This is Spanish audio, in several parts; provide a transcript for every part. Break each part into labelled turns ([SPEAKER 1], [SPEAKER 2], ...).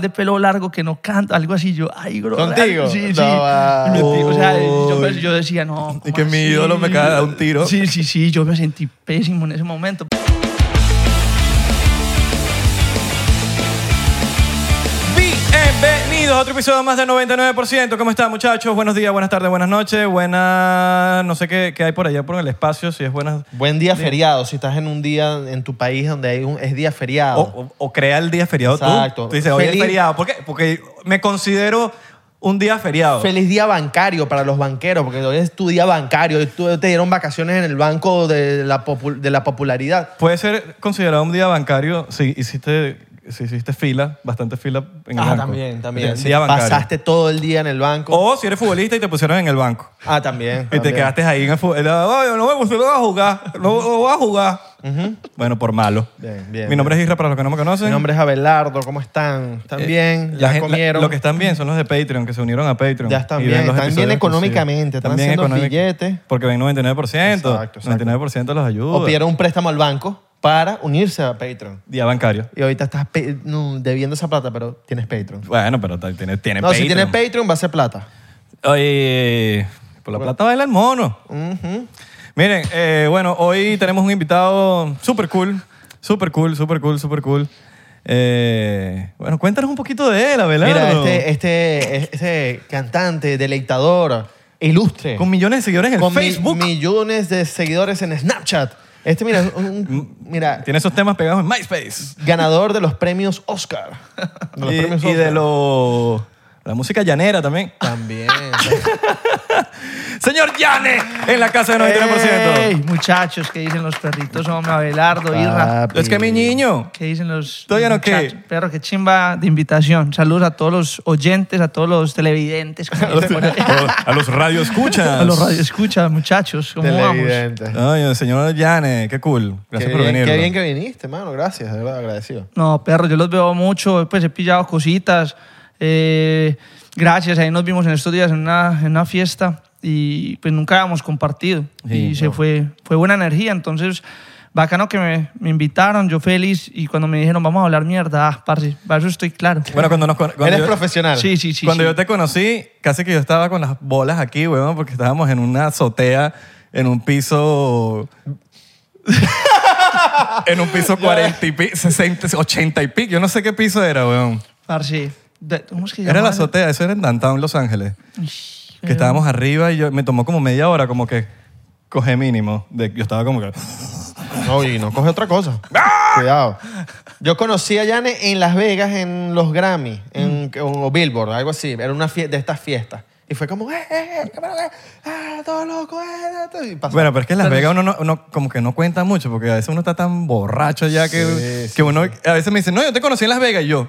[SPEAKER 1] de pelo largo que no canta, algo así. Yo, ay, bro.
[SPEAKER 2] ¿Contigo?
[SPEAKER 1] Sí, sí.
[SPEAKER 2] No, va.
[SPEAKER 1] Me metí- o sea, yo, pues, yo decía, no.
[SPEAKER 2] Y
[SPEAKER 1] ¿cómo
[SPEAKER 2] que mi
[SPEAKER 1] así?
[SPEAKER 2] ídolo me acaba de dar un tiro.
[SPEAKER 1] Sí, sí, sí, yo me sentí pésimo en ese momento.
[SPEAKER 2] Bienvenidos a otro episodio más de 99%. ¿Cómo están, muchachos? Buenos días, buenas tardes, buenas noches, buenas... No sé qué, qué hay por allá, por el espacio, si es buenas...
[SPEAKER 3] Buen día feriado, si estás en un día en tu país donde hay un, es día feriado.
[SPEAKER 2] O, o- o crea el día feriado tú.
[SPEAKER 3] Exacto.
[SPEAKER 2] Tú dices, hoy es
[SPEAKER 3] Feliz-
[SPEAKER 2] feriado. ¿Por qué? Porque me considero un día feriado.
[SPEAKER 3] Feliz día bancario para los banqueros, porque hoy es tu día bancario. Hoy tú- te dieron vacaciones en el banco de la, popu- de la popularidad.
[SPEAKER 2] Puede ser considerado un día bancario si hiciste, si hiciste fila, bastante fila en el
[SPEAKER 3] Ah,
[SPEAKER 2] banco. Día
[SPEAKER 3] Si
[SPEAKER 2] bancario.
[SPEAKER 3] pasaste todo el día en el banco.
[SPEAKER 2] O si eres futbolista y te pusieron en el banco.
[SPEAKER 3] Ah, también.
[SPEAKER 2] Y te
[SPEAKER 3] también.
[SPEAKER 2] quedaste ahí en el fútbol. No, no me gustó, no voy a jugar. No, no voy a jugar. Bueno, por malo.
[SPEAKER 3] Bien, bien,
[SPEAKER 2] Mi nombre es Isra, para los que no me conocen.
[SPEAKER 3] Mi nombre es Abelardo, ¿cómo están? ¿Están
[SPEAKER 2] Eh,
[SPEAKER 3] bien?
[SPEAKER 2] la
[SPEAKER 3] ¿Ya
[SPEAKER 2] gen- la-
[SPEAKER 3] comieron?
[SPEAKER 2] lo que están bien son los de Patreon, que se unieron a Patreon.
[SPEAKER 3] Ya están
[SPEAKER 2] y ven
[SPEAKER 3] bien,
[SPEAKER 2] los
[SPEAKER 3] están bien
[SPEAKER 2] episodios pues,
[SPEAKER 3] económicamente, están haciendo
[SPEAKER 2] económic-
[SPEAKER 3] billetes.
[SPEAKER 2] Porque ven 99%.
[SPEAKER 3] Exacto, exacto.
[SPEAKER 2] 99% los ayuda.
[SPEAKER 3] O pidieron un préstamo al banco para unirse a Patreon.
[SPEAKER 2] Día bancario.
[SPEAKER 3] Y ahorita estás pe- no, debiendo esa plata, pero tienes Patreon.
[SPEAKER 2] Bueno, pero t- tiene, tiene
[SPEAKER 3] No,
[SPEAKER 2] Patreon.
[SPEAKER 3] si tienes Patreon va a ser plata.
[SPEAKER 2] Oye, por la plata baila el mono. Miren, eh, bueno, hoy tenemos un invitado súper cool, súper cool, súper cool, súper cool. Eh, bueno, cuéntanos un poquito de él,
[SPEAKER 3] Mira,
[SPEAKER 2] Abelardo.
[SPEAKER 3] este, este, este cantante, deleitador, ilustre.
[SPEAKER 2] Con millones de seguidores en
[SPEAKER 3] con mi-
[SPEAKER 2] Facebook.
[SPEAKER 3] millones de seguidores en Snapchat. Este, mira, es un- mira
[SPEAKER 2] Mm, Tiene esos temas pegados en MySpace.
[SPEAKER 3] ganador de los premios Oscar. De los
[SPEAKER 2] Y,
[SPEAKER 3] premios
[SPEAKER 2] y de
[SPEAKER 3] Oscar.
[SPEAKER 2] lo, la música llanera también.
[SPEAKER 3] También. este,
[SPEAKER 2] Señor Yane, en la casa de 99%.
[SPEAKER 1] Ey, muchachos, ¿qué dicen los perritos? Hombre, Abelardo, Irra.
[SPEAKER 3] Papi.
[SPEAKER 2] Es que mi niño.
[SPEAKER 1] ¿Qué dicen los
[SPEAKER 2] Ah. Todavía no, ¿qué?
[SPEAKER 1] muchachos? Perro, qué chimba de invitación. Saludos a todos los oyentes, a todos los televidentes. como dicen por ahí.
[SPEAKER 2] Este, A los radioescuchas.
[SPEAKER 1] a los radioescuchas, muchachos. ¿Cómo vamos?
[SPEAKER 3] Televidente.
[SPEAKER 2] Ay, señor Yane, qué cool. Ah, Gracias
[SPEAKER 3] qué,
[SPEAKER 2] por
[SPEAKER 3] bien,
[SPEAKER 2] venir.
[SPEAKER 3] qué bien que viniste, mano. Gracias, de verdad, agradecido.
[SPEAKER 1] No, perro, yo los veo mucho, pues he pillado cositas. Eh, gracias, ahí nos vimos en estos días en una, en una fiesta y pues nunca habíamos compartido. y se fue, fue buena energía, entonces bacano que me, me invitaron, yo feliz y cuando me dijeron vamos a hablar mierda, ah, parce, para eso estoy claro.
[SPEAKER 2] Bueno, cuando nos cono- cuando
[SPEAKER 3] Eres
[SPEAKER 2] yo-
[SPEAKER 3] profesional.
[SPEAKER 1] sí, sí, sí.
[SPEAKER 2] cuando
[SPEAKER 1] sí.
[SPEAKER 2] yo te conocí, casi que yo estaba con las bolas aquí, weón, porque estábamos en una azotea, en un piso. en un piso 40 y pico, 60, 80 y pico. Yo no sé qué piso era, weón.
[SPEAKER 1] Parce, de- ¿cómo es que
[SPEAKER 2] Era la
[SPEAKER 1] llamaban?
[SPEAKER 2] azotea, eso era en Downtown, Los Ángeles. Que estábamos arriba y yo, me tomó como media hora, como que coge mínimo. De, yo estaba como que.
[SPEAKER 3] No, y no coge otra cosa. Cuidado. Yo conocí a Yane en Las Vegas, en los Grammy, en, o Billboard, algo así. Era una fie- de estas fiestas. Y fue como, ¡eh, eh, eh! qué bueno, eh, ah, todo loco! eh, todo", y pasó.
[SPEAKER 2] Bueno, pero es que en Las Vegas uno, no- uno como que no cuenta mucho porque a veces uno está tan borracho ya que,
[SPEAKER 3] Sí, sí,
[SPEAKER 2] que uno a veces me dice, no, yo te conocí en Las Vegas y yo,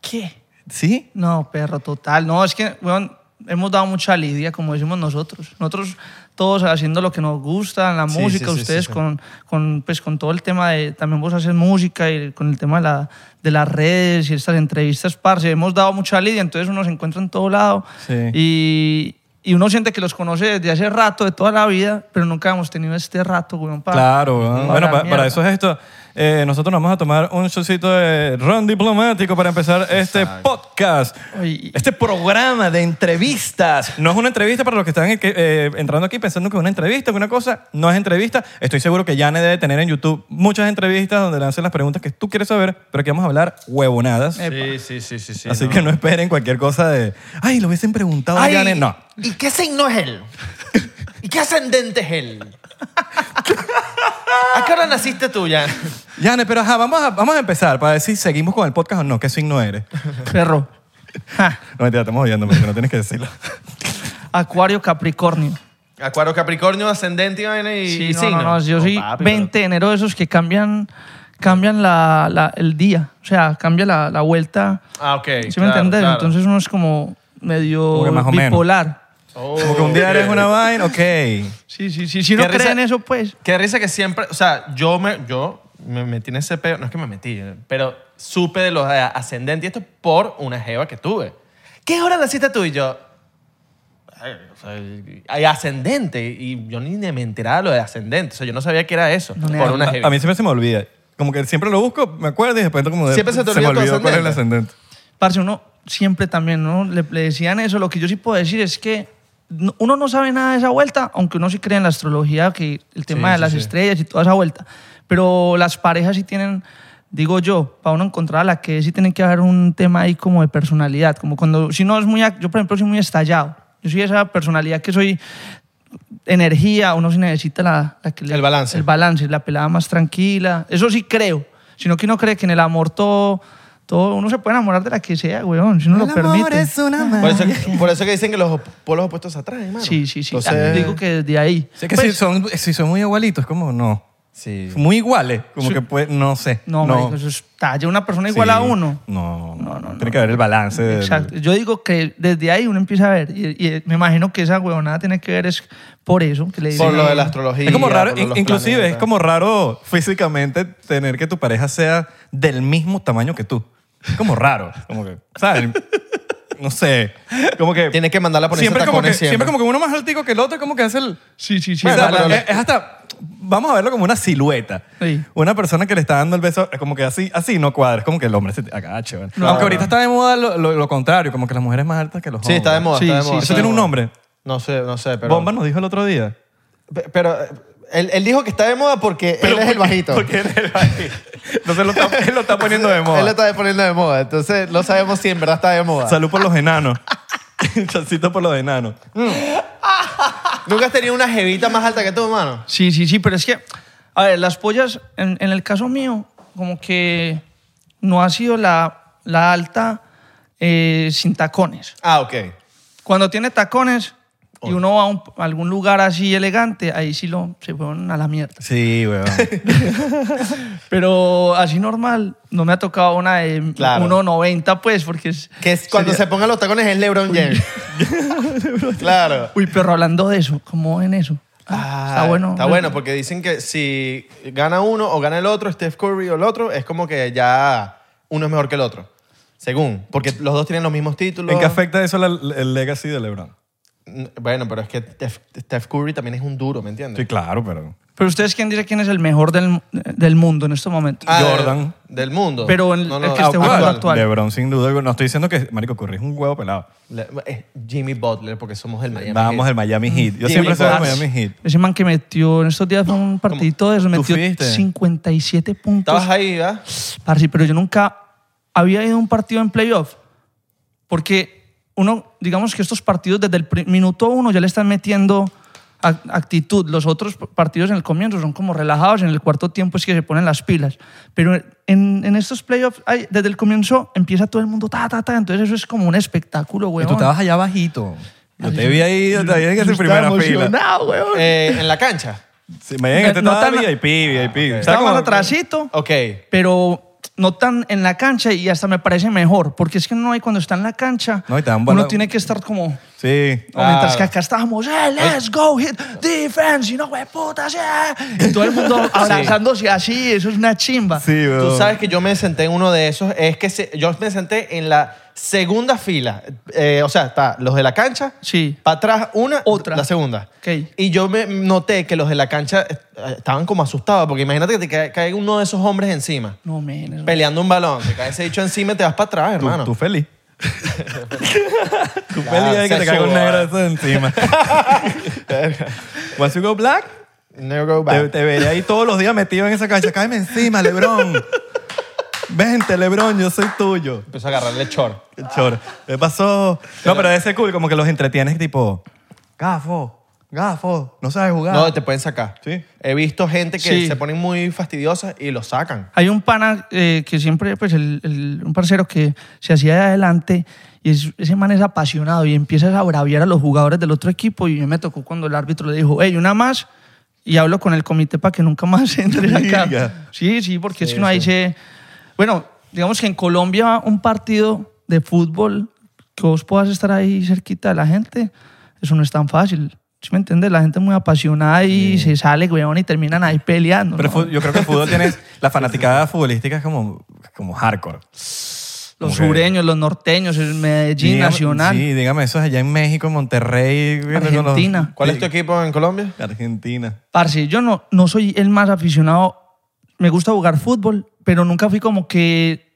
[SPEAKER 1] ¿Qué?
[SPEAKER 2] ¿sí?
[SPEAKER 1] No, perro, total. No, es que, weón, hemos dado mucha lidia, como decimos nosotros. Nosotros todos haciendo lo que nos gusta, la
[SPEAKER 3] Sí,
[SPEAKER 1] música,
[SPEAKER 3] sí, sí,
[SPEAKER 1] ustedes
[SPEAKER 3] sí, sí.
[SPEAKER 1] Con, con, pues, con todo el tema de, también vos haces música y con el tema de, la, de las redes y estas entrevistas, parce, hemos dado mucha lidia, entonces uno se encuentra en todo lado
[SPEAKER 2] Sí.
[SPEAKER 1] y, y uno siente que los conoce desde hace rato, de toda la vida, pero nunca hemos tenido este rato, weón, para...
[SPEAKER 2] claro,
[SPEAKER 1] para
[SPEAKER 2] ¿no?
[SPEAKER 1] hablar
[SPEAKER 2] bueno, pa- para,
[SPEAKER 1] mierda.
[SPEAKER 2] eso es esto. Eh, nosotros nos vamos a tomar un shotcito de ron diplomático para empezar este podcast.
[SPEAKER 1] Ay,
[SPEAKER 2] Este programa de entrevistas. No es una entrevista para los que están eh, que, eh, entrando aquí pensando que es una entrevista, que una cosa no es entrevista. Estoy seguro que Yane debe tener en YouTube muchas entrevistas donde le hacen las preguntas que tú quieres saber, pero que vamos a hablar huevonadas.
[SPEAKER 3] Sí, sí, sí, sí. sí
[SPEAKER 2] Así que no esperen cualquier cosa de, ay, lo hubiesen preguntado a Yane. No.
[SPEAKER 3] ¿Y qué signo es él? ¿Y qué ascendente es él? ¿A qué hora naciste tú, Yane?
[SPEAKER 2] Yane, pero ajá, vamos a, vamos a empezar para decir si seguimos con el podcast o no. ¿Qué signo eres?
[SPEAKER 1] perro. Ja,
[SPEAKER 2] No, mentira, estamos odiando, porque no tienes que decirlo.
[SPEAKER 1] Acuario Capricornio.
[SPEAKER 3] Acuario, Capricornio, Ascendente y vaina y,
[SPEAKER 1] Sí,
[SPEAKER 3] y
[SPEAKER 1] no, no,
[SPEAKER 3] signo.
[SPEAKER 1] no, yo
[SPEAKER 3] No,
[SPEAKER 1] soy
[SPEAKER 3] Oh, papi,
[SPEAKER 1] 20 de enero de esos que cambian, cambian la, la- el día. O sea, cambia la, la vuelta.
[SPEAKER 3] pero- Ah, ok.
[SPEAKER 1] ¿Sí
[SPEAKER 3] claro,
[SPEAKER 1] me entendés?
[SPEAKER 3] claro.
[SPEAKER 1] Entonces uno es como medio
[SPEAKER 2] Como que más o menos.
[SPEAKER 1] bipolar.
[SPEAKER 3] Oh,
[SPEAKER 2] Como que un día eres
[SPEAKER 3] ok.
[SPEAKER 2] una vaina, ok.
[SPEAKER 1] Sí, sí, sí. Si no
[SPEAKER 3] Qué risa-
[SPEAKER 1] creen eso, pues.
[SPEAKER 3] Qué risa que siempre, o sea, yo me, yo me metí en ese peo, no es que me metí, eh, pero supe de los eh, ascendentes y esto por una jeva que tuve. ¿Qué hora naciste tú y yo? ay, o sea, Hay ascendente y yo ni me enteraba de lo de ascendente, o sea, yo no sabía que era eso.
[SPEAKER 1] No,
[SPEAKER 3] por
[SPEAKER 1] no,
[SPEAKER 3] una
[SPEAKER 2] A,
[SPEAKER 3] jeva.
[SPEAKER 2] a mí siempre se me olvida. Como que siempre lo busco, me acuerdo y después como de-
[SPEAKER 3] Siempre se te
[SPEAKER 2] me
[SPEAKER 3] olvida tu
[SPEAKER 2] olvidó cuál es el ascendente.
[SPEAKER 1] Parce, uno siempre también, ¿no? Le, le decían eso. Lo que yo sí puedo decir es que no- uno no sabe nada de esa vuelta, aunque uno sí cree en la astrología, que el tema
[SPEAKER 3] Sí,
[SPEAKER 1] de
[SPEAKER 3] sí,
[SPEAKER 1] las
[SPEAKER 3] sí.
[SPEAKER 1] estrellas y toda esa vuelta. Pero las parejas sí tienen, digo yo, para uno encontrar a la que es, sí tiene que haber un tema ahí como de personalidad. Como cuando, si no es muy, ac- yo por ejemplo soy muy estallado. Yo soy esa personalidad que soy energía, uno sí necesita la, la que le-
[SPEAKER 3] El balance.
[SPEAKER 1] El balance, la pelada más tranquila. Eso sí creo. Sino que uno cree que en el amor todo, todo uno se puede enamorar de la que sea, weón, si uno lo permite.
[SPEAKER 2] una
[SPEAKER 3] Por eso, por eso que dicen que los op- polos opuestos se atraen, hermano.
[SPEAKER 1] Sí, sí, sí.
[SPEAKER 3] Entonces-
[SPEAKER 1] Digo que desde ahí.
[SPEAKER 2] Sé que
[SPEAKER 1] Pues,
[SPEAKER 2] si, son, si son muy igualitos, como no.
[SPEAKER 3] Sí.
[SPEAKER 2] Muy iguales, como
[SPEAKER 1] Sí.
[SPEAKER 2] que pues, no sé.
[SPEAKER 1] No, marico, eso es talla. Una persona igual
[SPEAKER 2] Sí.
[SPEAKER 1] a uno.
[SPEAKER 2] No,
[SPEAKER 1] No, no,
[SPEAKER 2] Tiene que haber el balance. del-
[SPEAKER 1] Exacto. Yo digo que desde ahí uno empieza a ver. Y, y me imagino que esa huevonada tiene que ver es por eso. Que le
[SPEAKER 3] Por
[SPEAKER 1] dicen-
[SPEAKER 3] lo de la astrología.
[SPEAKER 2] Es como raro,
[SPEAKER 3] por lo de los
[SPEAKER 2] in- inclusive
[SPEAKER 3] planetas.
[SPEAKER 2] es como raro físicamente tener que tu pareja sea del mismo tamaño que tú. Es como raro, como que, ¿sabes? No sé, como que...
[SPEAKER 3] Tienes que mandarla a ponerse
[SPEAKER 2] siempre como, que,
[SPEAKER 3] tacones
[SPEAKER 2] siempre.
[SPEAKER 3] siempre.
[SPEAKER 2] como que uno más altico que el otro, como que hace el...
[SPEAKER 1] Sí, sí, sí.
[SPEAKER 2] O sea,
[SPEAKER 3] Bueno, pero-
[SPEAKER 2] es, es hasta... Vamos a verlo como una silueta.
[SPEAKER 1] Sí.
[SPEAKER 2] Una persona que le está dando el beso, es como que así, así no cuadra. Es como que el hombre se te agache. ¿vale?
[SPEAKER 1] No.
[SPEAKER 2] Aunque ahorita está de moda lo, lo- lo contrario, como que las mujeres más altas que los hombres.
[SPEAKER 3] Sí, está de moda,
[SPEAKER 1] Sí,
[SPEAKER 3] está de
[SPEAKER 1] sí,
[SPEAKER 3] moda.
[SPEAKER 1] sí.
[SPEAKER 2] Eso
[SPEAKER 3] está
[SPEAKER 2] tiene
[SPEAKER 3] de
[SPEAKER 2] un
[SPEAKER 3] moda.
[SPEAKER 2] nombre.
[SPEAKER 3] No sé, no sé, pero...
[SPEAKER 2] Bomba nos dijo el otro día.
[SPEAKER 3] Pe- Pero eh, él, él dijo que está de moda porque él es el bajito.
[SPEAKER 2] Porque él es el bajito. Entonces lo está, él lo está poniendo de moda.
[SPEAKER 3] Él lo está poniendo de moda, entonces no sabemos si en verdad está de moda.
[SPEAKER 2] Salud por los enanos. Chancito por los enanos.
[SPEAKER 3] ¿Nunca has tenido una jevita más alta que tú, hermano?
[SPEAKER 1] Sí, sí, sí, pero es que, a ver, las pollas, en, en el caso mío, como que no ha sido la, la alta eh, sin tacones.
[SPEAKER 3] Ah, ok.
[SPEAKER 1] Cuando tiene tacones y uno va a, un- a algún lugar así elegante, ahí sí lo se fueron a la mierda.
[SPEAKER 2] Sí, weón.
[SPEAKER 1] Pero así normal, no me ha tocado una de
[SPEAKER 3] Claro.
[SPEAKER 1] 1.90, pues, porque es...
[SPEAKER 3] Que es cuando se pongan los tacones es LeBron James. claro.
[SPEAKER 1] Uy, pero hablando de eso, ¿cómo en eso? Ah,
[SPEAKER 3] Ah,
[SPEAKER 1] está bueno.
[SPEAKER 3] Está bueno porque dicen que si gana uno o gana el otro, Steph Curry o el otro, es como que ya uno es mejor que el otro. Según. Porque los dos tienen los mismos títulos.
[SPEAKER 2] ¿En qué afecta eso la- el legacy de LeBron?
[SPEAKER 3] N- Bueno, pero es que Steph, Steph Curry también es un duro, ¿me entiendes?
[SPEAKER 2] Sí, claro, pero...
[SPEAKER 1] Pero ustedes, ¿quién dice quién es el mejor del, del mundo en estos momentos?
[SPEAKER 3] Ah, de-
[SPEAKER 2] Jordan.
[SPEAKER 3] del mundo. ah,
[SPEAKER 1] Pero el- el que esté
[SPEAKER 3] actual.
[SPEAKER 1] jugando actual.
[SPEAKER 2] Ah, LeBron, sin duda. alguna. No estoy diciendo que, marico, Curry es un huevo pelado.
[SPEAKER 3] Le- es Jimmy Butler, porque somos el Miami.
[SPEAKER 2] Vamos
[SPEAKER 3] Heat.
[SPEAKER 2] al Miami Heat. Yo
[SPEAKER 1] Mm.
[SPEAKER 3] Jimmy
[SPEAKER 2] siempre soy del
[SPEAKER 3] Butler.
[SPEAKER 2] Miami Heat.
[SPEAKER 1] Ese man que metió en estos días fue un partidito de esos,
[SPEAKER 2] ¿Tú
[SPEAKER 1] metió
[SPEAKER 2] fuiste?
[SPEAKER 1] 57 puntos.
[SPEAKER 3] Estabas ahí, ¿verdad?
[SPEAKER 1] Parce, pero yo nunca había ido a un partido en playoff. Porque uno, digamos que estos partidos desde el pri- minuto uno ya le están metiendo ac- actitud. Los otros p- partidos en el comienzo son como relajados, en el cuarto tiempo es que se ponen las pilas. Pero en, en estos playoffs, ay, desde el comienzo empieza todo el mundo ta, ta, ta. Entonces eso es como un espectáculo,
[SPEAKER 2] Y
[SPEAKER 1] weón.
[SPEAKER 2] tú estabas allá bajito. Yo te vi ahí, yo te vi en
[SPEAKER 1] Yo
[SPEAKER 2] esa
[SPEAKER 1] estaba
[SPEAKER 2] primera fila.
[SPEAKER 1] emocionado, weón.
[SPEAKER 3] Eh, en la cancha.
[SPEAKER 2] Sí, me digan que te
[SPEAKER 1] No
[SPEAKER 2] estaba
[SPEAKER 1] tan-
[SPEAKER 2] VIP, VIP.
[SPEAKER 1] Estaba
[SPEAKER 2] como-
[SPEAKER 1] más atrasito.
[SPEAKER 3] Ok.
[SPEAKER 1] pero no tan en la cancha y hasta me parece mejor, porque es que no hay cuando está en la cancha,
[SPEAKER 2] No, y te dan bola-
[SPEAKER 1] uno tiene que estar como...
[SPEAKER 2] Sí.
[SPEAKER 1] o Mientras que acá estábamos, eh, let's go, hit defense, y no, güey, putas, eh. Y todo el mundo abrazándose así, eso es una chimba.
[SPEAKER 2] Sí, weón.
[SPEAKER 3] Tú sabes que yo me senté en uno de esos. Es que se- yo me senté en la segunda fila. Eh, o sea, está los de la cancha.
[SPEAKER 1] Sí.
[SPEAKER 3] Para atrás una,
[SPEAKER 1] Otra.
[SPEAKER 3] la segunda.
[SPEAKER 1] Ok.
[SPEAKER 3] Y yo me noté que los de la cancha eh, estaban como asustados, porque imagínate que te ca- caiga uno de esos hombres encima,
[SPEAKER 1] No, men, eso-
[SPEAKER 3] peleando un balón. Te cae ese dicho encima y te vas para atrás,
[SPEAKER 2] Tú-
[SPEAKER 3] hermano.
[SPEAKER 2] Tú feliz. Tú
[SPEAKER 3] Ya,
[SPEAKER 2] feliz de que
[SPEAKER 3] se
[SPEAKER 2] te caiga un
[SPEAKER 3] suba.
[SPEAKER 2] negro de eso encima. Once you go black,
[SPEAKER 3] Never go back.
[SPEAKER 2] te, te veré ahí todos los días metido en esa cancha. Cáeme encima, Lebron. Vente, Lebron, yo soy tuyo.
[SPEAKER 3] Empezó a agarrarle el short.
[SPEAKER 2] El choro. ¿Qué pasó? No, pero ese cool, como que los entretienes tipo, gafo, gafo, no sabes jugar.
[SPEAKER 3] No, te pueden sacar.
[SPEAKER 2] Sí.
[SPEAKER 3] He visto gente que
[SPEAKER 1] Sí.
[SPEAKER 3] se ponen muy fastidiosas y lo sacan.
[SPEAKER 1] Hay un pana eh, que siempre, pues, el- el- un parcero que se hacía de adelante Y es- ese man es apasionado y empiezas a braviar a los jugadores del otro equipo. Y me tocó cuando el árbitro le dijo, hey, una más. Y hablo con el comité para que nunca más entre
[SPEAKER 2] Liga.
[SPEAKER 1] acá. Sí, sí, porque es que uno ahí se... Bueno, digamos que en Colombia un partido de fútbol que vos puedas estar ahí cerquita de la gente, eso no es tan fácil. ¿Sí me entiendes? La gente es muy apasionada y se sale, weón, y terminan ahí peleando.
[SPEAKER 2] Pero
[SPEAKER 1] ¿no?
[SPEAKER 2] fu- yo creo que el fútbol tiene la fanaticada futbolística es como, como hardcore.
[SPEAKER 1] Los
[SPEAKER 2] como que-
[SPEAKER 1] sureños, los norteños, el Medellín,
[SPEAKER 2] Dígame-
[SPEAKER 1] Nacional,
[SPEAKER 2] Sí, dígame, eso es allá en México, en Monterrey. con los-
[SPEAKER 1] Argentina.
[SPEAKER 3] ¿Cuál es tu equipo en Colombia?
[SPEAKER 2] Argentina.
[SPEAKER 1] Parce, yo no, no soy el más aficionado. Me gusta jugar fútbol, pero nunca fui como que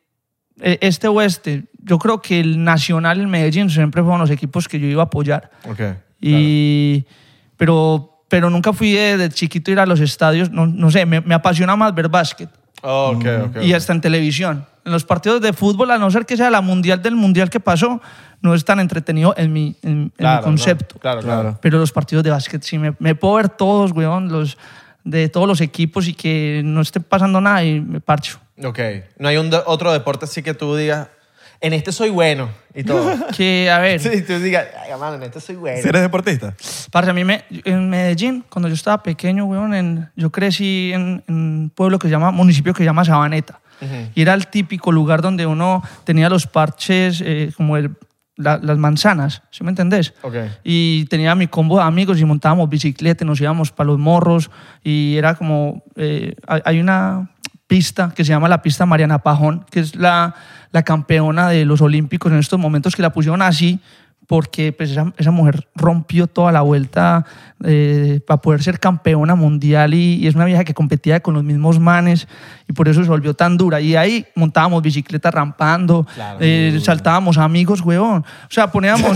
[SPEAKER 1] eh, este o este. Yo creo que el Nacional, el Medellín, siempre fueron los equipos que yo iba a apoyar.
[SPEAKER 3] Ok.
[SPEAKER 1] Y, pero, pero nunca fui de, de chiquito ir a los estadios. No, no sé, me, me apasiona más ver básquet.
[SPEAKER 3] Ok, ok.
[SPEAKER 1] Mm. Y hasta en televisión. En los partidos de fútbol, a no ser que sea la mundial del mundial que pasó, no es tan entretenido en mi, en- en mi
[SPEAKER 3] Claro, no,
[SPEAKER 1] concepto.
[SPEAKER 3] Claro, claro.
[SPEAKER 1] Pero los partidos de básquet sí, me, me puedo ver todos, weón, los, de todos los equipos y que no esté pasando nada y me parcho.
[SPEAKER 3] Ok. No hay un de- otro deporte así que tú digas, en este soy bueno y todo.
[SPEAKER 1] Que, a ver,
[SPEAKER 3] sí, tú digas, ay, mano, en este soy bueno.
[SPEAKER 2] ¿Sí eres deportista?
[SPEAKER 1] parce, a mí me- en Medellín, cuando yo estaba pequeño, weón, en- yo crecí en, en un pueblo que se llama, municipio que se llama Sabaneta. Y era el típico lugar donde uno tenía los parches, eh, como el- la- las manzanas, ¿sí me entendés?
[SPEAKER 3] Ok.
[SPEAKER 1] Y tenía mi combo de amigos y montábamos bicicleta, y nos íbamos para los morros y era como, eh, hay hay una pista que se llama la pista Mariana Pajón, que es la, la campeona de los Olímpicos en estos momentos que la pusieron así porque pues, esa, esa mujer rompió toda la vuelta para poder ser campeona mundial y, y es una vieja que competía con los mismos manes y por eso se volvió tan dura. Y ahí montábamos bicicleta rampando, eh, saltábamos amigos, huevón. O sea, poníamos...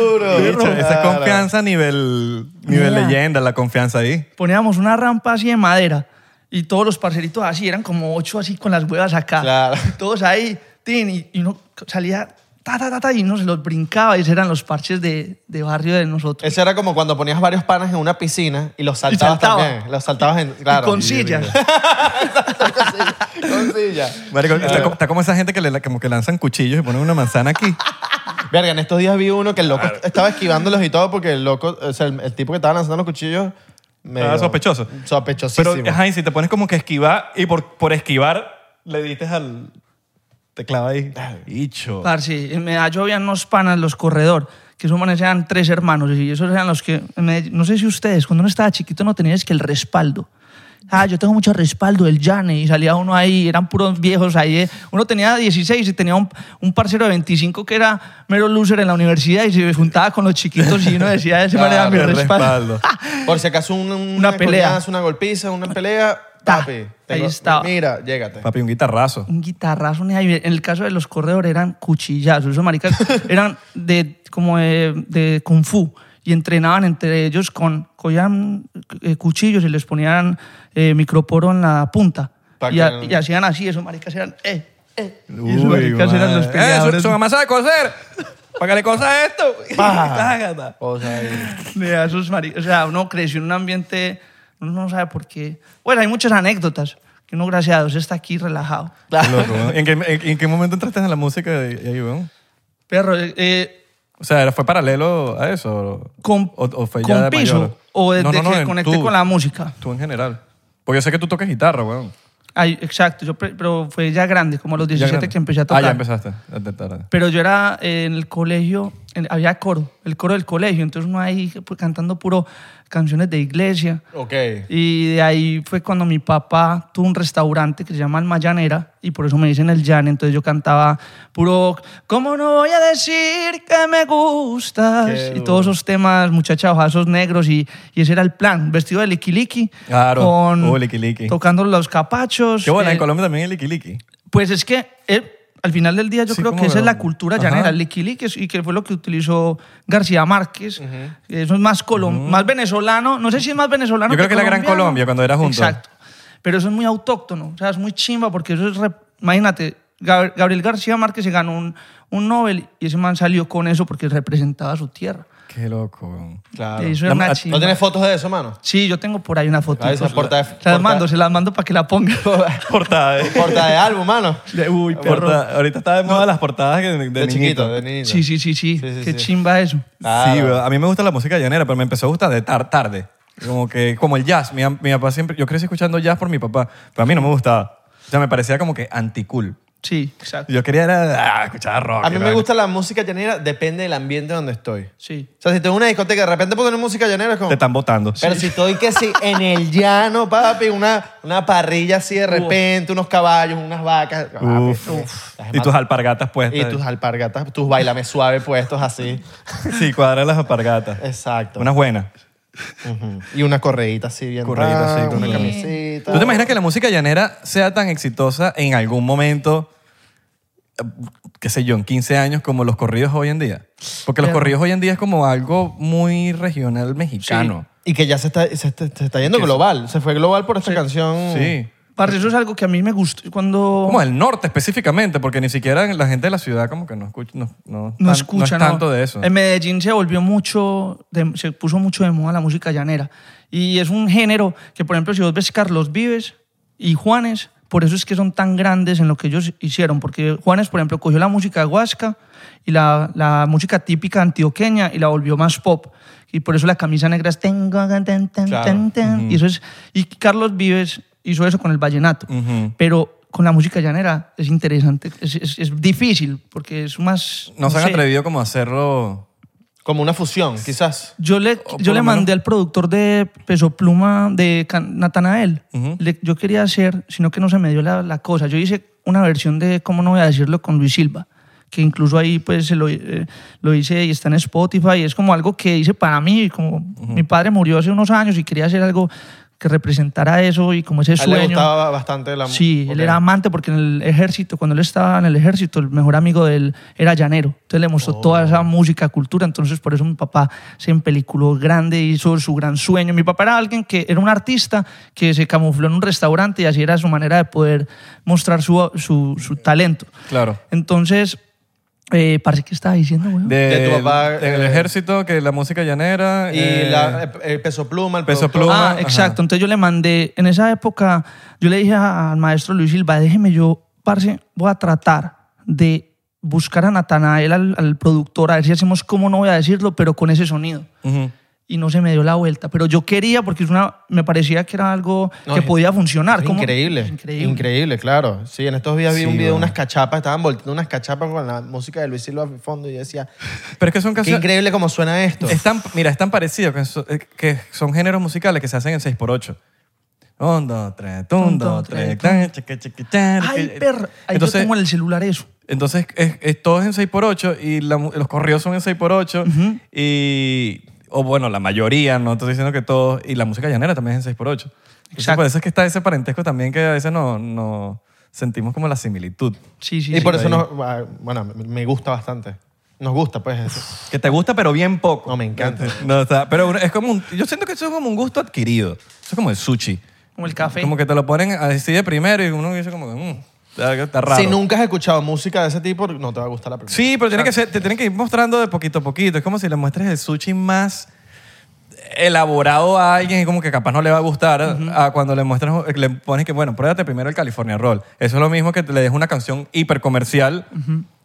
[SPEAKER 3] Duro.
[SPEAKER 2] Bicho, Esa es confianza a nivel, nivel
[SPEAKER 1] Mira.
[SPEAKER 2] leyenda, la confianza ahí.
[SPEAKER 1] poníamos una rampa así de madera y todos los parceritos así, eran como ocho así con las huevas acá.
[SPEAKER 3] Claro.
[SPEAKER 1] Y todos ahí, tin, y, y uno salía ta, ta, ta, ta, y uno se los brincaba y esos eran los parches de, de barrio de nosotros.
[SPEAKER 3] Eso era como cuando ponías varios panas en una piscina y los saltabas
[SPEAKER 1] saltaba.
[SPEAKER 3] también. Los saltabas en. Claro.
[SPEAKER 1] y con sillas.
[SPEAKER 3] Con silla.
[SPEAKER 2] Marico, está, co- está como esa gente que, le, como que lanzan cuchillos y ponen una manzana aquí.
[SPEAKER 3] Verga, en estos días vi uno que el loco estaba esquivándolos y todo porque el loco, o sea, el, el tipo que estaba lanzando los cuchillos. medio-
[SPEAKER 2] Ah, sospechoso.
[SPEAKER 3] Sospechosísimo.
[SPEAKER 2] Pero, ajá, y si te pones como que esquivar y por, por esquivar le dices al teclado ahí. Ah, Bicho.
[SPEAKER 1] Parce, en Medallo habían unos panas, los corredor, que esos manes eran tres hermanos y esos eran los que, en Medell- no sé si ustedes, cuando uno estaba chiquito no tenías que el respaldo. Ah, yo tengo mucho respaldo, el Yane, y salía uno ahí, eran puros viejos ahí. eh. Uno tenía 16 y tenía un, un parcero de 25 que era mero loser en la universidad y se juntaba con los chiquitos y uno decía, ese man era mi
[SPEAKER 2] Claro, el
[SPEAKER 1] respaldo.
[SPEAKER 2] respaldo.
[SPEAKER 3] Por si acaso un-
[SPEAKER 1] Una pelea.
[SPEAKER 3] coñazo, Una golpiza, una pelea.
[SPEAKER 1] Ta,
[SPEAKER 3] Papi.
[SPEAKER 1] ahí estaba.
[SPEAKER 3] Mira, llégate.
[SPEAKER 2] Papi, un guitarrazo.
[SPEAKER 1] un guitarrazo. ni ahí. En el caso de los corredores eran cuchillazos. Esos maricas eran de, como de, de kung fu y entrenaban entre ellos con cogían, eh, cuchillos y les ponían eh, microporo en la punta.
[SPEAKER 3] Pa'
[SPEAKER 1] Y, ha-
[SPEAKER 3] que-
[SPEAKER 1] y hacían así, esos maricas eran... eh, eh. Y esos
[SPEAKER 2] Uy,
[SPEAKER 1] maricas eran los
[SPEAKER 2] madre. Eh, su,
[SPEAKER 1] peleadores.
[SPEAKER 2] su mamá sabe coser. Para que le cosa esto.
[SPEAKER 3] Paja.
[SPEAKER 2] Tágata.
[SPEAKER 3] O sea, y-
[SPEAKER 1] Mira, esos mari- O sea, uno creció en un ambiente... Uno no sabe por qué... Bueno, hay muchas anécdotas que uno, gracias a Dios, está aquí relajado.
[SPEAKER 2] Loco, ¿no? ¿Y ¿En, qué, en- en qué momento entraste en la música de de ahí, weón?
[SPEAKER 1] Perro, eh, eh,
[SPEAKER 2] O sea, ¿era- ¿fue paralelo a eso?
[SPEAKER 1] con,
[SPEAKER 2] ¿O, o fue
[SPEAKER 1] con
[SPEAKER 2] ya de
[SPEAKER 1] piso
[SPEAKER 2] mayor?
[SPEAKER 1] o desde
[SPEAKER 2] No, no, no,
[SPEAKER 1] que
[SPEAKER 2] en-
[SPEAKER 1] conecté
[SPEAKER 2] tú.
[SPEAKER 1] con la música.
[SPEAKER 2] Tú en general. Porque yo sé que tú tocas guitarra, weón.
[SPEAKER 1] Ay, exacto, yo, pre- pero fue ya grande, como a los
[SPEAKER 2] Ya
[SPEAKER 1] 17
[SPEAKER 2] grande.
[SPEAKER 1] que empecé a tocar.
[SPEAKER 2] Ah, ya empezaste. a tratar.
[SPEAKER 1] Pero yo era eh, en el colegio, en- había coro, el coro del colegio, entonces uno ahí pues, cantando puro canciones de iglesia.
[SPEAKER 3] ok.
[SPEAKER 1] Y de ahí fue cuando mi papá tuvo un restaurante que se llama Alma Llanera y por eso me dicen el Llane. Entonces yo cantaba puro, ¿cómo no voy a decir que me
[SPEAKER 3] Qué
[SPEAKER 1] gustas? Y todos esos temas, muchacha, ojazos negros y, y ese era el plan, vestido de liquiliqui.
[SPEAKER 2] Claro.
[SPEAKER 1] Con,
[SPEAKER 2] Uh, liquiliqui.
[SPEAKER 1] Tocando los capachos.
[SPEAKER 2] Qué bueno,
[SPEAKER 1] eh,
[SPEAKER 2] en Colombia también el liquiliqui.
[SPEAKER 1] Pues es que eh, al final del día yo
[SPEAKER 2] Sí,
[SPEAKER 1] creo
[SPEAKER 2] como
[SPEAKER 1] que esa
[SPEAKER 2] de-
[SPEAKER 1] es la cultura
[SPEAKER 2] Ajá.
[SPEAKER 1] llanera, el liquiliqui, y que fue lo que utilizó García Márquez. Eso es más, colom- más venezolano, no sé si es más venezolano
[SPEAKER 2] Yo creo que la Gran
[SPEAKER 1] colombiano.
[SPEAKER 2] Colombia, cuando era junto.
[SPEAKER 1] Exacto. Pero eso es muy autóctono, o sea, es muy chimba porque eso es... re- Imagínate, Gab- Gabriel García Márquez se ganó un, un Nobel y ese man salió con eso porque representaba su tierra.
[SPEAKER 2] Qué loco. weón.
[SPEAKER 3] Claro.
[SPEAKER 1] Te hizo
[SPEAKER 2] La-
[SPEAKER 1] una
[SPEAKER 2] ¿no
[SPEAKER 3] ¿No
[SPEAKER 1] chimba.
[SPEAKER 3] tienes fotos de eso, mano?
[SPEAKER 1] Sí, yo tengo por ahí una foto.
[SPEAKER 3] Ah, esa porta de- porta-
[SPEAKER 1] las mando, se las mando para que la ponga.
[SPEAKER 2] Portada. de-
[SPEAKER 3] Portada de álbum, mano.
[SPEAKER 1] De- Uy, perro.
[SPEAKER 2] portada- Ahorita está de moda las portadas que- de,
[SPEAKER 3] De,
[SPEAKER 2] niñito.
[SPEAKER 3] chiquito, de Ah, niñito.
[SPEAKER 1] Sí, sí, sí, sí.
[SPEAKER 3] Sí, sí,
[SPEAKER 1] Qué
[SPEAKER 3] sí.
[SPEAKER 1] chimba eso.
[SPEAKER 3] Claro.
[SPEAKER 2] Sí, weón. a mí me gusta la música llanera, pero me empezó a gustar de tar- tarde. Como que, como el jazz. Mi, am- mi papá siempre, yo crecí escuchando jazz por mi papá, pero a mí no me gustaba. O sea, me parecía como que anticool.
[SPEAKER 1] Sí, exacto.
[SPEAKER 2] Yo quería era, ah, escuchar rock.
[SPEAKER 3] A mí
[SPEAKER 2] y
[SPEAKER 3] me
[SPEAKER 2] vaina.
[SPEAKER 3] gusta la música llanera, depende del ambiente donde estoy.
[SPEAKER 1] Sí.
[SPEAKER 3] O sea, si tengo una discoteca, de repente ponen música llanera, es como...
[SPEAKER 2] Te están votando.
[SPEAKER 3] Pero si estoy que sí, en el llano, papi, una, una parrilla así de repente, unos caballos, unas vacas. Ah, papi,
[SPEAKER 2] Uf.
[SPEAKER 3] las
[SPEAKER 2] Y tus
[SPEAKER 3] matas.
[SPEAKER 2] alpargatas pues, puestas.
[SPEAKER 3] pues, y tus alpargatas, tus bailame suave puestos así.
[SPEAKER 2] Sí, cuadrar las alpargatas.
[SPEAKER 3] Exacto.
[SPEAKER 2] Unas buenas.
[SPEAKER 3] Ujú. Y una correíta así bien
[SPEAKER 2] Correíta, sí,
[SPEAKER 3] rara,
[SPEAKER 2] con una
[SPEAKER 3] una
[SPEAKER 2] camisa.
[SPEAKER 3] camisita.
[SPEAKER 2] ¿Tú te imaginas que la música llanera sea tan exitosa en algún momento, eh, qué sé yo, en 15 años como los corridos hoy en día? Porque los
[SPEAKER 1] Claro.
[SPEAKER 2] corridos hoy en día es como algo muy regional mexicano.
[SPEAKER 3] Y que ya se está, se está, se está yendo global. Se fue global por esta canción.
[SPEAKER 2] Sí.
[SPEAKER 1] Parce, eso es algo que a mí me gusta. Cuando...
[SPEAKER 2] Como el norte específicamente, porque ni siquiera la gente de la ciudad como que no escucha, no, no, tan-
[SPEAKER 1] No
[SPEAKER 2] no Em,
[SPEAKER 1] escucha
[SPEAKER 2] es tanto de eso.
[SPEAKER 1] En Medellín se volvió mucho, de- se puso mucho de moda la música llanera. Y es un género que, por ejemplo, si vos ves Carlos Vives y Juanes, por eso es que son tan grandes en lo que ellos hicieron. Porque Juanes, por ejemplo, cogió la música huasca y la, la música típica antioqueña y la volvió más pop. Y por eso la camisa negra es... ten, go, gan, ten, ten,
[SPEAKER 3] Claro.
[SPEAKER 1] ten, ten. Y, eso es, y Carlos Vives hizo eso con el vallenato.
[SPEAKER 2] Ujú.
[SPEAKER 1] Pero... Con la música llanera es interesante, es, es- es difícil porque es más...
[SPEAKER 2] No se han
[SPEAKER 1] sé.
[SPEAKER 2] atrevido como a hacerlo.
[SPEAKER 3] Como una fusión, quizás.
[SPEAKER 1] Yo le,
[SPEAKER 2] por
[SPEAKER 1] yo
[SPEAKER 2] lo
[SPEAKER 1] le
[SPEAKER 2] menos-
[SPEAKER 1] mandé al productor de Peso Pluma de Can- Natanael.
[SPEAKER 2] Ujú.
[SPEAKER 1] Le- yo quería hacer, sino que no se me dio la, la cosa. Yo hice una versión de, ¿cómo no voy a decirlo?, con Luis Silva, que incluso ahí pues se lo, eh, lo hice y está en Spotify. Y es como algo que hice para mí. Como mi padre murió hace unos años y quería hacer algo que representara eso y como ese
[SPEAKER 3] A él le
[SPEAKER 1] sueño.
[SPEAKER 3] gustaba bastante la
[SPEAKER 1] Sí,
[SPEAKER 3] ok.
[SPEAKER 1] él era amante porque en el ejército, cuando él estaba en el ejército, el mejor amigo de él era llanero. Entonces le mostró toda esa música, cultura. Entonces por eso mi papá se empeliculó grande, hizo su gran sueño. Mi papá era alguien que era un artista que se camufló en un restaurante y así era su manera de poder mostrar su, su, su talento.
[SPEAKER 2] Claro.
[SPEAKER 1] Entonces, eh, parece que estaba diciendo, weón?
[SPEAKER 2] De,
[SPEAKER 3] De tu papá,
[SPEAKER 2] del- del
[SPEAKER 3] eh,
[SPEAKER 2] ejército, que la música llanera.
[SPEAKER 3] Y
[SPEAKER 2] eh,
[SPEAKER 3] la- el- el peso pluma, el
[SPEAKER 2] Peso
[SPEAKER 3] productor.
[SPEAKER 2] Pluma,
[SPEAKER 1] Ah,
[SPEAKER 2] ajá.
[SPEAKER 1] exacto. Entonces yo le mandé, en esa época, yo le dije a- al maestro Luis Silva, déjeme yo, parce, voy a tratar de buscar a Natanael, al, al productor, a ver si hacemos cómo no voy a decirlo, pero con ese sonido.
[SPEAKER 2] ujú.
[SPEAKER 1] Y no se me dio la vuelta. Pero yo quería, porque es una, me parecía que era algo
[SPEAKER 3] No,
[SPEAKER 1] que
[SPEAKER 3] es-
[SPEAKER 1] podía
[SPEAKER 2] Ah,
[SPEAKER 1] funcionar.
[SPEAKER 3] Es
[SPEAKER 1] como-
[SPEAKER 3] Increíble, increíble.
[SPEAKER 1] Increíble.
[SPEAKER 3] claro. Sí, en estos días vi
[SPEAKER 2] Sí,
[SPEAKER 3] un video de
[SPEAKER 2] bueno.
[SPEAKER 3] unas cachapas, estaban volteando unas cachapas con la música de Luis Silva al fondo y yo decía,
[SPEAKER 2] Pero es que son
[SPEAKER 3] qué
[SPEAKER 2] canciones.
[SPEAKER 3] increíble cómo suena esto.
[SPEAKER 2] Es tan- mira, es tan parecido que, so- eh, que son géneros musicales que se hacen en 6x8. Un, dos, tres, un, dos, tres, tan, chiqui, chiqui, chan,
[SPEAKER 1] Ay,
[SPEAKER 2] chiqui.
[SPEAKER 1] perro. Ahí yo
[SPEAKER 2] Entonces,
[SPEAKER 1] tengo en el celular eso.
[SPEAKER 2] entonces es, es- todo es en 6x8 y la mu- los corridos son en 6x8 y... O bueno, la mayoría, no estoy diciendo que todos. Y la música llanera también es en 6x8. Exacto.
[SPEAKER 1] Exacto.
[SPEAKER 2] Por eso es que está ese parentesco también que a veces no, no sentimos como la similitud.
[SPEAKER 1] Sí, sí.
[SPEAKER 3] y
[SPEAKER 1] sí.
[SPEAKER 3] por eso,
[SPEAKER 2] ahí.
[SPEAKER 3] nos, ah, bueno, me gusta bastante. Nos gusta, pues. eso.
[SPEAKER 2] Que te gusta, pero bien poco. Este,
[SPEAKER 3] No, me encanta.
[SPEAKER 2] No, o sea, pero es como un- yo siento que eso es como un gusto adquirido. Eso es como el sushi.
[SPEAKER 1] Como el café.
[SPEAKER 2] Como que te lo ponen así de primero y uno dice como que, "Mm, está, está raro.
[SPEAKER 3] Si nunca has escuchado música de ese tipo, no te va a gustar la primera.
[SPEAKER 2] Sí, pero tiene que ser- te tienen que ir mostrando de poquito a poquito. Es como si le muestres el sushi más elaborado a alguien y como que capaz no le va a gustar ¿eh? a cuando le muestras le pones que bueno pruébate primero el California Roll eso es lo mismo que te- le dejas una canción hiper comercial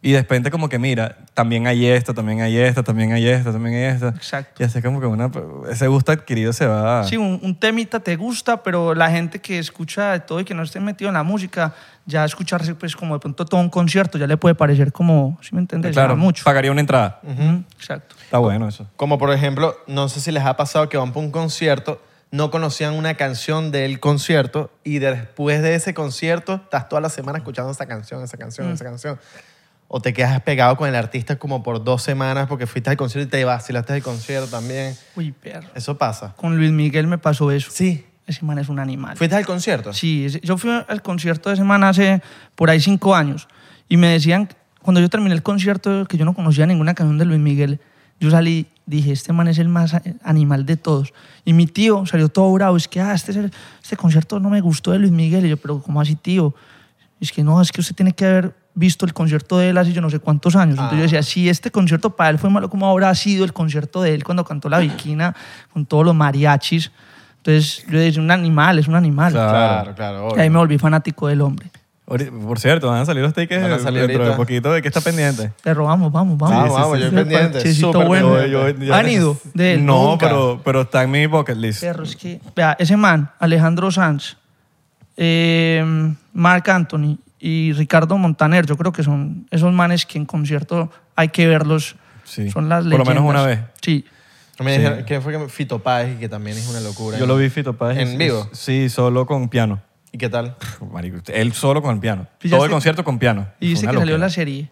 [SPEAKER 2] y de repente como que mira también hay esta también hay esta también hay esta también hay esta
[SPEAKER 1] Exacto.
[SPEAKER 2] y así como que una, ese gusto adquirido se va
[SPEAKER 1] Sí, un, un temita te gusta, pero la gente que escucha de todo y que no esté metido en la música, ya escucharse pues como de pronto todo un concierto ya le puede parecer como, si me entiendes?
[SPEAKER 2] claro
[SPEAKER 1] Ya mucho.
[SPEAKER 2] pagaría una entrada
[SPEAKER 1] Ujú, exacto.
[SPEAKER 2] está bueno eso
[SPEAKER 3] Como por ejemplo, no sé si les ha pasado que van para un concierto, no conocían una canción del concierto y después de ese concierto estás toda la semana escuchando esa canción, esa canción, esa canción. O te quedas pegado con el artista como por dos semanas porque fuiste al concierto y te vacilaste del concierto también.
[SPEAKER 1] Uy, perro.
[SPEAKER 3] Eso pasa.
[SPEAKER 1] Con Luis Miguel me pasó eso.
[SPEAKER 3] Sí.
[SPEAKER 1] Ese man es un animal.
[SPEAKER 3] ¿Fuiste al concierto?
[SPEAKER 1] Sí, ese- yo fui al concierto de semana hace por ahí cinco años y me decían, cuando yo terminé el concierto, que yo no conocía ninguna canción de Luis Miguel, yo salí, dije, este man es el más a- animal de todos. Y mi tío salió todo bravo, es que, ah, este, es el- este concierto no me gustó de Luis Miguel. Y yo, pero ¿cómo así, tío? Y es que no, es que usted tiene que haber visto el concierto de él hace yo no sé cuántos años.
[SPEAKER 3] Ah.
[SPEAKER 1] Entonces yo decía, si este concierto para él fue malo, ¿cómo habrá sido el concierto de él cuando cantó La Viquina con todos los mariachis? Entonces yo decía, un animal, es un animal.
[SPEAKER 2] Claro.
[SPEAKER 3] Claro, claro.
[SPEAKER 1] Y ahí
[SPEAKER 3] obvio.
[SPEAKER 1] me volví fanático del hombre.
[SPEAKER 2] Ori- Por cierto, van a salir los tickets
[SPEAKER 3] Van a salir
[SPEAKER 2] dentro de
[SPEAKER 3] ahorita.
[SPEAKER 2] poquito. ¿De qué está pendiente?
[SPEAKER 1] Pero vamos, vamos, vamos.
[SPEAKER 2] Ah,
[SPEAKER 3] Vamos, vamos, yo pendiente,
[SPEAKER 1] parchecito
[SPEAKER 3] súper
[SPEAKER 1] pues, bueno.
[SPEAKER 3] pendiente.
[SPEAKER 2] ya-
[SPEAKER 1] ¿Han ido de él?
[SPEAKER 2] No,
[SPEAKER 3] Nunca.
[SPEAKER 2] pero, pero está en mi bucket list.
[SPEAKER 1] Perro, es que, vea, ese man, Alejandro Sanz, eh, Marc Anthony y Ricardo Montaner, yo creo que son esos manes que en concierto hay que verlos.
[SPEAKER 2] Sí,
[SPEAKER 1] Son las
[SPEAKER 2] por lo
[SPEAKER 1] leyendas.
[SPEAKER 2] menos una vez.
[SPEAKER 1] Sí.
[SPEAKER 3] Me
[SPEAKER 2] Sí.
[SPEAKER 3] dijeron que fue que me- Fito Páez, que también es una locura.
[SPEAKER 2] Yo lo vi Fito Páez.
[SPEAKER 3] ¿En vivo?
[SPEAKER 2] Sí, solo con piano.
[SPEAKER 3] ¿Y qué tal?
[SPEAKER 2] Marico, él solo con el piano.
[SPEAKER 1] Fíjate-
[SPEAKER 2] Todo el concierto con piano.
[SPEAKER 1] Y dice
[SPEAKER 2] Fue
[SPEAKER 1] que
[SPEAKER 2] una
[SPEAKER 1] salió
[SPEAKER 2] locura.
[SPEAKER 1] la serie.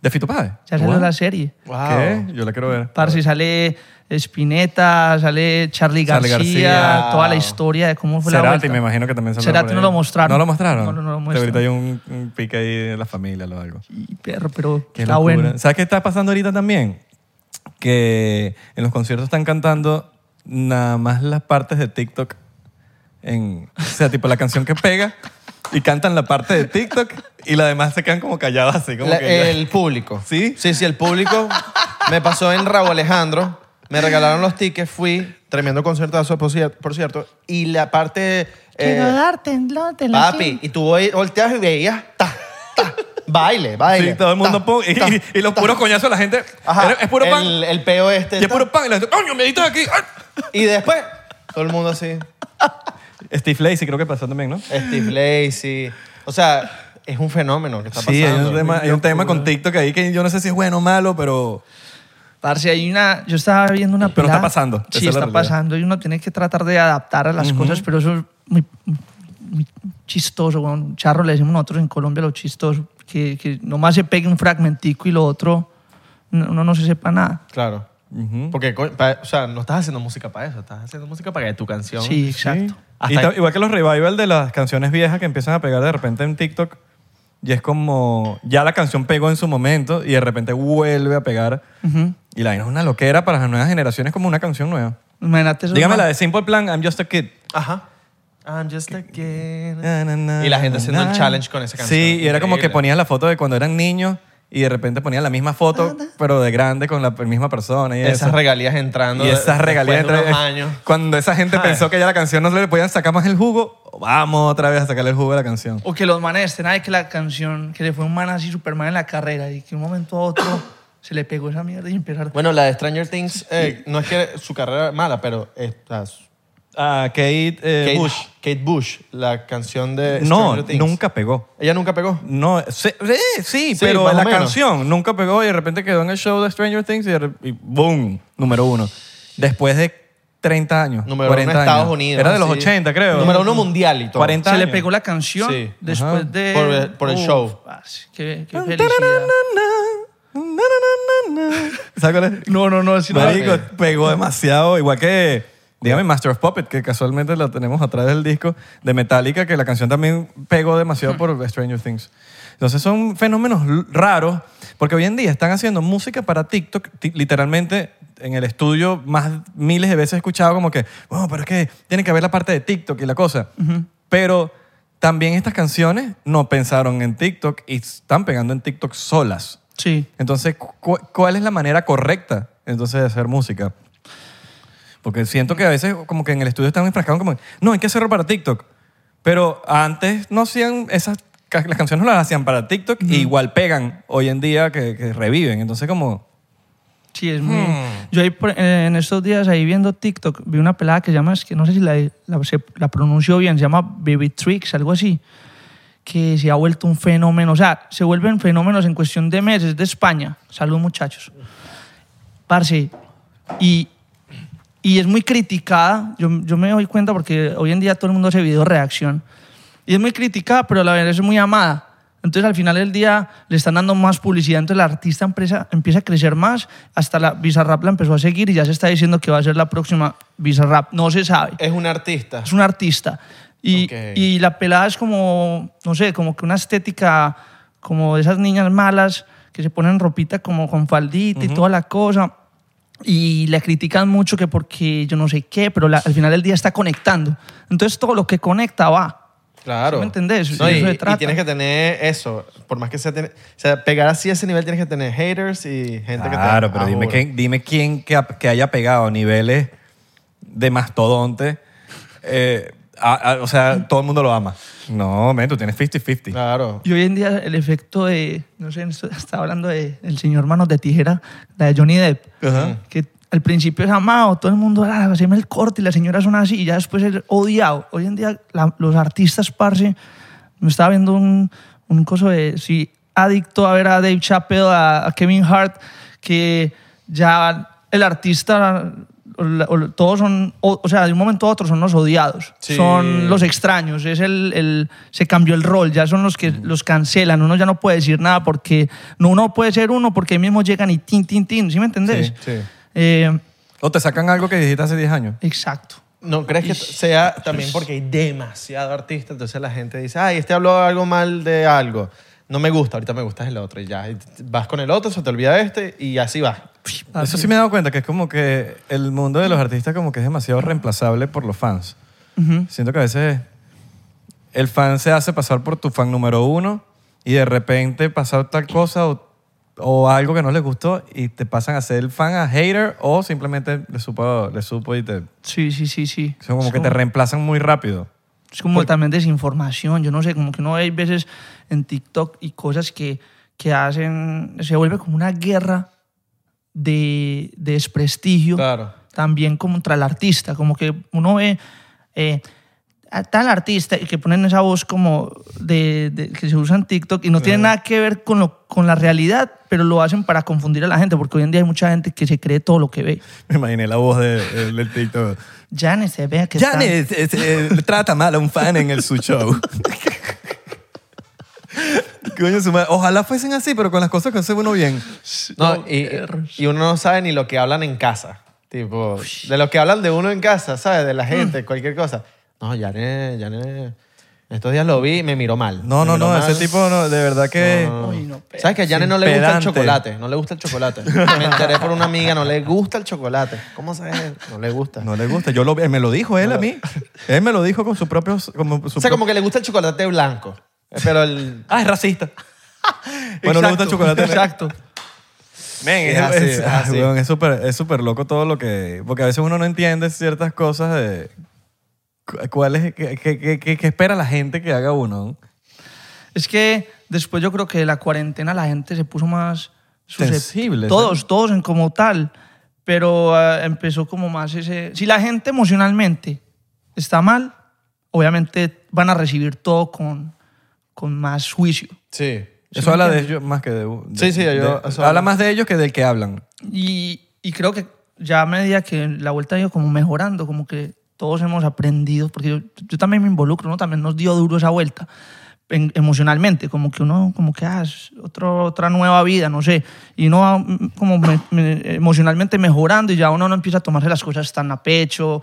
[SPEAKER 2] ¿De Fito Páez?
[SPEAKER 1] Ya salió
[SPEAKER 2] Wow.
[SPEAKER 1] la serie.
[SPEAKER 3] Wow.
[SPEAKER 2] ¿Qué? Yo la quiero ver.
[SPEAKER 1] Parce, sale Spinetta, sale Charlie
[SPEAKER 2] Charly
[SPEAKER 1] García,
[SPEAKER 2] García.
[SPEAKER 1] toda la historia de cómo fue la
[SPEAKER 2] Cerati,
[SPEAKER 1] vuelta.
[SPEAKER 2] me imagino que también salió
[SPEAKER 1] Cerati
[SPEAKER 2] por
[SPEAKER 1] no
[SPEAKER 2] ahí.
[SPEAKER 1] lo mostraron.
[SPEAKER 2] ¿No lo mostraron?
[SPEAKER 1] No, no, no lo
[SPEAKER 2] Pero
[SPEAKER 1] muestran.
[SPEAKER 2] Ahorita hay un, un pique ahí de la familia o algo.
[SPEAKER 1] Y perro, pero
[SPEAKER 2] Qué
[SPEAKER 1] está
[SPEAKER 2] locura.
[SPEAKER 1] bueno.
[SPEAKER 2] ¿Sabes qué está pasando ahorita también? Que en los conciertos están cantando nada más las partes de TikTok. En, o sea, tipo la canción que pega y cantan la parte de TikTok y la demás se quedan como callados así. Como
[SPEAKER 3] La-
[SPEAKER 2] que ya-
[SPEAKER 3] el público.
[SPEAKER 2] ¿Sí?
[SPEAKER 3] Sí, sí, el público. me pasó en Rabo Alejandro. Me regalaron los tickets, fui. Tremendo concertazo, por cier- por cierto. Y la parte. eh,
[SPEAKER 1] darte, darte
[SPEAKER 3] papi, y tú voy- volteas y veías. ta, ta, baile,
[SPEAKER 2] Sí,
[SPEAKER 3] baile.
[SPEAKER 2] todo el mundo
[SPEAKER 3] ta,
[SPEAKER 2] pum, y,
[SPEAKER 3] ta,
[SPEAKER 2] y- y los
[SPEAKER 3] ta.
[SPEAKER 2] puros coñazos de la gente.
[SPEAKER 3] Ajá,
[SPEAKER 2] es- es puro pan.
[SPEAKER 3] El, el peo este.
[SPEAKER 2] y es
[SPEAKER 3] ta.
[SPEAKER 2] puro pan. Y la gente, coño, me editas aquí. ¡Ay!
[SPEAKER 3] Y después, todo el mundo así.
[SPEAKER 2] Steve Lacey creo que pasó también, ¿no?
[SPEAKER 3] Steve Lacey. O sea, es un fenómeno que está
[SPEAKER 2] Sí, hay
[SPEAKER 3] pasando.
[SPEAKER 2] un, tema, hay un tema con TikTok ahí que yo no sé si es bueno o malo, pero
[SPEAKER 1] Parce, hay una. Yo estaba viendo una.
[SPEAKER 2] Pero está
[SPEAKER 1] pelada-
[SPEAKER 2] pasando, esa es
[SPEAKER 1] Sí,
[SPEAKER 2] la
[SPEAKER 1] está
[SPEAKER 2] realidad.
[SPEAKER 1] pasando. Y uno tiene que tratar de adaptar a las cosas, pero eso es muy, muy- muy chistoso. weón. Un charro le decimos nosotros en Colombia lo chistoso. Que, que nomás se pegue un fragmentico y lo otro. no- Uno no se sepa nada.
[SPEAKER 3] Claro. Porque, co- pa- o sea, no estás haciendo música para eso, estás haciendo música para que tu canción.
[SPEAKER 1] Sí, exacto.
[SPEAKER 3] Hasta
[SPEAKER 2] Y ta-
[SPEAKER 3] ahí.
[SPEAKER 2] igual que los revival de las canciones viejas que empiezan a pegar de repente en TikTok. Y es como, ya la canción pegó en su momento y de repente vuelve a pegar. Y la vaina es una loquera para las nuevas generaciones como una canción nueva.
[SPEAKER 1] Imagínate eso.
[SPEAKER 2] Dígame la de Simple Plan, I'm Just a Kid.
[SPEAKER 3] Ajá. I'm just a kid.
[SPEAKER 2] Na, na, na,
[SPEAKER 3] Y la gente haciendo
[SPEAKER 2] na,
[SPEAKER 3] el
[SPEAKER 2] na.
[SPEAKER 3] challenge con esa canción.
[SPEAKER 2] Sí, y era como que
[SPEAKER 3] Increíble.
[SPEAKER 2] ponías la foto de cuando eran niños y de repente ponían la misma foto, pero de grande con la misma persona. Y eso.
[SPEAKER 3] Esas regalías entrando.
[SPEAKER 2] Y esas
[SPEAKER 3] de-
[SPEAKER 2] regalías
[SPEAKER 3] después de
[SPEAKER 2] entre-
[SPEAKER 3] unos años.
[SPEAKER 2] Cuando esa gente pensó que ya la canción no se le podían sacar más el jugo, vamos otra vez a sacarle el jugo a la canción.
[SPEAKER 1] O que los manes estén ahí que la canción. Que le fue un man así Superman en la carrera. Y que un momento a otro se le pegó esa mierda y empezaron.
[SPEAKER 3] Bueno, la de Stranger Things, eh, no es que su carrera es mala, pero eh, o sea, su-
[SPEAKER 2] Ah, Kate, eh,
[SPEAKER 3] Kate
[SPEAKER 2] Bush.
[SPEAKER 3] Kate Bush, la canción de
[SPEAKER 2] Eh, No,
[SPEAKER 3] Stranger Things.
[SPEAKER 2] nunca pegó.
[SPEAKER 3] Ella nunca pegó.
[SPEAKER 2] No, sí, sí, sí,
[SPEAKER 3] Sí,
[SPEAKER 2] pero
[SPEAKER 3] más o
[SPEAKER 2] la
[SPEAKER 3] menos.
[SPEAKER 2] canción nunca pegó y de repente quedó en el show de Stranger Things y, de re- y boom, número uno. Después de 30 años,
[SPEAKER 3] Número
[SPEAKER 2] 40
[SPEAKER 3] uno en Estados
[SPEAKER 2] años.
[SPEAKER 3] Unidos.
[SPEAKER 2] Era de los
[SPEAKER 3] así.
[SPEAKER 2] 80, creo.
[SPEAKER 3] Número uno mundial y todo.
[SPEAKER 2] 40
[SPEAKER 1] Se le
[SPEAKER 2] años.
[SPEAKER 1] pegó la canción
[SPEAKER 3] Sí, ajá.
[SPEAKER 1] después de.
[SPEAKER 3] Por el- por el show.
[SPEAKER 1] parce, qué- qué felicidad.
[SPEAKER 2] ¿Sabes cuál es?
[SPEAKER 1] No, no, no, así no.
[SPEAKER 2] Marico, pegó demasiado. Igual que, dígame, Master of Puppet, que casualmente la tenemos atrás del disco de Metallica, que la canción también pegó demasiado por Stranger Things. Entonces son fenómenos l- raros, porque hoy en día están haciendo música para TikTok, ti- literalmente en el estudio más miles de veces he escuchado como que, bueno, pero es que tiene que haber la parte de TikTok y la cosa. Pero también estas canciones no pensaron en TikTok y están pegando en TikTok solas.
[SPEAKER 1] Sí.
[SPEAKER 2] Entonces, cu- ¿cuál es la manera correcta entonces de hacer música? Porque siento que a veces como que en el estudio están enfrascados como, no, hay que hacerlo para TikTok. Pero antes no hacían esas, ca- las canciones no las hacían para TikTok y igual pegan hoy en día que, que reviven. Entonces como,
[SPEAKER 1] Sí, es muy...
[SPEAKER 3] Hmm.
[SPEAKER 1] Yo ahí, por- eh, en estos días ahí viendo TikTok vi una pelada que se llama, es que no sé si la, la, se- la pronunció bien, se llama Baby Tricks, algo así, que se ha vuelto un fenómeno, o sea, se vuelven fenómenos en cuestión de meses de España. Salud muchachos. Parce, y, y es muy criticada, yo, yo me doy cuenta porque hoy en día todo el mundo hace video reacción, y es muy criticada, pero a la verdad es muy amada. Entonces al final del día le están dando más publicidad, entonces la artista empresa, empieza a crecer más, hasta la Bizarrap la empezó a seguir y ya se está diciendo que va a ser la próxima Bizarrap, no se sabe,
[SPEAKER 3] Es un artista.
[SPEAKER 1] es un artista. Y,
[SPEAKER 3] Ok.
[SPEAKER 1] y la pelada es como, no sé, como que una estética como de esas niñas malas que se ponen ropita como con faldita y toda la cosa. Y la critican mucho que porque yo no sé qué, pero la- al final del día está conectando. Entonces todo lo que conecta va.
[SPEAKER 3] Claro.
[SPEAKER 1] ¿Sí me entendés?
[SPEAKER 3] No,
[SPEAKER 1] De
[SPEAKER 3] y,
[SPEAKER 1] eso se
[SPEAKER 3] y
[SPEAKER 1] trata.
[SPEAKER 3] tienes que tener eso. Por más que sea... ten- O sea, pegar así a ese nivel tienes que tener haters y gente que te...
[SPEAKER 2] Claro, pero
[SPEAKER 3] Ah,
[SPEAKER 2] dime,
[SPEAKER 3] juro.
[SPEAKER 2] quién, dime quién que, ha- que haya pegado a niveles de mastodonte. eh, a- a- o sea, todo el mundo lo ama. No, men, tú tienes 50-50.
[SPEAKER 3] Claro.
[SPEAKER 1] Y hoy en día el efecto de, no sé, esto- estaba hablando de el señor Manos de Tijera, la de Johnny Depp, que al principio es amado, todo el mundo, ah, haceme el corte y las señoras son así, y ya después es odiado. Hoy en día la- los artistas, parce, me estaba viendo un, un coso de, sí, adicto a ver a Dave Chappelle, a, a Kevin Hart, que ya el artista, o la- o todos son, o, o sea, de un momento a otro son los odiados,
[SPEAKER 3] Sí.
[SPEAKER 2] Eh,
[SPEAKER 1] son los extraños, es el, el- se cambió el rol, ya son los que los cancelan, uno ya no puede decir nada porque no, uno puede ser uno porque ahí mismo llegan y tin, tin, tin, ¿sí me entendés?
[SPEAKER 2] Sí,
[SPEAKER 3] sí.
[SPEAKER 1] Eh,
[SPEAKER 2] O te sacan algo que dijiste hace 10 años.
[SPEAKER 1] exacto.
[SPEAKER 3] ¿No crees que sea también porque hay demasiado artista? Entonces la gente dice, ay, este habló algo mal de algo. No me gusta, ahorita me gusta el otro. Y ya, y vas con el otro, se te olvida este y así vas.
[SPEAKER 2] Ah, Eso sí me he dado cuenta, que es como que el mundo de los artistas como que es demasiado reemplazable por los fans.
[SPEAKER 1] Ujú.
[SPEAKER 2] Siento que a veces el fan se hace pasar por tu fan número uno y de repente pasar tal cosa o, o algo que no les gustó y te pasan a ser el fan a hater o simplemente le supo, le supo y te...
[SPEAKER 1] Sí, sí, sí, sí.
[SPEAKER 2] Son como que te reemplazan muy rápido.
[SPEAKER 1] Es como también desinformación, yo no sé, como que uno ve hay veces en TikTok y cosas que, que hacen, se vuelve como una guerra de, de desprestigio
[SPEAKER 3] Claro.
[SPEAKER 1] también contra el artista, como que uno ve eh, a tal artista y que ponen esa voz como de, de- que se usa en TikTok y no tiene nada que ver con, lo, con la realidad, pero lo hacen para confundir a la gente, porque hoy en día hay mucha gente que se cree todo lo que ve.
[SPEAKER 2] Me imaginé la voz de- del- del TikTok.
[SPEAKER 1] Janet se vea que está-
[SPEAKER 2] Janet es- es- eh, trata mal a un fan en el su show. Coño, su madre. Ojalá fuesen así, pero con las cosas que hace uno bien.
[SPEAKER 3] No, y, y uno no sabe ni lo que hablan en casa. Tipo, de lo que hablan de uno en casa, ¿sabes?
[SPEAKER 2] Mm.
[SPEAKER 3] De la gente, cualquier cosa. No, Yané, Yané. Estos días lo vi y me miró mal.
[SPEAKER 2] No,
[SPEAKER 3] Me
[SPEAKER 2] no,
[SPEAKER 3] miró
[SPEAKER 2] no,
[SPEAKER 3] mal.
[SPEAKER 2] ese tipo, no, de verdad que...
[SPEAKER 3] No, no, no.
[SPEAKER 1] Uy, no, pero-
[SPEAKER 3] ¿Sabes que a Yane no le gusta el
[SPEAKER 2] Pedante.
[SPEAKER 3] chocolate? No le gusta el chocolate. Me enteré por una amiga, no le gusta el chocolate. ¿Cómo sabes? No le gusta.
[SPEAKER 2] No le gusta. Yo lo, él me lo dijo él a mí. Él me lo dijo con su propio... Como, su
[SPEAKER 3] o sea,
[SPEAKER 2] pro-
[SPEAKER 3] como que le gusta el chocolate blanco. Eh, Pero el...
[SPEAKER 2] Ah, es racista. bueno, le gusta el chocolate.
[SPEAKER 1] Exacto.
[SPEAKER 2] Men,
[SPEAKER 3] Es
[SPEAKER 2] es
[SPEAKER 3] así,
[SPEAKER 2] es-
[SPEAKER 3] es
[SPEAKER 2] ah,
[SPEAKER 3] así.
[SPEAKER 2] weón, es súper es súper loco todo lo que... Porque a veces uno no entiende ciertas cosas de... cu- ¿Cuál es, qué, qué- qué- qué- qué espera la gente que haga uno?
[SPEAKER 1] Es que después yo creo que de la cuarentena la gente se puso más susceptible.
[SPEAKER 2] Sensible,
[SPEAKER 1] Todos,
[SPEAKER 2] ¿sabes?
[SPEAKER 1] todos en como tal. Pero ah, empezó como más ese... Si la gente emocionalmente está mal, obviamente van a recibir todo con, con más juicio.
[SPEAKER 3] Sí.
[SPEAKER 2] Eso habla de ellos más que de... de-
[SPEAKER 3] Sí, sí, yo-
[SPEAKER 2] de-
[SPEAKER 3] eso
[SPEAKER 2] habla
[SPEAKER 3] hablo.
[SPEAKER 2] más de ellos que del que hablan.
[SPEAKER 1] Y, y creo que ya a medida que la vuelta ha ido como mejorando, como que todos hemos aprendido, porque yo, yo también me involucro, ¿no? También nos dio duro esa vuelta en- emocionalmente, como que uno, como que, ah, es otro- otra nueva vida, no sé, y uno va mm, como me- me- emocionalmente mejorando y ya uno no empieza a tomarse las cosas tan a pecho,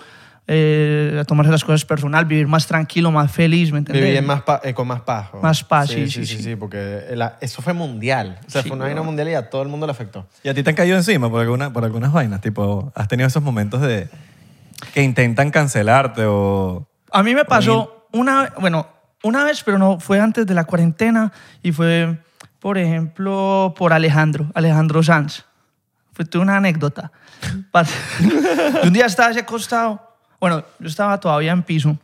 [SPEAKER 1] eh, a tomarse las cosas personal, vivir más tranquilo, más feliz, ¿me entiendes?
[SPEAKER 3] Viví en más pa- eh, con más paz. ¿no?
[SPEAKER 1] Más paz, sí, sí,
[SPEAKER 3] sí, sí,
[SPEAKER 1] sí.
[SPEAKER 3] sí, porque la- eso fue mundial. O sea,
[SPEAKER 1] Sí,
[SPEAKER 3] fue una vaina
[SPEAKER 1] weón.
[SPEAKER 3] mundial y a todo el mundo le afectó.
[SPEAKER 2] ¿Y a ti te han caído encima por, alguna, por algunas vainas? Tipo, ¿has tenido esos momentos de que intentan cancelarte o...?
[SPEAKER 1] A mí me pasó una, bueno, una vez, pero no fue antes de la cuarentena y fue, por ejemplo, por Alejandro, Alejandro Sanz. Fue tuve una anécdota. Parce, yo un día estaba así acostado, bueno, yo estaba todavía en piso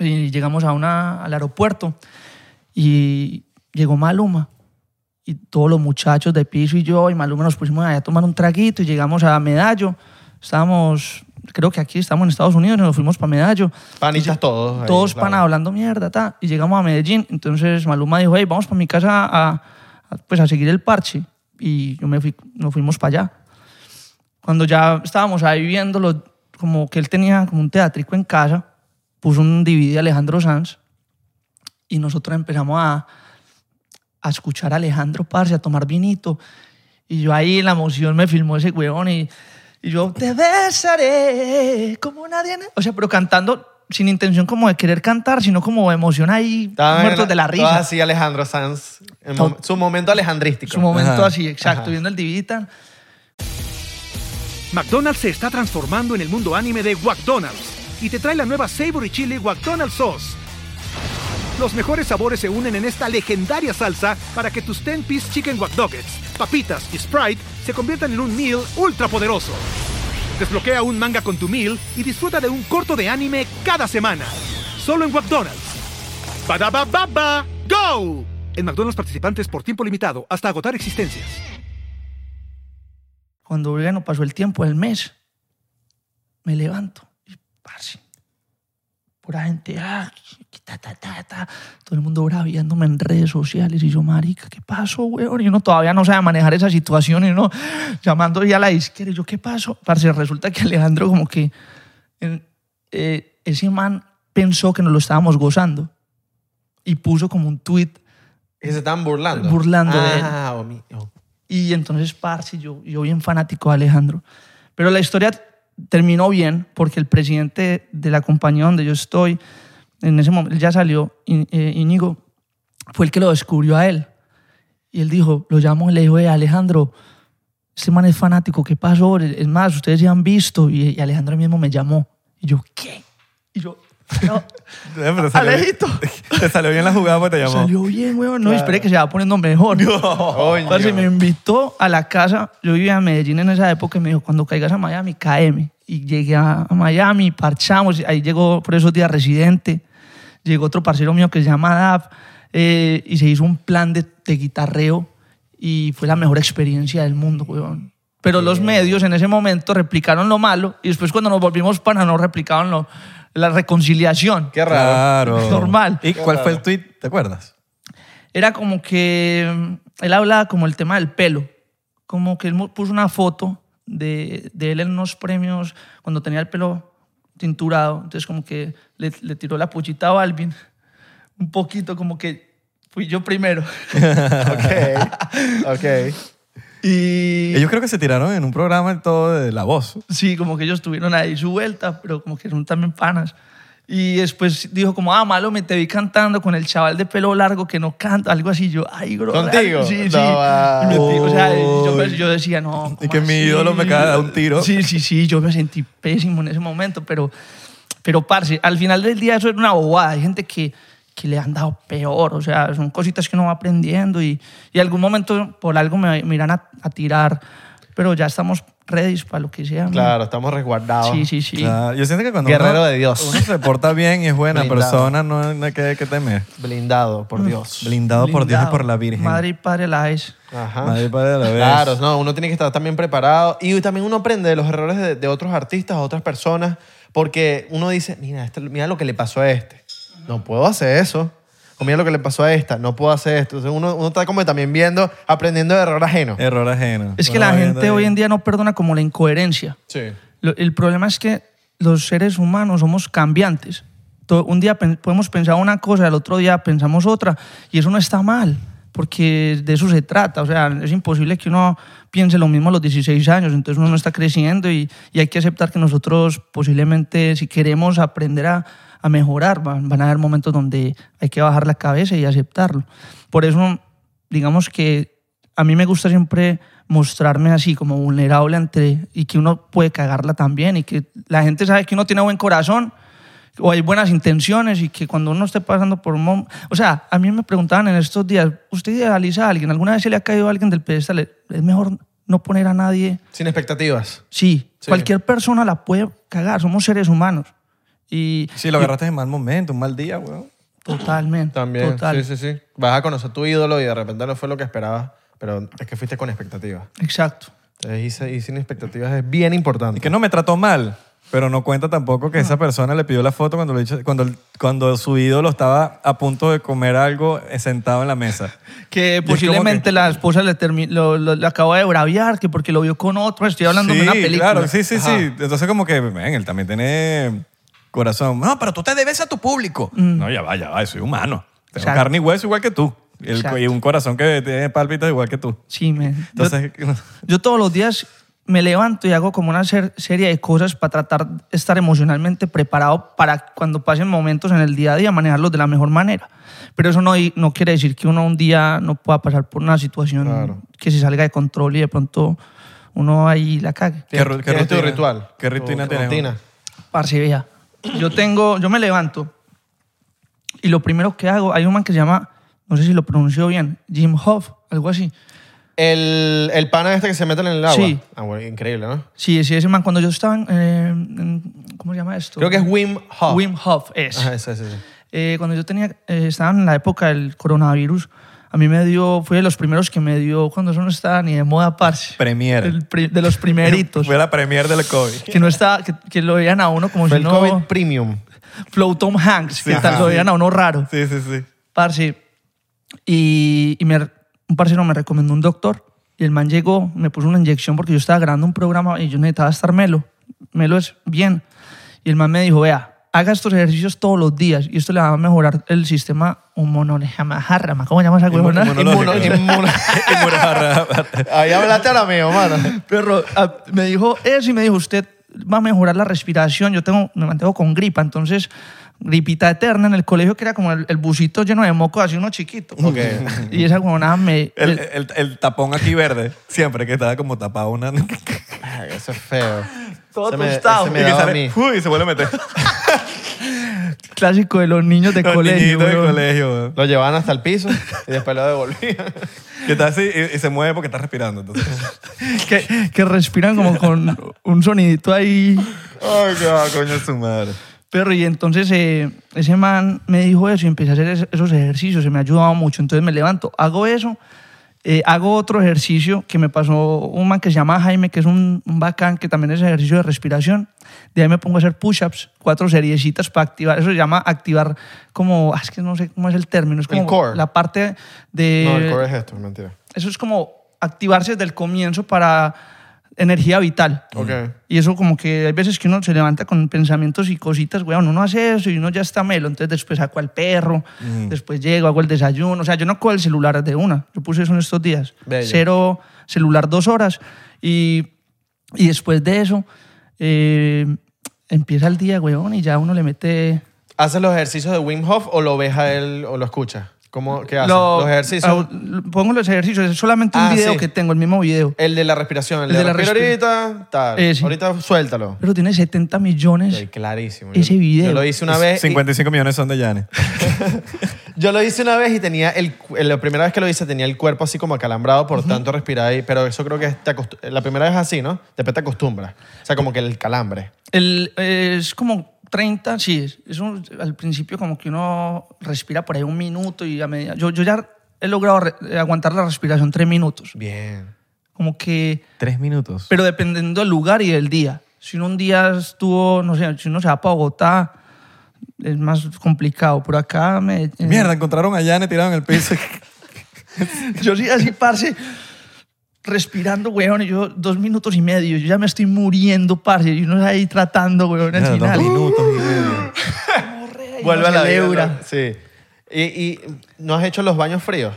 [SPEAKER 1] y llegamos a una, al aeropuerto y llegó Maluma y todos los muchachos de piso y yo y Maluma nos pusimos allá a tomar un traguito y llegamos a Medallo. Estábamos, creo que aquí estamos en Estados Unidos y nos fuimos para Medallo.
[SPEAKER 3] Panitas todos. ahí,
[SPEAKER 1] Todos
[SPEAKER 3] claro.
[SPEAKER 1] panas hablando mierda, ta. Y llegamos a Medellín. Entonces Maluma dijo, hey, vamos para mi casa a, a, pues, a seguir el parche. Y yo me fui, nos fuimos para allá. Cuando ya estábamos ahí viéndolo, como que él tenía como un teatrico en casa, puso un DVD de Alejandro Sanz y nosotros empezamos a, a escuchar a Alejandro Parce, a tomar vinito. Y yo ahí en la emoción me filmó ese huevón y, y yo te besaré como nadie. na-". O sea, pero cantando sin intención como de querer cantar, sino como emoción ahí,
[SPEAKER 3] Estaban en
[SPEAKER 1] muertos de la
[SPEAKER 3] todas
[SPEAKER 1] risa.
[SPEAKER 3] así Alejandro Sanz. en
[SPEAKER 1] Todo-
[SPEAKER 3] mom- su momento alejandrístico.
[SPEAKER 1] Su momento
[SPEAKER 2] Ajá.
[SPEAKER 1] así, exacto,
[SPEAKER 3] Ajá.
[SPEAKER 1] viendo el DVD. y tal.
[SPEAKER 4] McDonald's se está transformando en el mundo anime de McDonald's y te trae la nueva Savory Chili McDonald's Sauce. Los mejores sabores se unen en esta legendaria salsa para que tus 10-piece chicken wack nuggets, papitas y Sprite se conviertan en un meal ultra poderoso. Desbloquea un manga con tu meal y disfruta de un corto de anime cada semana. Solo en McDonald's. Badaba baba, go. En McDonald's participantes por tiempo limitado hasta agotar existencias.
[SPEAKER 1] Cuando no pasó el tiempo, el mes, me levanto y parce. Pura gente, ah, que ta, ta, ta, ta. todo el mundo braviándome en redes sociales. Y yo, marica, ¿qué pasó, weón? Y uno todavía no sabe manejar esa situación. Y uno llamando ya a la izquierda. Y yo, ¿qué pasó? Parce, resulta que Alejandro, como que en- eh, ese man pensó que nos lo estábamos gozando. Y puso como un tweet
[SPEAKER 3] Y se estaban burlando.
[SPEAKER 1] Burlando de él.
[SPEAKER 3] Ah, o mi- o-
[SPEAKER 1] Y entonces, parce, yo, yo bien fanático de Alejandro. Pero la historia terminó bien porque el presidente de la compañía donde yo estoy, en ese momento, él ya salió, Í- eh, Íñigo, fue el que lo descubrió a él. Y él dijo, lo llamó y le dijo, "Eh, Alejandro, este man es fanático, ¿qué pasó? Es más, ustedes ya han visto. Y, y Alejandro mismo me llamó. Y yo, ¿qué? Y yo, no,
[SPEAKER 2] Eh, Pero te salió bien-
[SPEAKER 1] Alejito.
[SPEAKER 2] Te salió bien la jugada porque te llamó.
[SPEAKER 1] Salió bien, weón. No, esperé que se va poniendo mejor.
[SPEAKER 3] Coño.
[SPEAKER 1] Parce, me invitó a la casa. Yo vivía en Medellín en esa época y me dijo, cuando caigas a Miami, caeme. Y llegué a a Miami, parchamos. y Ahí llegó por esos días residente. Llegó otro parcero mío que se llama Dab. eh, y se hizo un plan de, de guitarreo. Y fue la mejor experiencia del mundo, weón. Pero los medios en ese momento replicaron lo malo. Y después cuando nos volvimos para no replicaron lo- la reconciliación.
[SPEAKER 3] Qué raro.
[SPEAKER 2] Claro.
[SPEAKER 1] Normal.
[SPEAKER 2] ¿Y cuál fue el tweet? ¿Te acuerdas?
[SPEAKER 1] era como que mm, él hablaba como el tema del pelo, como que él mu- puso una foto de, de él en unos premios cuando tenía el pelo tinturado, entonces como que le, le tiró la puchita a Balvin, un poquito como que fui yo primero.
[SPEAKER 3] Ok. Ok.
[SPEAKER 1] Y
[SPEAKER 2] Ellos creo que se tiraron en un programa en todo de La Voz.
[SPEAKER 1] sí, como que ellos tuvieron ahí su vuelta, pero como que son también panas. Y después dijo como, ah, malo, me te vi cantando con el chaval de pelo largo que no canta, algo así. Yo, ay, bro.
[SPEAKER 3] ¿Contigo?
[SPEAKER 1] Sí, sí.
[SPEAKER 3] No, ah.
[SPEAKER 1] Y me tiró, o sea, yo, me-
[SPEAKER 2] Uy.
[SPEAKER 1] yo decía, no.
[SPEAKER 2] Y
[SPEAKER 1] ¿cómo
[SPEAKER 2] que mi
[SPEAKER 1] así?
[SPEAKER 2] ídolo me acaba de dar un tiro.
[SPEAKER 1] Sí, sí, sí, yo me sentí pésimo en ese momento, pero, pero parce, al final del día eso era una bobada. Hay gente que, que le han dado peor, o sea, son cositas que uno va aprendiendo y, y algún momento por algo me, me irán a, a tirar, pero ya estamos ready para lo que sea. ¿no?
[SPEAKER 3] Claro, estamos resguardados.
[SPEAKER 1] Sí, sí, sí.
[SPEAKER 2] Claro, yo siento que cuando
[SPEAKER 3] Guerrero
[SPEAKER 2] uno,
[SPEAKER 3] de Dios.
[SPEAKER 2] uno se porta bien y es buena
[SPEAKER 3] Blindado.
[SPEAKER 2] persona, no hay nada que, que temer.
[SPEAKER 3] Blindado,
[SPEAKER 1] Mm.
[SPEAKER 3] por Dios.
[SPEAKER 2] Blindado, por Dios y
[SPEAKER 1] Blindado.
[SPEAKER 2] por la Virgen.
[SPEAKER 1] Madre y padre la es.
[SPEAKER 3] Ajá.
[SPEAKER 2] Madre y padre a la vez.
[SPEAKER 3] Claro, no, uno tiene que estar también preparado y también uno aprende de los errores de, de otros artistas, otras personas, porque uno dice, mira, esto- mira lo que le pasó a este, no puedo hacer eso, o mira lo que le pasó a esta, no puedo hacer esto. Entonces uno, uno está como también viendo, aprendiendo de error ajeno.
[SPEAKER 2] Error ajeno.
[SPEAKER 1] Es que
[SPEAKER 2] Uno
[SPEAKER 1] la
[SPEAKER 2] va viendo
[SPEAKER 1] gente hoy
[SPEAKER 2] ahí.
[SPEAKER 1] en día no perdona como la incoherencia.
[SPEAKER 3] Sí.
[SPEAKER 1] Lo- el problema es que los seres humanos somos cambiantes. To- un día pen- podemos pensar una cosa, el otro día pensamos otra, y eso no está mal, porque de eso se trata. O sea, es imposible que uno piense lo mismo a los 16 años, entonces uno no está creciendo y, y hay que aceptar que nosotros posiblemente, si queremos aprender a, a mejorar, van, van a haber momentos donde hay que bajar la cabeza y aceptarlo. Por eso, digamos que a mí me gusta siempre mostrarme así como vulnerable ante y que uno puede cagarla también y que la gente sabe que uno tiene buen corazón o hay buenas intenciones y que cuando uno esté pasando por un mom- o sea a mí me preguntaban en estos días usted idealiza a alguien alguna vez se le ha caído a alguien del pedestal es mejor no poner a nadie
[SPEAKER 3] Sin expectativas.
[SPEAKER 1] sí,
[SPEAKER 3] Sí.
[SPEAKER 1] cualquier persona la puede cagar somos seres humanos y
[SPEAKER 2] Sí, lo agarraste en mal momento, un mal día, weón.
[SPEAKER 1] totalmente
[SPEAKER 3] También.
[SPEAKER 1] total.
[SPEAKER 3] Sí, sí, sí. Vas a conocer tu ídolo y de repente no fue lo que esperabas, pero es que fuiste con expectativas.
[SPEAKER 1] exacto
[SPEAKER 3] Entonces, y se- y sin expectativas es bien importante.
[SPEAKER 2] Y que no me trató mal, pero no cuenta tampoco que esa persona le pidió la foto cuando, lo hizo- cuando, el- cuando su ídolo estaba a punto de comer algo eh, sentado en la mesa.
[SPEAKER 1] Que
[SPEAKER 2] como
[SPEAKER 1] posiblemente
[SPEAKER 2] que-
[SPEAKER 1] la esposa le, termi- lo, lo- lo acaba de braviar, que porque lo vio con otro. Estoy hablando de una película.
[SPEAKER 2] Claro, sí, sí, sí. Entonces, como que, ven, él también tiene corazón. No, pero tú te debes a tu público. No, ya va, ya va, soy humano. Tengo
[SPEAKER 1] Mm. Exacto.
[SPEAKER 2] carne y hueso igual que tú. Y el-
[SPEAKER 1] Exacto.
[SPEAKER 2] y un corazón que tiene pálpitas igual que tú.
[SPEAKER 1] Sí, men. Yo-
[SPEAKER 2] Entonces,
[SPEAKER 1] yo, todos los días me levanto y hago como una ser- serie de cosas para tratar de estar emocionalmente preparado para cuando pasen momentos en el día a día, manejarlos de la mejor manera. Pero eso no, no quiere decir que uno un día no pueda pasar por una situación que se salga de control y de pronto uno ahí la cague.
[SPEAKER 2] ¿Qué, ru- qué
[SPEAKER 3] ¿Tienes tu
[SPEAKER 2] rutina?
[SPEAKER 3] este ritual?
[SPEAKER 2] ¿Qué rutina
[SPEAKER 3] ¿Tu
[SPEAKER 2] tienes?
[SPEAKER 3] rutina?
[SPEAKER 1] Parce, vea, yo tengo, yo me levanto y lo primero que hago, hay un man que se llama, no sé si lo pronunció bien, Jim Hoff, algo así.
[SPEAKER 3] El, el pana este que se mete en el agua.
[SPEAKER 1] Sí.
[SPEAKER 3] Ah, bueno, increíble, ¿no?
[SPEAKER 1] Sí, sí, ese man, cuando yo estaba en, eh, en- ¿Cómo se llama esto?
[SPEAKER 3] Creo que es Wim Hof.
[SPEAKER 1] Wim Hof, es.
[SPEAKER 3] Ajá, ese, ese, ese.
[SPEAKER 1] Eh, cuando yo tenía, eh, estaba en la época del coronavirus, a mí me dio, fue de los primeros que me dio, cuando eso no estaba ni de moda, parce.
[SPEAKER 2] Premier.
[SPEAKER 1] El pri- de los primeritos.
[SPEAKER 2] Fue la premier del COVID.
[SPEAKER 1] que no estaba, que, que lo veían a uno como si
[SPEAKER 3] Fue el
[SPEAKER 1] no...
[SPEAKER 3] COVID Premium.
[SPEAKER 1] Flow Tom Hanks, que
[SPEAKER 2] ajá,
[SPEAKER 1] tal, lo
[SPEAKER 2] sí.
[SPEAKER 1] veían a uno raro.
[SPEAKER 2] Sí, sí, sí.
[SPEAKER 1] Parce. Y, y me, un parcero me recomendó un doctor y el man llegó, me puso una inyección porque yo estaba grabando un programa y yo necesitaba estar melo. Melo es bien. Y el man me dijo, vea, haga estos ejercicios todos los días y esto le va a mejorar el sistema hormonolejamajarrama. ¿Cómo llamas esa huevona?
[SPEAKER 3] Inmuno, inmuno.
[SPEAKER 2] Inmuno-
[SPEAKER 3] Ahí hablaste a la mío, mano.
[SPEAKER 1] Pero ah, me dijo eso y me dijo, usted va a mejorar la respiración. Yo tengo, me mantengo con gripa, entonces gripita eterna en el colegio que era como el, el busito lleno de moco, así uno chiquito. Y esa huevonada me...
[SPEAKER 2] el, el- el tapón aquí verde, siempre que estaba como tapado una. y
[SPEAKER 3] Ay, Eso es feo.
[SPEAKER 1] Todo
[SPEAKER 3] Ese me-
[SPEAKER 1] tostado.
[SPEAKER 3] ese me
[SPEAKER 2] que
[SPEAKER 3] daba a
[SPEAKER 2] sale,
[SPEAKER 3] mí.
[SPEAKER 2] uy, se vuelve a meter.
[SPEAKER 1] clásico de los niños de
[SPEAKER 2] Los
[SPEAKER 1] colegio.
[SPEAKER 2] niñitos de
[SPEAKER 1] weón.
[SPEAKER 2] colegio, weón.
[SPEAKER 3] Lo llevaban hasta el piso y después lo devolvían.
[SPEAKER 2] Que está así y, y se mueve porque está respirando. Entonces.
[SPEAKER 1] Que, que respiran como con un sonidito ahí.
[SPEAKER 2] Ay, qué va, coño, su madre.
[SPEAKER 1] Pero y entonces eh, ese man me dijo eso y empecé a hacer es- esos ejercicios, se me ha ayudado mucho. Entonces me levanto, hago eso, eh, hago otro ejercicio que me pasó un man que se llama Jaime, que es un, un bacán, que también es ejercicio de respiración. De ahí me pongo a hacer push-ups, cuatro seriecitas para activar. Eso se llama activar como, ah, es que no sé cómo es el término, es
[SPEAKER 3] El
[SPEAKER 1] como
[SPEAKER 3] core.
[SPEAKER 1] la parte de...
[SPEAKER 2] Eh,
[SPEAKER 3] No, el core es esto, mentira.
[SPEAKER 1] Eso es como activarse desde el comienzo para energía vital.
[SPEAKER 2] mm.
[SPEAKER 3] Ok.
[SPEAKER 1] Y eso como que hay veces que uno se levanta con pensamientos y cositas, weón, uno hace eso y uno ya está melo, entonces después saco al perro,
[SPEAKER 3] Mm.
[SPEAKER 1] después llego, hago el desayuno, o sea, yo no cojo el celular de una, yo puse eso en estos días,
[SPEAKER 3] Bello.
[SPEAKER 1] cero celular dos horas y, y después de eso eh, empieza el día, weón, y ya uno le mete...
[SPEAKER 3] ¿Haces los ejercicios de Wim Hof o lo ves a él o lo escuchas? ¿Cómo, ¿Qué haces?
[SPEAKER 1] Lo-
[SPEAKER 3] los ejercicios.
[SPEAKER 1] ah, pongo los ejercicios, es solamente un
[SPEAKER 3] Ah,
[SPEAKER 1] video
[SPEAKER 3] sí. Eh.
[SPEAKER 1] que tengo, el mismo video.
[SPEAKER 3] El de la respiración, el, de, la respiración. ahorita, tal.
[SPEAKER 1] Ese.
[SPEAKER 3] Ahorita suéltalo.
[SPEAKER 1] Pero tiene 70 millones.
[SPEAKER 3] Estoy clarísimo.
[SPEAKER 1] Eh, Ese
[SPEAKER 3] Yo-
[SPEAKER 1] video.
[SPEAKER 3] Yo lo hice una vez. y-
[SPEAKER 2] 55 millones son de Yane.
[SPEAKER 3] yo lo hice una vez y tenía el, cu- eh, la primera vez que lo hice tenía el cuerpo así como acalambrado por tanto respirar ahí, pero eso creo que es- te acostu- la primera vez así, ¿no? Después te acostumbras. O sea, como que el calambre.
[SPEAKER 1] El, eh, es como 30, sí. es- Es un- al principio como que uno respira por ahí un minuto y a medida... Yo, yo ya he logrado re- eh, aguantar la respiración tres minutos.
[SPEAKER 3] Bien.
[SPEAKER 1] Como que...
[SPEAKER 2] Tres minutos.
[SPEAKER 1] Pero dependiendo del lugar y del día. Si uno un día estuvo, no sé, si uno se va para Bogotá, es más complicado. Por acá me... eh,
[SPEAKER 2] Mierda, encontraron a Yane tirado en el piso.
[SPEAKER 1] Yo sí, así, parce, respirando, weón, y yo dos minutos y medio. Yo ya me estoy muriendo, parce, y uno ahí tratando, weón, al
[SPEAKER 2] Mierda,
[SPEAKER 1] final.
[SPEAKER 2] dos minutos y medio.
[SPEAKER 1] Ay,
[SPEAKER 3] Vuelve
[SPEAKER 1] no
[SPEAKER 3] a la
[SPEAKER 1] se
[SPEAKER 3] vida,
[SPEAKER 1] lebra.
[SPEAKER 3] ¿no? Sí. Y, y no has hecho los baños fríos.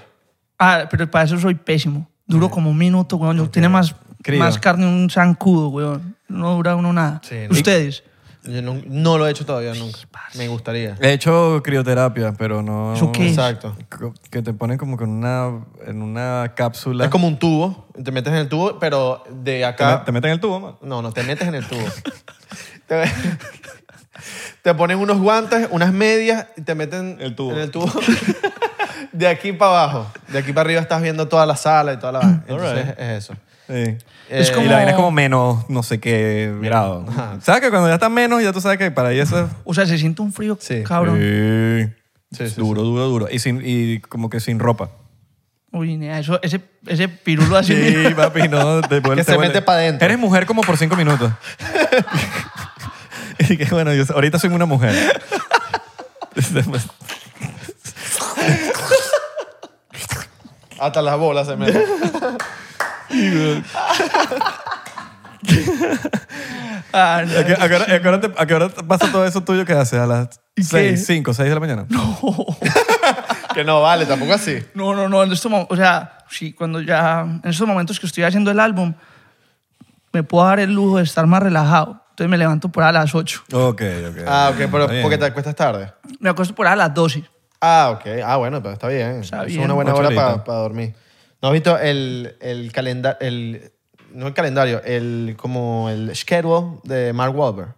[SPEAKER 1] Ah, pero para eso soy pésimo. Duro como un minuto, weón. Yo tiene más,
[SPEAKER 2] Crío.
[SPEAKER 1] más carne un zancudo, weón. No dura uno nada.
[SPEAKER 3] Sí, ¿no?
[SPEAKER 1] Ustedes.
[SPEAKER 3] Yo no, no lo he hecho todavía nunca. Me gustaría.
[SPEAKER 2] He hecho crioterapia, pero no.
[SPEAKER 1] ¿Eso qué?
[SPEAKER 3] Exacto.
[SPEAKER 2] Co- Que te ponen como con una, en una cápsula.
[SPEAKER 3] Es como un tubo. Te metes en el tubo, pero de
[SPEAKER 2] Te me-
[SPEAKER 3] acá.
[SPEAKER 2] Te meten en el tubo, man.
[SPEAKER 3] No, no te metes en el tubo. te, te ponen unos guantes, unas medias y te meten
[SPEAKER 2] El tubo.
[SPEAKER 3] en el tubo. de aquí para abajo. De aquí para arriba estás viendo toda la sala y toda la... Entonces
[SPEAKER 2] Alright.
[SPEAKER 3] es eso.
[SPEAKER 2] Sí.
[SPEAKER 1] Es
[SPEAKER 3] Eh,
[SPEAKER 2] Y
[SPEAKER 1] como-
[SPEAKER 2] la vaina es como menos no sé qué grado. ¿Sabes que cuando ya está menos, ya tú sabes que para ahí eso es...
[SPEAKER 1] O sea, se siente un frío,
[SPEAKER 3] Sí.
[SPEAKER 1] cabrón.
[SPEAKER 2] Sí.
[SPEAKER 3] Sí, sí,
[SPEAKER 2] duro, duro, duro. Y, sin, y como que sin ropa.
[SPEAKER 1] Uy, nena, eso, ese, ese pirulo así.
[SPEAKER 2] Sí, papi, no. Te vuelve-
[SPEAKER 3] Que
[SPEAKER 2] te
[SPEAKER 3] se
[SPEAKER 2] vuelve-
[SPEAKER 3] mete pa' dentro.
[SPEAKER 2] Eres mujer como por cinco minutos. y que bueno, yo ahorita soy una mujer.
[SPEAKER 3] Hasta las bolas se meten.
[SPEAKER 1] Ah,
[SPEAKER 2] ¿A qué, a qué hora, a qué hora te- a qué hora te pasa todo eso tuyo que haces? ¿A las
[SPEAKER 1] ¿Y qué?
[SPEAKER 2] 6, 5, 6 de la mañana?
[SPEAKER 3] que no vale, tampoco así.
[SPEAKER 1] no, no, no. En estos mo- o sea, sí, cuando ya. En estos momentos que estoy haciendo el álbum, me puedo dar el lujo de estar más relajado. Entonces me levanto por ahí a las 8.
[SPEAKER 2] Ok, ok.
[SPEAKER 3] Ah, ok, pero
[SPEAKER 2] Está bien.
[SPEAKER 3] porque te acuestas tarde.
[SPEAKER 1] Me acuesto por ahí a las 12.
[SPEAKER 3] Ah, ok. Ah, bueno, pero está bien. es
[SPEAKER 1] bien.
[SPEAKER 3] una buena
[SPEAKER 2] Ocho
[SPEAKER 3] hora
[SPEAKER 2] horitas.
[SPEAKER 3] para dormir. ¿No has visto el, el calendario? El, no el calendario, el, como el schedule de Mark Wahlberg.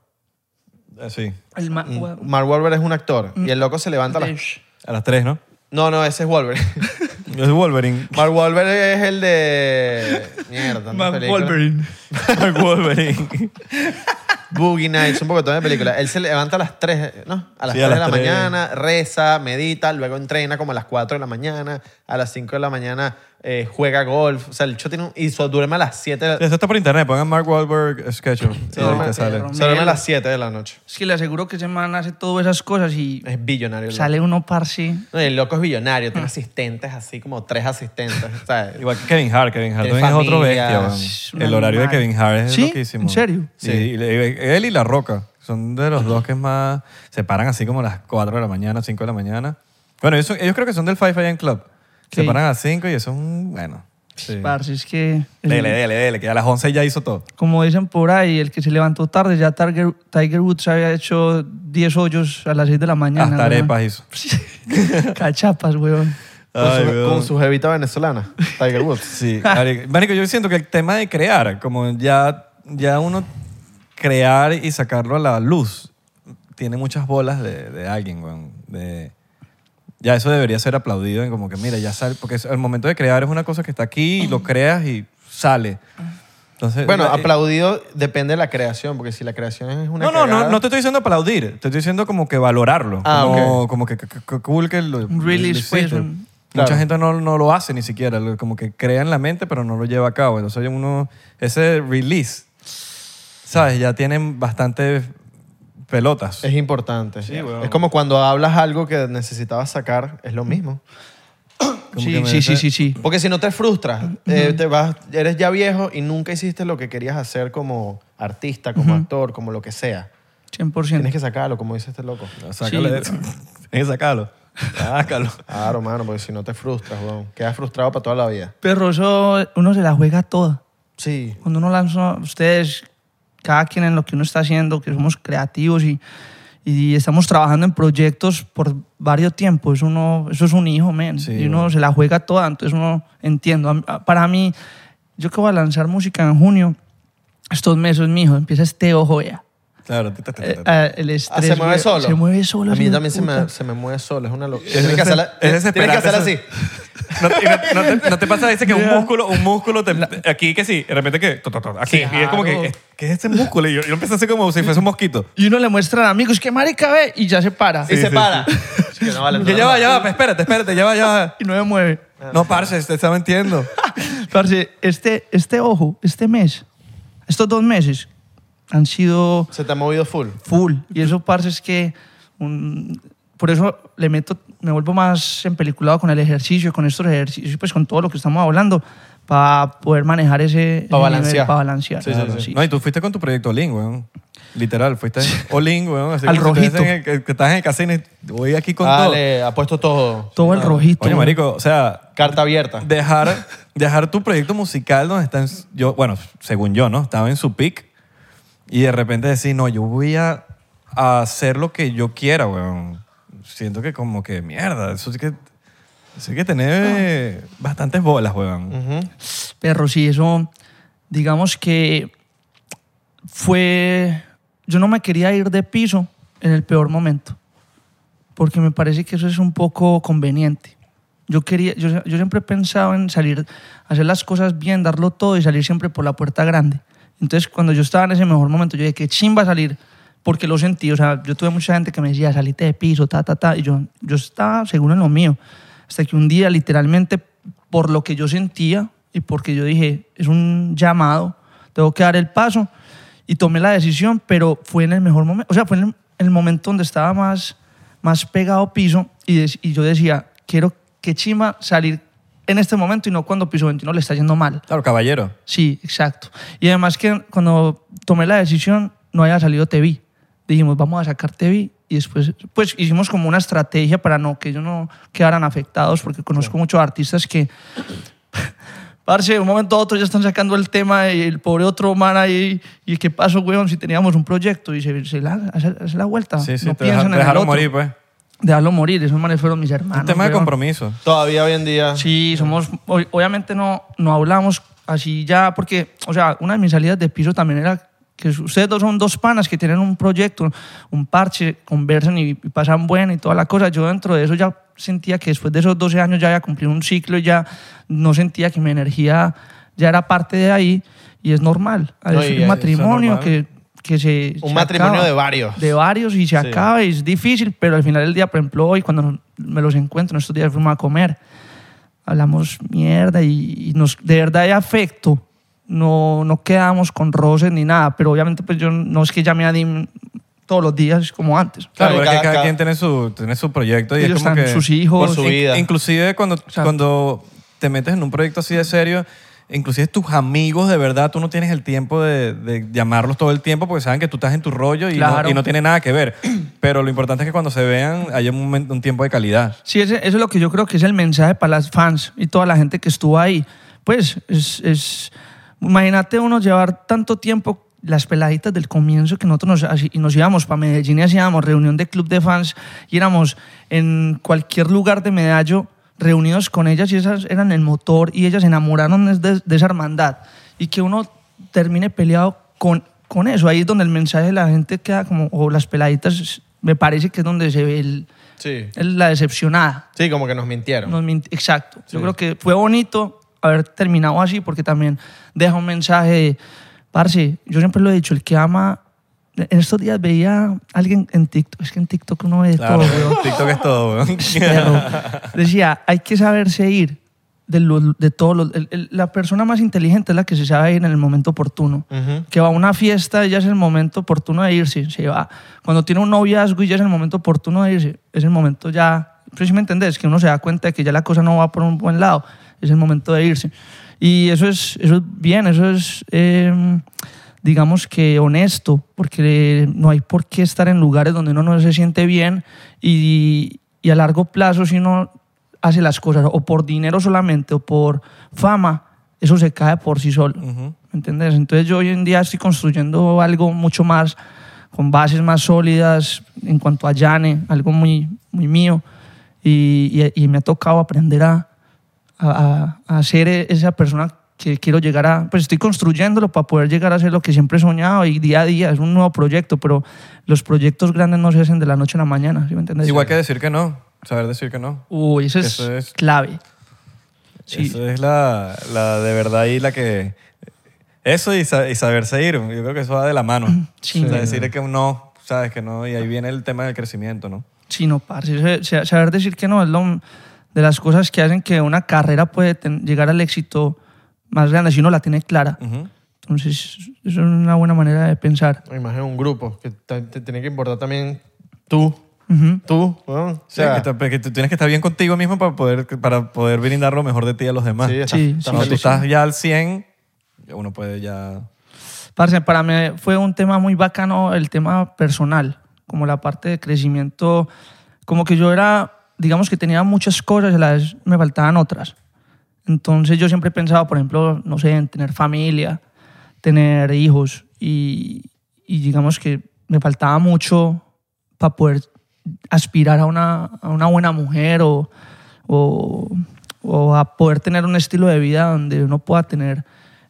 [SPEAKER 2] Eh, sí.
[SPEAKER 1] El ma-
[SPEAKER 3] Mm,
[SPEAKER 1] gua-
[SPEAKER 3] Mark Wahlberg es un actor y
[SPEAKER 1] Mm.
[SPEAKER 3] el loco se levanta a las...
[SPEAKER 1] Shh.
[SPEAKER 2] A las 3, ¿no?
[SPEAKER 3] No, no, ese es Wahlberg.
[SPEAKER 2] Es Wolverine.
[SPEAKER 3] Mark Wahlberg es el de... Mierda, tantas
[SPEAKER 1] Mark
[SPEAKER 3] películas.
[SPEAKER 1] Wahlberg.
[SPEAKER 2] Wolverine.
[SPEAKER 3] Boogie Nights, un poquito de película. Él se levanta a las 3, ¿no? A las
[SPEAKER 2] Sí,
[SPEAKER 3] 3
[SPEAKER 2] a
[SPEAKER 3] de
[SPEAKER 2] las
[SPEAKER 3] la
[SPEAKER 2] tres.
[SPEAKER 3] mañana, reza, medita, luego entrena como a las 4 de la mañana, a las 5 de la mañana eh, juega golf. O sea, el show tiene un... Y su- duerme a las 7 de la...
[SPEAKER 2] Eso está por internet. Pongan Mark Wahlberg Sketchup. Sí,
[SPEAKER 3] duerme-
[SPEAKER 2] te sale.
[SPEAKER 3] se duerme a las 7 de la noche.
[SPEAKER 1] Es que le aseguro que ese man hace todas esas cosas y
[SPEAKER 3] Es billonario. el loco.
[SPEAKER 1] sale Ah. uno parsi.
[SPEAKER 3] No, y el loco es billonario, tiene asistentes así como tres asistentes. o sea,
[SPEAKER 2] Igual que Kevin Hart. Kevin Hart
[SPEAKER 3] De
[SPEAKER 2] también es otro
[SPEAKER 3] familia.
[SPEAKER 2] bestia. weón.
[SPEAKER 3] Es
[SPEAKER 1] un
[SPEAKER 2] El horario de
[SPEAKER 1] animal.
[SPEAKER 2] Kevin Hart es
[SPEAKER 1] ¿Sí?
[SPEAKER 2] loquísimo.
[SPEAKER 1] ¿En serio?
[SPEAKER 2] Sí. y le- él y La Roca son de los dos que más se paran así como a las 4 de la mañana, 5 de la mañana. Bueno, ellos, son- ellos creo que son del 5 AM Club. Se
[SPEAKER 1] Sí.
[SPEAKER 2] paran a las 5 y eso es un... Bueno. sí.
[SPEAKER 1] Parce, es que. eh,
[SPEAKER 2] Dele, dele, dele, que a las 11 ya hizo todo.
[SPEAKER 1] Como dicen por ahí, el que se levantó tarde, ya Tiger, Tiger Woods había hecho 10 hoyos a las 6 de la mañana.
[SPEAKER 2] Hasta
[SPEAKER 1] weón.
[SPEAKER 2] arepas hizo.
[SPEAKER 1] Cachapas, weón.
[SPEAKER 3] con,
[SPEAKER 2] Ay,
[SPEAKER 3] su,
[SPEAKER 2] weón.
[SPEAKER 3] con su jevita venezolana, Tiger Woods.
[SPEAKER 2] Sí, marico. Marico, yo siento que el tema de crear, como ya, ya uno crear y sacarlo a la luz, tiene muchas bolas de, de alguien, weón. De, ya eso debería ser aplaudido en como que, mira, ya sale, porque es- el momento de crear es una cosa que está aquí y lo creas y sale. Entonces,
[SPEAKER 3] Bueno,
[SPEAKER 2] la- eh,
[SPEAKER 3] aplaudido depende de la creación, porque si la creación es una
[SPEAKER 2] No, no, no,
[SPEAKER 3] cagada-
[SPEAKER 2] no te estoy diciendo aplaudir, te estoy diciendo como que valorarlo.
[SPEAKER 3] Ah,
[SPEAKER 2] como, como que, que- que cool que lo.
[SPEAKER 1] Un release,
[SPEAKER 2] lo hiciste.
[SPEAKER 1] pues, un-
[SPEAKER 2] Mucha
[SPEAKER 3] Claro.
[SPEAKER 2] gente no, no lo hace ni siquiera, lo- como que crea en la mente, pero no lo lleva a cabo. Entonces, uno. Ese release, ¿sabes? Ya tienen bastantes pelotas.
[SPEAKER 3] Es importante.
[SPEAKER 2] weón.
[SPEAKER 3] Es como cuando hablas algo que necesitabas sacar, es lo mismo.
[SPEAKER 2] Como que
[SPEAKER 1] Sí,
[SPEAKER 2] me
[SPEAKER 1] sí, sí,
[SPEAKER 2] dice-
[SPEAKER 1] sí, sí.
[SPEAKER 3] Porque si no te frustras, eh, te vas, eres ya viejo y nunca hiciste lo que querías hacer como artista, como actor, como lo que sea.
[SPEAKER 1] 100%.
[SPEAKER 3] Tienes que sacarlo, como dice este loco.
[SPEAKER 2] Sácalo. de-
[SPEAKER 1] Sí.
[SPEAKER 2] Tienes que sacarlo. Sácalo.
[SPEAKER 3] Claro, mano, porque si no te frustras, weón. Quedas frustrado para toda la vida.
[SPEAKER 1] Pero eso, uno se la juega toda.
[SPEAKER 3] Sí.
[SPEAKER 1] Cuando uno lanza, ustedes, cada quien en lo que uno está haciendo, que somos creativos y, y estamos trabajando en proyectos por varios tiempos, uno, eso es un hijo, men.
[SPEAKER 2] Sí,
[SPEAKER 1] y uno
[SPEAKER 2] bueno.
[SPEAKER 1] se la juega toda, entonces uno entiendo. A- a- Para mí, yo que voy a lanzar música en junio, estos meses, mi hijo, empieza este ojo ya.
[SPEAKER 2] Claro. ta, ta, ta,
[SPEAKER 1] Eh,
[SPEAKER 2] ta, ta.
[SPEAKER 1] eh, el
[SPEAKER 3] Ah,
[SPEAKER 1] estrés.
[SPEAKER 3] se mueve
[SPEAKER 1] güey,
[SPEAKER 3] solo.
[SPEAKER 1] Se mueve solo.
[SPEAKER 3] A mí
[SPEAKER 1] hijo de
[SPEAKER 3] también se
[SPEAKER 1] puta.
[SPEAKER 3] me, se me mueve solo, es una locura.
[SPEAKER 2] Es
[SPEAKER 3] Tienes que
[SPEAKER 2] desesper-
[SPEAKER 3] hacerla-
[SPEAKER 2] es
[SPEAKER 3] tienes que hacer
[SPEAKER 2] desesperante
[SPEAKER 3] así.
[SPEAKER 2] No, y no, no te, no te pasa, dice que un músculo, un músculo, te- aquí que sí, de repente que, to, to, to, aquí, y es como que, ¿qué es este músculo? Y yo, yo empecé a hacer como si fuese un mosquito.
[SPEAKER 1] Y uno le muestra a amigos que marica ve y ya se para.
[SPEAKER 3] y se
[SPEAKER 2] sí,
[SPEAKER 3] para. Es que no vale,
[SPEAKER 2] Que
[SPEAKER 3] no
[SPEAKER 2] ya va,
[SPEAKER 3] vale.
[SPEAKER 2] ya va, pues, espérate, espérate, ya va, ya va.
[SPEAKER 1] Y no se mueve.
[SPEAKER 2] No, parce, te está mintiendo.
[SPEAKER 1] Parce, este, este ojo, este mes, estos dos meses han sido
[SPEAKER 3] Se te ha movido full.
[SPEAKER 1] full. Y eso, parce, es que un- por eso le meto, me vuelvo más empeliculado con el ejercicio, con estos ejercicios, pues con todo lo que estamos hablando, para poder manejar ese.
[SPEAKER 3] Pa' balancear.
[SPEAKER 1] Para balancear.
[SPEAKER 3] Sí, sí,
[SPEAKER 1] Claro,
[SPEAKER 3] sí.
[SPEAKER 1] sí.
[SPEAKER 2] No, y tú fuiste con tu proyecto Olin, weón. Literal, fuiste Olin, weón. Así
[SPEAKER 1] Al
[SPEAKER 2] como si
[SPEAKER 1] rojito.
[SPEAKER 2] estuviesen en el- que estás en el casino y voy aquí con
[SPEAKER 3] Dale, apuesto todo.
[SPEAKER 1] todo el rojito.
[SPEAKER 2] todo. Oye, marico, o sea,
[SPEAKER 3] Carta abierta.
[SPEAKER 2] dejar, dejar tu proyecto musical donde está en, s- yo, bueno, según yo, ¿no? Estaba en su pick y de repente decir, no, yo voy a a hacer lo que yo quiera, weón. Siento que como que mierda, eso sí que, eso hay que tener eh,
[SPEAKER 3] Ah.
[SPEAKER 2] bastantes bolas, weón.
[SPEAKER 1] Perro, sí, eso, digamos que fue, yo no me quería ir de piso en el peor momento, porque me parece que eso es un poco conveniente. Yo, quería, yo, yo siempre he pensado en salir, hacer las cosas bien, darlo todo y salir siempre por la puerta grande. Entonces, cuando yo estaba en ese mejor momento, yo dije, qué chimba salir, porque lo sentí. O sea, yo tuve mucha gente que me decía, salite de piso, ta, ta, ta. Y yo, yo estaba seguro en lo mío. Hasta que un día, literalmente, por lo que yo sentía y porque yo dije, es un llamado, tengo que dar el paso. Y tomé la decisión, pero fue en el mejor momento. O sea, fue en el, el momento donde estaba más, más pegado piso y, des- y yo decía, quiero que chimba salir en este momento y no cuando piso 21 le está yendo mal.
[SPEAKER 2] Claro, caballero.
[SPEAKER 1] Sí, exacto. Y además que cuando tomé la decisión no había salido TV. Dijimos, vamos a sacar TV y después pues hicimos como una estrategia para no que ellos no quedaran afectados porque conozco muchos artistas que Parce, de un momento a otro ya están sacando el tema y el pobre otro man ahí y qué pasó, weón, si teníamos un proyecto y se, se la, hace, hace la vuelta.
[SPEAKER 2] Sí, sí,
[SPEAKER 1] Ah, no
[SPEAKER 2] te deja-
[SPEAKER 1] piensan en el
[SPEAKER 2] dejaron
[SPEAKER 1] otro. Ah,
[SPEAKER 2] morir, pues.
[SPEAKER 1] Dejarlo morir, esos manes fueron mis hermanos.
[SPEAKER 2] Un tema de
[SPEAKER 1] weón.
[SPEAKER 2] compromiso.
[SPEAKER 3] Todavía hoy en día.
[SPEAKER 1] Sí, somos, o- obviamente no, no hablamos así ya, porque, o sea, una de mis salidas de piso también era que ustedes dos son dos panas que tienen un proyecto, un parche, conversan y, y pasan bueno y toda la cosa. Yo dentro de eso ya sentía que después de esos 12 años ya había cumplido un ciclo y ya no sentía que mi energía ya era parte de ahí y es normal.
[SPEAKER 3] No,
[SPEAKER 1] es
[SPEAKER 3] y
[SPEAKER 1] un
[SPEAKER 3] es
[SPEAKER 1] matrimonio
[SPEAKER 2] normal.
[SPEAKER 1] que, que se...
[SPEAKER 3] Un
[SPEAKER 1] se
[SPEAKER 3] matrimonio
[SPEAKER 1] acaba.
[SPEAKER 3] de varios.
[SPEAKER 1] De varios y se acaba y es difícil, pero al final del día, por ejemplo, hoy cuando nos- me los encuentro, en estos días fuimos a comer, hablamos mierda y, y nos, de verdad hay afecto. No, no quedamos con roces ni nada, pero obviamente pues yo no es que llame a Dim todos los días como antes.
[SPEAKER 2] Claro,
[SPEAKER 3] Claro,
[SPEAKER 2] porque
[SPEAKER 3] cada-
[SPEAKER 2] cada,
[SPEAKER 3] cada-
[SPEAKER 2] quien tiene su, tiene su proyecto y
[SPEAKER 1] Ellos
[SPEAKER 2] es como
[SPEAKER 1] están,
[SPEAKER 2] que...
[SPEAKER 1] sus hijos,
[SPEAKER 3] por su vida.
[SPEAKER 2] Inclusive cuando, cuando te metes en un proyecto así de serio, inclusive tus amigos de verdad, tú no tienes el tiempo de, de llamarlos todo el tiempo porque saben que tú estás en tu rollo y,
[SPEAKER 1] Claro.
[SPEAKER 2] no, y no tiene nada que ver. Pero lo importante es que cuando se vean haya un, momento- un tiempo de calidad.
[SPEAKER 1] Sí, ese- eso es lo que yo creo que es el mensaje para las fans y toda la gente que estuvo ahí. Pues es, es- imagínate uno llevar tanto tiempo las peladitas del comienzo que nosotros nos, así- y nos íbamos para Medellín y hacíamos reunión de club de fans y éramos en cualquier lugar de Medallo reunidos con ellas y esas eran el motor y ellas se enamoraron de, de esa hermandad y que uno termine peleado con, con eso. Ahí es donde el mensaje de la gente queda como, o las peladitas, me parece que es donde se ve el,
[SPEAKER 3] Sí.
[SPEAKER 1] es la decepcionada.
[SPEAKER 3] Sí, como que nos mintieron.
[SPEAKER 1] Nos mint- Exacto. Yo creo que fue bonito haber terminado así porque también deja un mensaje de, parce, yo siempre lo he dicho, el que ama... En estos días veía a alguien en TikTok, es que en TikTok uno ve de
[SPEAKER 2] Claro,
[SPEAKER 1] todo, weón.
[SPEAKER 2] TikTok es todo. weón.
[SPEAKER 1] Pero decía, hay que saberse ir de, lo- de todos los... el- el- la persona más inteligente es la que se sabe ir en el momento oportuno. Que va a una fiesta, ella es el momento oportuno de irse. Se va. Cuando tiene un noviazgo y ya es el momento oportuno de irse, es el momento ya... Pues si me entendés, que uno se da cuenta de que ya la cosa no va por un buen lado, es el momento de irse. Y eso es, eso es bien, eso es... eh, digamos que honesto, porque no hay por qué estar en lugares donde uno no se siente bien y, y a largo plazo si uno hace las cosas o por dinero solamente o por fama, eso se cae por sí solo. ¿Me entiendes? Entonces yo hoy en día estoy construyendo algo mucho más, con bases más sólidas en cuanto a Yane, algo muy, muy mío y, y- y me ha tocado aprender a, a, a- a ser e- esa persona que quiero llegar a, pues estoy construyéndolo para poder llegar a ser lo que siempre he soñado y día a día es un nuevo proyecto, pero los proyectos grandes no se hacen de la noche a la mañana, ¿sí me entiendes?
[SPEAKER 2] Igual que decir que no, saber decir que no.
[SPEAKER 1] Uy, eso es,
[SPEAKER 2] Eso es-
[SPEAKER 1] clave. Sí.
[SPEAKER 2] Eso es la, la de verdad y la que... Eso y, sa- y saberse ir, yo creo que eso va de la mano.
[SPEAKER 1] Sí.
[SPEAKER 2] O sea, decir que no, sabes que no, y ahí viene el tema del crecimiento, ¿no?
[SPEAKER 1] Sí, no, parce. se- se- Saber decir que no es lo, de las cosas que hacen que una carrera puede ten- llegar al éxito más grande si uno la tiene clara.
[SPEAKER 2] Ujú.
[SPEAKER 1] Entonces, eso es una buena manera de pensar.
[SPEAKER 3] Me imagino un grupo que ta- te tiene que importar también tú.
[SPEAKER 1] Ujú.
[SPEAKER 3] Tú, weón. O
[SPEAKER 2] O sea,
[SPEAKER 3] sea,
[SPEAKER 2] que, te- que tú tienes que estar bien contigo mismo para poder, para poder brindar lo mejor de ti a los demás.
[SPEAKER 3] sí,
[SPEAKER 1] Sí,
[SPEAKER 3] está,
[SPEAKER 1] sí,
[SPEAKER 2] Cuando
[SPEAKER 1] sí,
[SPEAKER 2] ah, tú estás ya al 100, uno puede ya...
[SPEAKER 1] Parce, para mí fue un tema muy bacano el tema personal, como la parte de crecimiento, como que yo era, digamos que tenía muchas cosas y a la vez me faltaban otras. Entonces yo siempre pensaba, por ejemplo, no sé, en tener familia, tener hijos y, y digamos que me faltaba mucho para poder aspirar a una, a una buena mujer o, o- o a poder tener un estilo de vida donde uno pueda tener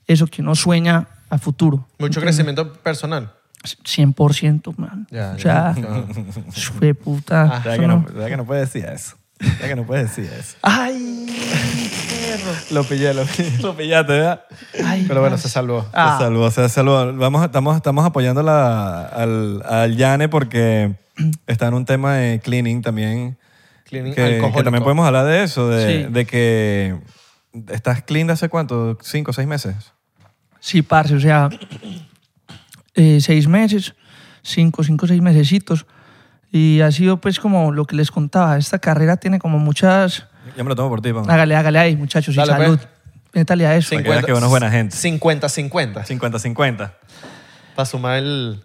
[SPEAKER 1] eso que uno sueña a futuro.
[SPEAKER 3] Mucho crecimiento personal.
[SPEAKER 1] 100%, man.
[SPEAKER 3] Ya,
[SPEAKER 1] o sea, fue puta.
[SPEAKER 2] Ah, Ya
[SPEAKER 1] Ah, eso
[SPEAKER 2] que no,
[SPEAKER 1] no-
[SPEAKER 2] ya que no puede decir eso. Ya que no puede decir eso.
[SPEAKER 3] ¡Ay!
[SPEAKER 2] Lo pillé, lo pillé. Lo pillaste, ¿verdad?
[SPEAKER 1] Ay,
[SPEAKER 3] Pero bueno,
[SPEAKER 1] parce.
[SPEAKER 3] se salvó.
[SPEAKER 1] Ah.
[SPEAKER 2] Se salvó, se salvó. Vamos, estamos, estamos apoyando la- al, al Yane porque está en un tema de cleaning también.
[SPEAKER 3] Cleaning
[SPEAKER 2] que,
[SPEAKER 3] alcohólico.
[SPEAKER 2] que también podemos hablar de eso, de,
[SPEAKER 1] Sí.
[SPEAKER 2] de que estás clean de hace cuánto, cinco, seis meses.
[SPEAKER 1] Sí, parce, o sea, eh, seis meses, cinco, cinco, seis mesecitos. Y ha sido pues como lo que les contaba, esta carrera tiene como muchas...
[SPEAKER 2] Ya me lo tomo por ti, Pablo.
[SPEAKER 1] Hágale, hágale ahí, muchachos, y
[SPEAKER 3] Ah. Dale, pues.
[SPEAKER 1] salud. Métale a eso.
[SPEAKER 2] Para que veas que uno es buena gente.
[SPEAKER 3] 50-50.
[SPEAKER 2] 50-50.
[SPEAKER 3] Para sumar el...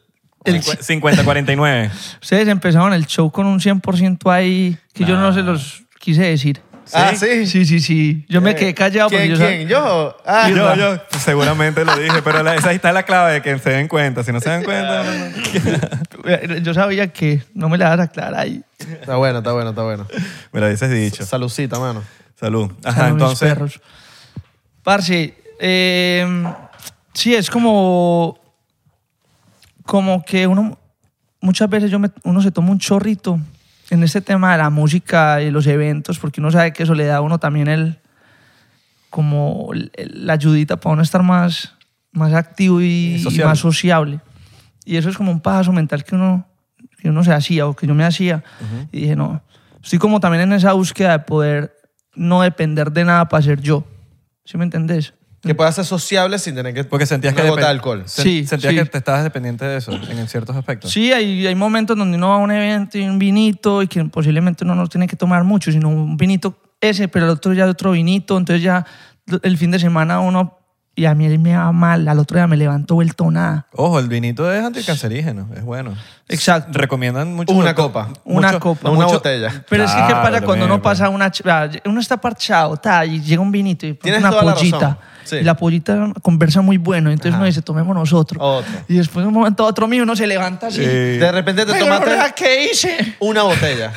[SPEAKER 2] Cincu- 50-49.
[SPEAKER 1] Ustedes empezaron el show con un 100% ahí que yo no se los quise decir.
[SPEAKER 3] Ah, sí. Eh,
[SPEAKER 1] Sí, sí, sí. Yo me quedé callado porque
[SPEAKER 3] ¿Quién?
[SPEAKER 1] yo... sab-
[SPEAKER 3] ¿Quién? ¿Yo? Ah,
[SPEAKER 2] yo, yo seguramente lo dije, pero la- esa ahí está la clave de que se den cuenta. Si no se dan cuenta, no, no.
[SPEAKER 1] Yo sabía que no me la vas a aclarar ahí.
[SPEAKER 3] Está bueno, está bueno, está bueno.
[SPEAKER 2] me lo dices dicho.
[SPEAKER 3] Salucita, mano.
[SPEAKER 2] Salud. Ajá,
[SPEAKER 1] Salud, mis
[SPEAKER 2] entonces.
[SPEAKER 1] perros. Parce, eh, sí, es como como que uno, muchas veces yo me- uno se toma un chorrito en este tema de la música y los eventos, porque uno sabe que eso le da a uno también el, como el- el- la ayudita para uno estar más, más activo y,
[SPEAKER 2] Y
[SPEAKER 1] y
[SPEAKER 2] sociable.
[SPEAKER 1] más sociable. Y eso es como un paso mental que uno, que uno se hacía o que yo me hacía. Y dije, no, estoy como también en esa búsqueda de poder no depender de nada para ser yo. ¿Sí me entendés?
[SPEAKER 3] Que puedas ser sociable sin tener que
[SPEAKER 2] Porque sentías que
[SPEAKER 3] una gota
[SPEAKER 2] depend-
[SPEAKER 3] de alcohol.
[SPEAKER 2] sen-
[SPEAKER 1] Sí,
[SPEAKER 2] sentías
[SPEAKER 1] sí.
[SPEAKER 2] que te estabas dependiente de eso en ciertos aspectos.
[SPEAKER 1] Sí, hay, hay momentos donde uno va a un evento y un vinito y que posiblemente uno no tiene que tomar mucho, sino un vinito ese, pero el otro ya otro vinito, entonces ya el fin de semana uno, y a mí me va mal, al otro día me levanto vuelto nada.
[SPEAKER 2] Ojo, el vinito es anticancerígeno, es bueno.
[SPEAKER 1] Exacto.
[SPEAKER 2] Recomiendan mucho.
[SPEAKER 3] Una copa.
[SPEAKER 1] Una
[SPEAKER 2] mucho-
[SPEAKER 1] copa.
[SPEAKER 3] Una
[SPEAKER 2] mucho-
[SPEAKER 3] botella.
[SPEAKER 1] Pero es que, ¿qué
[SPEAKER 2] Claro,
[SPEAKER 1] pasa cuando uno
[SPEAKER 2] también,
[SPEAKER 1] pasa
[SPEAKER 3] pues.
[SPEAKER 1] una... ch- ah, Uno está parchado, ta, y llega un vinito y pone
[SPEAKER 3] Tienes
[SPEAKER 1] una
[SPEAKER 3] toda la
[SPEAKER 1] pollita.
[SPEAKER 3] razón, sí.
[SPEAKER 1] Y la pollita conversa muy bueno, y entonces uno dice, tomemos nosotros.
[SPEAKER 3] Otro.
[SPEAKER 1] Y después de un momento a otro mío uno se levanta así.
[SPEAKER 2] Sí.
[SPEAKER 3] De repente te
[SPEAKER 1] Ay, gorda,
[SPEAKER 3] tomaste
[SPEAKER 1] ¿Qué hice?
[SPEAKER 3] una botella.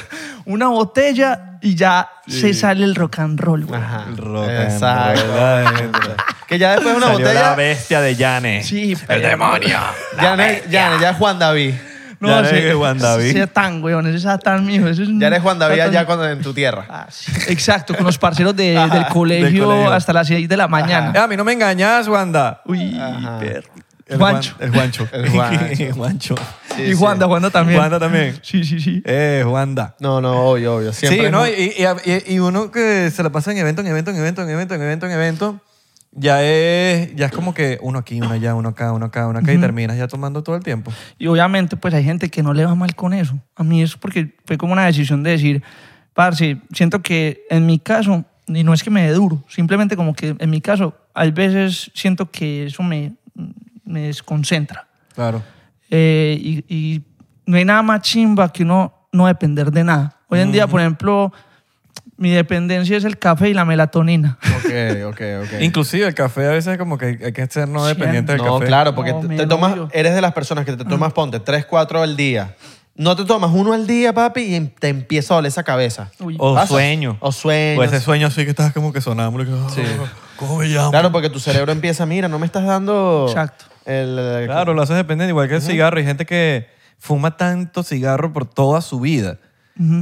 [SPEAKER 1] una botella y ya se sale el rock and roll. güey.
[SPEAKER 3] Ajá.
[SPEAKER 2] El rock and
[SPEAKER 3] Exacto.
[SPEAKER 2] roll.
[SPEAKER 3] que ya después de una
[SPEAKER 2] Salió la
[SPEAKER 3] botella.
[SPEAKER 2] bestia de Yane.
[SPEAKER 1] Sí,
[SPEAKER 2] el
[SPEAKER 1] pero-
[SPEAKER 2] demonio.
[SPEAKER 3] Ya no es- ya no- ya es Juan David.
[SPEAKER 2] Ya eres Juan David.
[SPEAKER 1] Ese tan, weón, ese satán mío. ese es un
[SPEAKER 3] Ya eres Juan David
[SPEAKER 1] satán-
[SPEAKER 3] allá cuando, en tu tierra.
[SPEAKER 1] Ah, sí. Exacto, con los parceros de- del, colegio
[SPEAKER 2] colegio.
[SPEAKER 1] hasta las 6 de la mañana.
[SPEAKER 2] Eh, a mí no me engañas, Wanda.
[SPEAKER 1] Uy,
[SPEAKER 3] Ajá.
[SPEAKER 1] perro.
[SPEAKER 2] El
[SPEAKER 1] Juancho.
[SPEAKER 2] Juan- el Juancho.
[SPEAKER 3] El Juancho.
[SPEAKER 2] El Juancho.
[SPEAKER 3] Sí,
[SPEAKER 1] y
[SPEAKER 3] sí.
[SPEAKER 1] Juanda, Juanda también.
[SPEAKER 2] Juanda también.
[SPEAKER 1] Sí, sí, sí.
[SPEAKER 2] Eh, Wanda.
[SPEAKER 3] No, no, obvio, obvio. Siempre
[SPEAKER 2] sí,
[SPEAKER 3] es
[SPEAKER 2] ¿no?
[SPEAKER 3] un-
[SPEAKER 2] Y, y- y- y uno que se la pasa en evento, en evento, en evento, en evento, en evento, en evento, ya es, ya es como que uno aquí, uno allá, uno acá, uno acá, uno acá, y terminas ya tomando todo el tiempo.
[SPEAKER 1] Y obviamente, pues hay gente que no le va mal con eso. A mí es porque fue como una decisión de decir, parce, siento que en mi caso, y no es que me dé duro, simplemente como que en mi caso, hay veces siento que eso me, me desconcentra.
[SPEAKER 2] Claro.
[SPEAKER 1] Eh, y, y no hay nada más chimba que uno no depender de nada. Hoy en día, por ejemplo, mi dependencia es el café y la melatonina.
[SPEAKER 3] Ok, ok, ok.
[SPEAKER 2] Inclusive el café a veces es como que hay hay que ser no
[SPEAKER 1] Sí,
[SPEAKER 2] dependiente del
[SPEAKER 3] No,
[SPEAKER 2] café.
[SPEAKER 3] claro, porque
[SPEAKER 1] No,
[SPEAKER 3] te-
[SPEAKER 1] mi
[SPEAKER 3] te tomas,
[SPEAKER 1] novio.
[SPEAKER 3] eres de las personas que te tomas, ponte, tres, cuatro al día. No te tomas uno al día, papi, y em- te empieza a doler esa cabeza.
[SPEAKER 1] Uy,
[SPEAKER 2] O
[SPEAKER 3] Pasa.
[SPEAKER 2] sueño. Pues
[SPEAKER 3] O sueño.
[SPEAKER 2] O ese sueño así que estás como que sonámbulo. y que, "Ah,
[SPEAKER 3] Sí.
[SPEAKER 2] ¿Cómo me llamo?
[SPEAKER 3] Claro, porque tu cerebro empieza, mira, no me estás dando...
[SPEAKER 1] Exacto.
[SPEAKER 3] el-
[SPEAKER 2] Claro, lo haces dependiente, igual que el cigarro. Hay gente que fuma tanto cigarro por toda su vida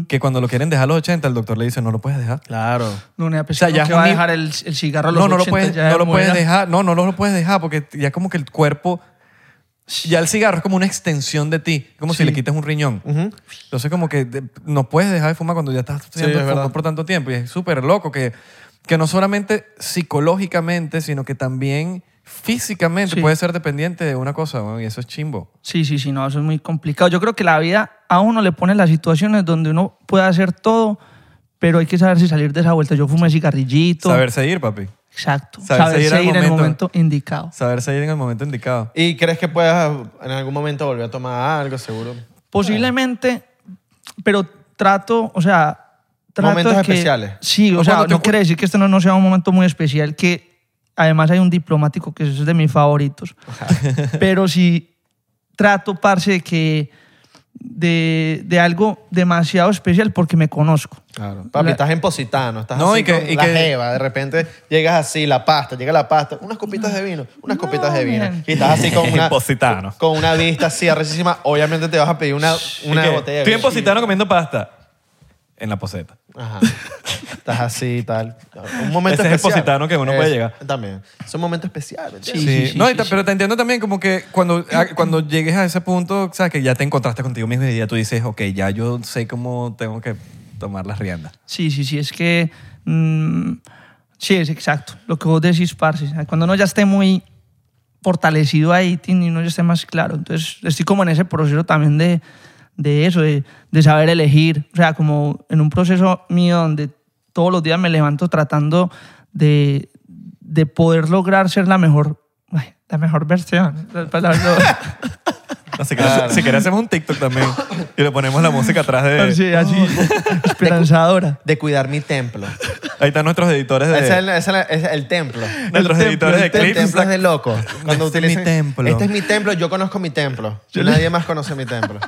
[SPEAKER 2] que cuando lo quieren dejar a los 80, el doctor le dice, no lo puedes dejar.
[SPEAKER 3] Claro.
[SPEAKER 1] No, no,
[SPEAKER 2] O sea, ya es
[SPEAKER 1] que va a
[SPEAKER 2] un-
[SPEAKER 1] dejar el, el cigarro a los
[SPEAKER 2] No, no lo
[SPEAKER 1] 80
[SPEAKER 2] puedes,
[SPEAKER 1] ya
[SPEAKER 2] no lo
[SPEAKER 1] muy
[SPEAKER 2] puedes
[SPEAKER 1] grande.
[SPEAKER 2] dejar. No, no lo puedes dejar porque ya como que el cuerpo... Ya el cigarro es como una extensión de ti. Es como si
[SPEAKER 1] Sí.
[SPEAKER 2] le quitas un riñón. Entonces como que de- no puedes dejar de fumar cuando ya estás siendo
[SPEAKER 3] es
[SPEAKER 2] fumón
[SPEAKER 3] verdad.
[SPEAKER 2] por tanto tiempo. Y es súper loco que, que no solamente psicológicamente, sino que también físicamente
[SPEAKER 1] Sí.
[SPEAKER 2] puedes ser dependiente de una cosa. weón, y eso es chimbo.
[SPEAKER 1] Sí, sí, sí, no, eso es muy complicado. Yo creo que la vida a uno le pone las situaciones donde uno puede hacer todo, pero hay que saber si salir de esa vuelta. Yo fumé cigarrillito.
[SPEAKER 2] Saber seguir, papi.
[SPEAKER 1] Exacto.
[SPEAKER 2] saber
[SPEAKER 1] Saber,
[SPEAKER 2] seguir al
[SPEAKER 1] seguir en el
[SPEAKER 2] momento.
[SPEAKER 1] momento indicado.
[SPEAKER 2] Saber seguir en el momento indicado.
[SPEAKER 3] ¿Y crees que puedas en algún momento volver a tomar algo, seguro?
[SPEAKER 1] Posiblemente, pero trato, o sea, trato
[SPEAKER 3] Momentos
[SPEAKER 1] de que-
[SPEAKER 3] especiales.
[SPEAKER 1] Sí,
[SPEAKER 2] O
[SPEAKER 1] o sea,
[SPEAKER 2] cuando te
[SPEAKER 1] no
[SPEAKER 2] encu-
[SPEAKER 1] quiere decir que esto no, no sea un momento muy especial, que además hay un diplomático que es de mis favoritos. pero sí trato, parce, de que de, de algo demasiado especial porque me conozco.
[SPEAKER 3] Claro. Papi,
[SPEAKER 1] La-
[SPEAKER 3] estás en Positano, estás
[SPEAKER 2] No,
[SPEAKER 3] así
[SPEAKER 2] y que-
[SPEAKER 3] con
[SPEAKER 2] y
[SPEAKER 3] la
[SPEAKER 2] que-
[SPEAKER 3] jeva, de repente llegas así, la pasta, llega la pasta, unas copitas de vino, unas copitas de vino,
[SPEAKER 1] man.
[SPEAKER 3] y estás así con una,
[SPEAKER 2] Positano.
[SPEAKER 3] con una vista así arrecísima, obviamente te vas a pedir una, una
[SPEAKER 2] ¿Y qué?
[SPEAKER 3] botella de
[SPEAKER 2] Estoy en
[SPEAKER 3] vino.
[SPEAKER 2] Positano comiendo pasta. En la poseta.
[SPEAKER 3] Ajá. Estás así y tal. Un
[SPEAKER 2] Ese
[SPEAKER 3] momento
[SPEAKER 2] es el
[SPEAKER 3] especial.
[SPEAKER 2] Positano que uno puede llegar.
[SPEAKER 3] También. Es un momento especial, ¿me entiendes?
[SPEAKER 1] Sí, sí, sí,
[SPEAKER 2] no, y
[SPEAKER 1] sí,
[SPEAKER 2] ta-
[SPEAKER 1] sí.
[SPEAKER 2] pero te entiendo también como que cuando, a- cuando llegues a ese punto, sabes que ya te encontraste contigo mismo y ya tú dices, ok, ya yo sé cómo tengo que tomar las riendas.
[SPEAKER 1] Sí, sí, sí, es que... mm, sí, es exacto. Lo que vos decís, parce. Cuando uno ya esté muy fortalecido ahí, tin, y uno ya esté más claro. Entonces, estoy como en ese proceso también de, de eso, de, de saber elegir. O sea, como en un proceso mío donde todos los días me levanto tratando de, de poder lograr ser la mejor... ay, La mejor versión. La palabra-
[SPEAKER 2] No, si, quieres, si quieres hacemos un TikTok también y le ponemos la música atrás de...
[SPEAKER 1] Sí, así, esperanzadora.
[SPEAKER 3] De cuidar mi templo.
[SPEAKER 2] Ahí están nuestros editores de...
[SPEAKER 3] Ese es, el, ese es el- ese es el templo.
[SPEAKER 2] nuestros
[SPEAKER 1] el templo,
[SPEAKER 2] editores
[SPEAKER 3] El
[SPEAKER 2] de clips.
[SPEAKER 3] templo es de loco. Cuando
[SPEAKER 2] Este es
[SPEAKER 3] utilizan-
[SPEAKER 2] mi templo.
[SPEAKER 3] Este es mi templo, yo conozco mi templo. Nadie más conoce mi templo.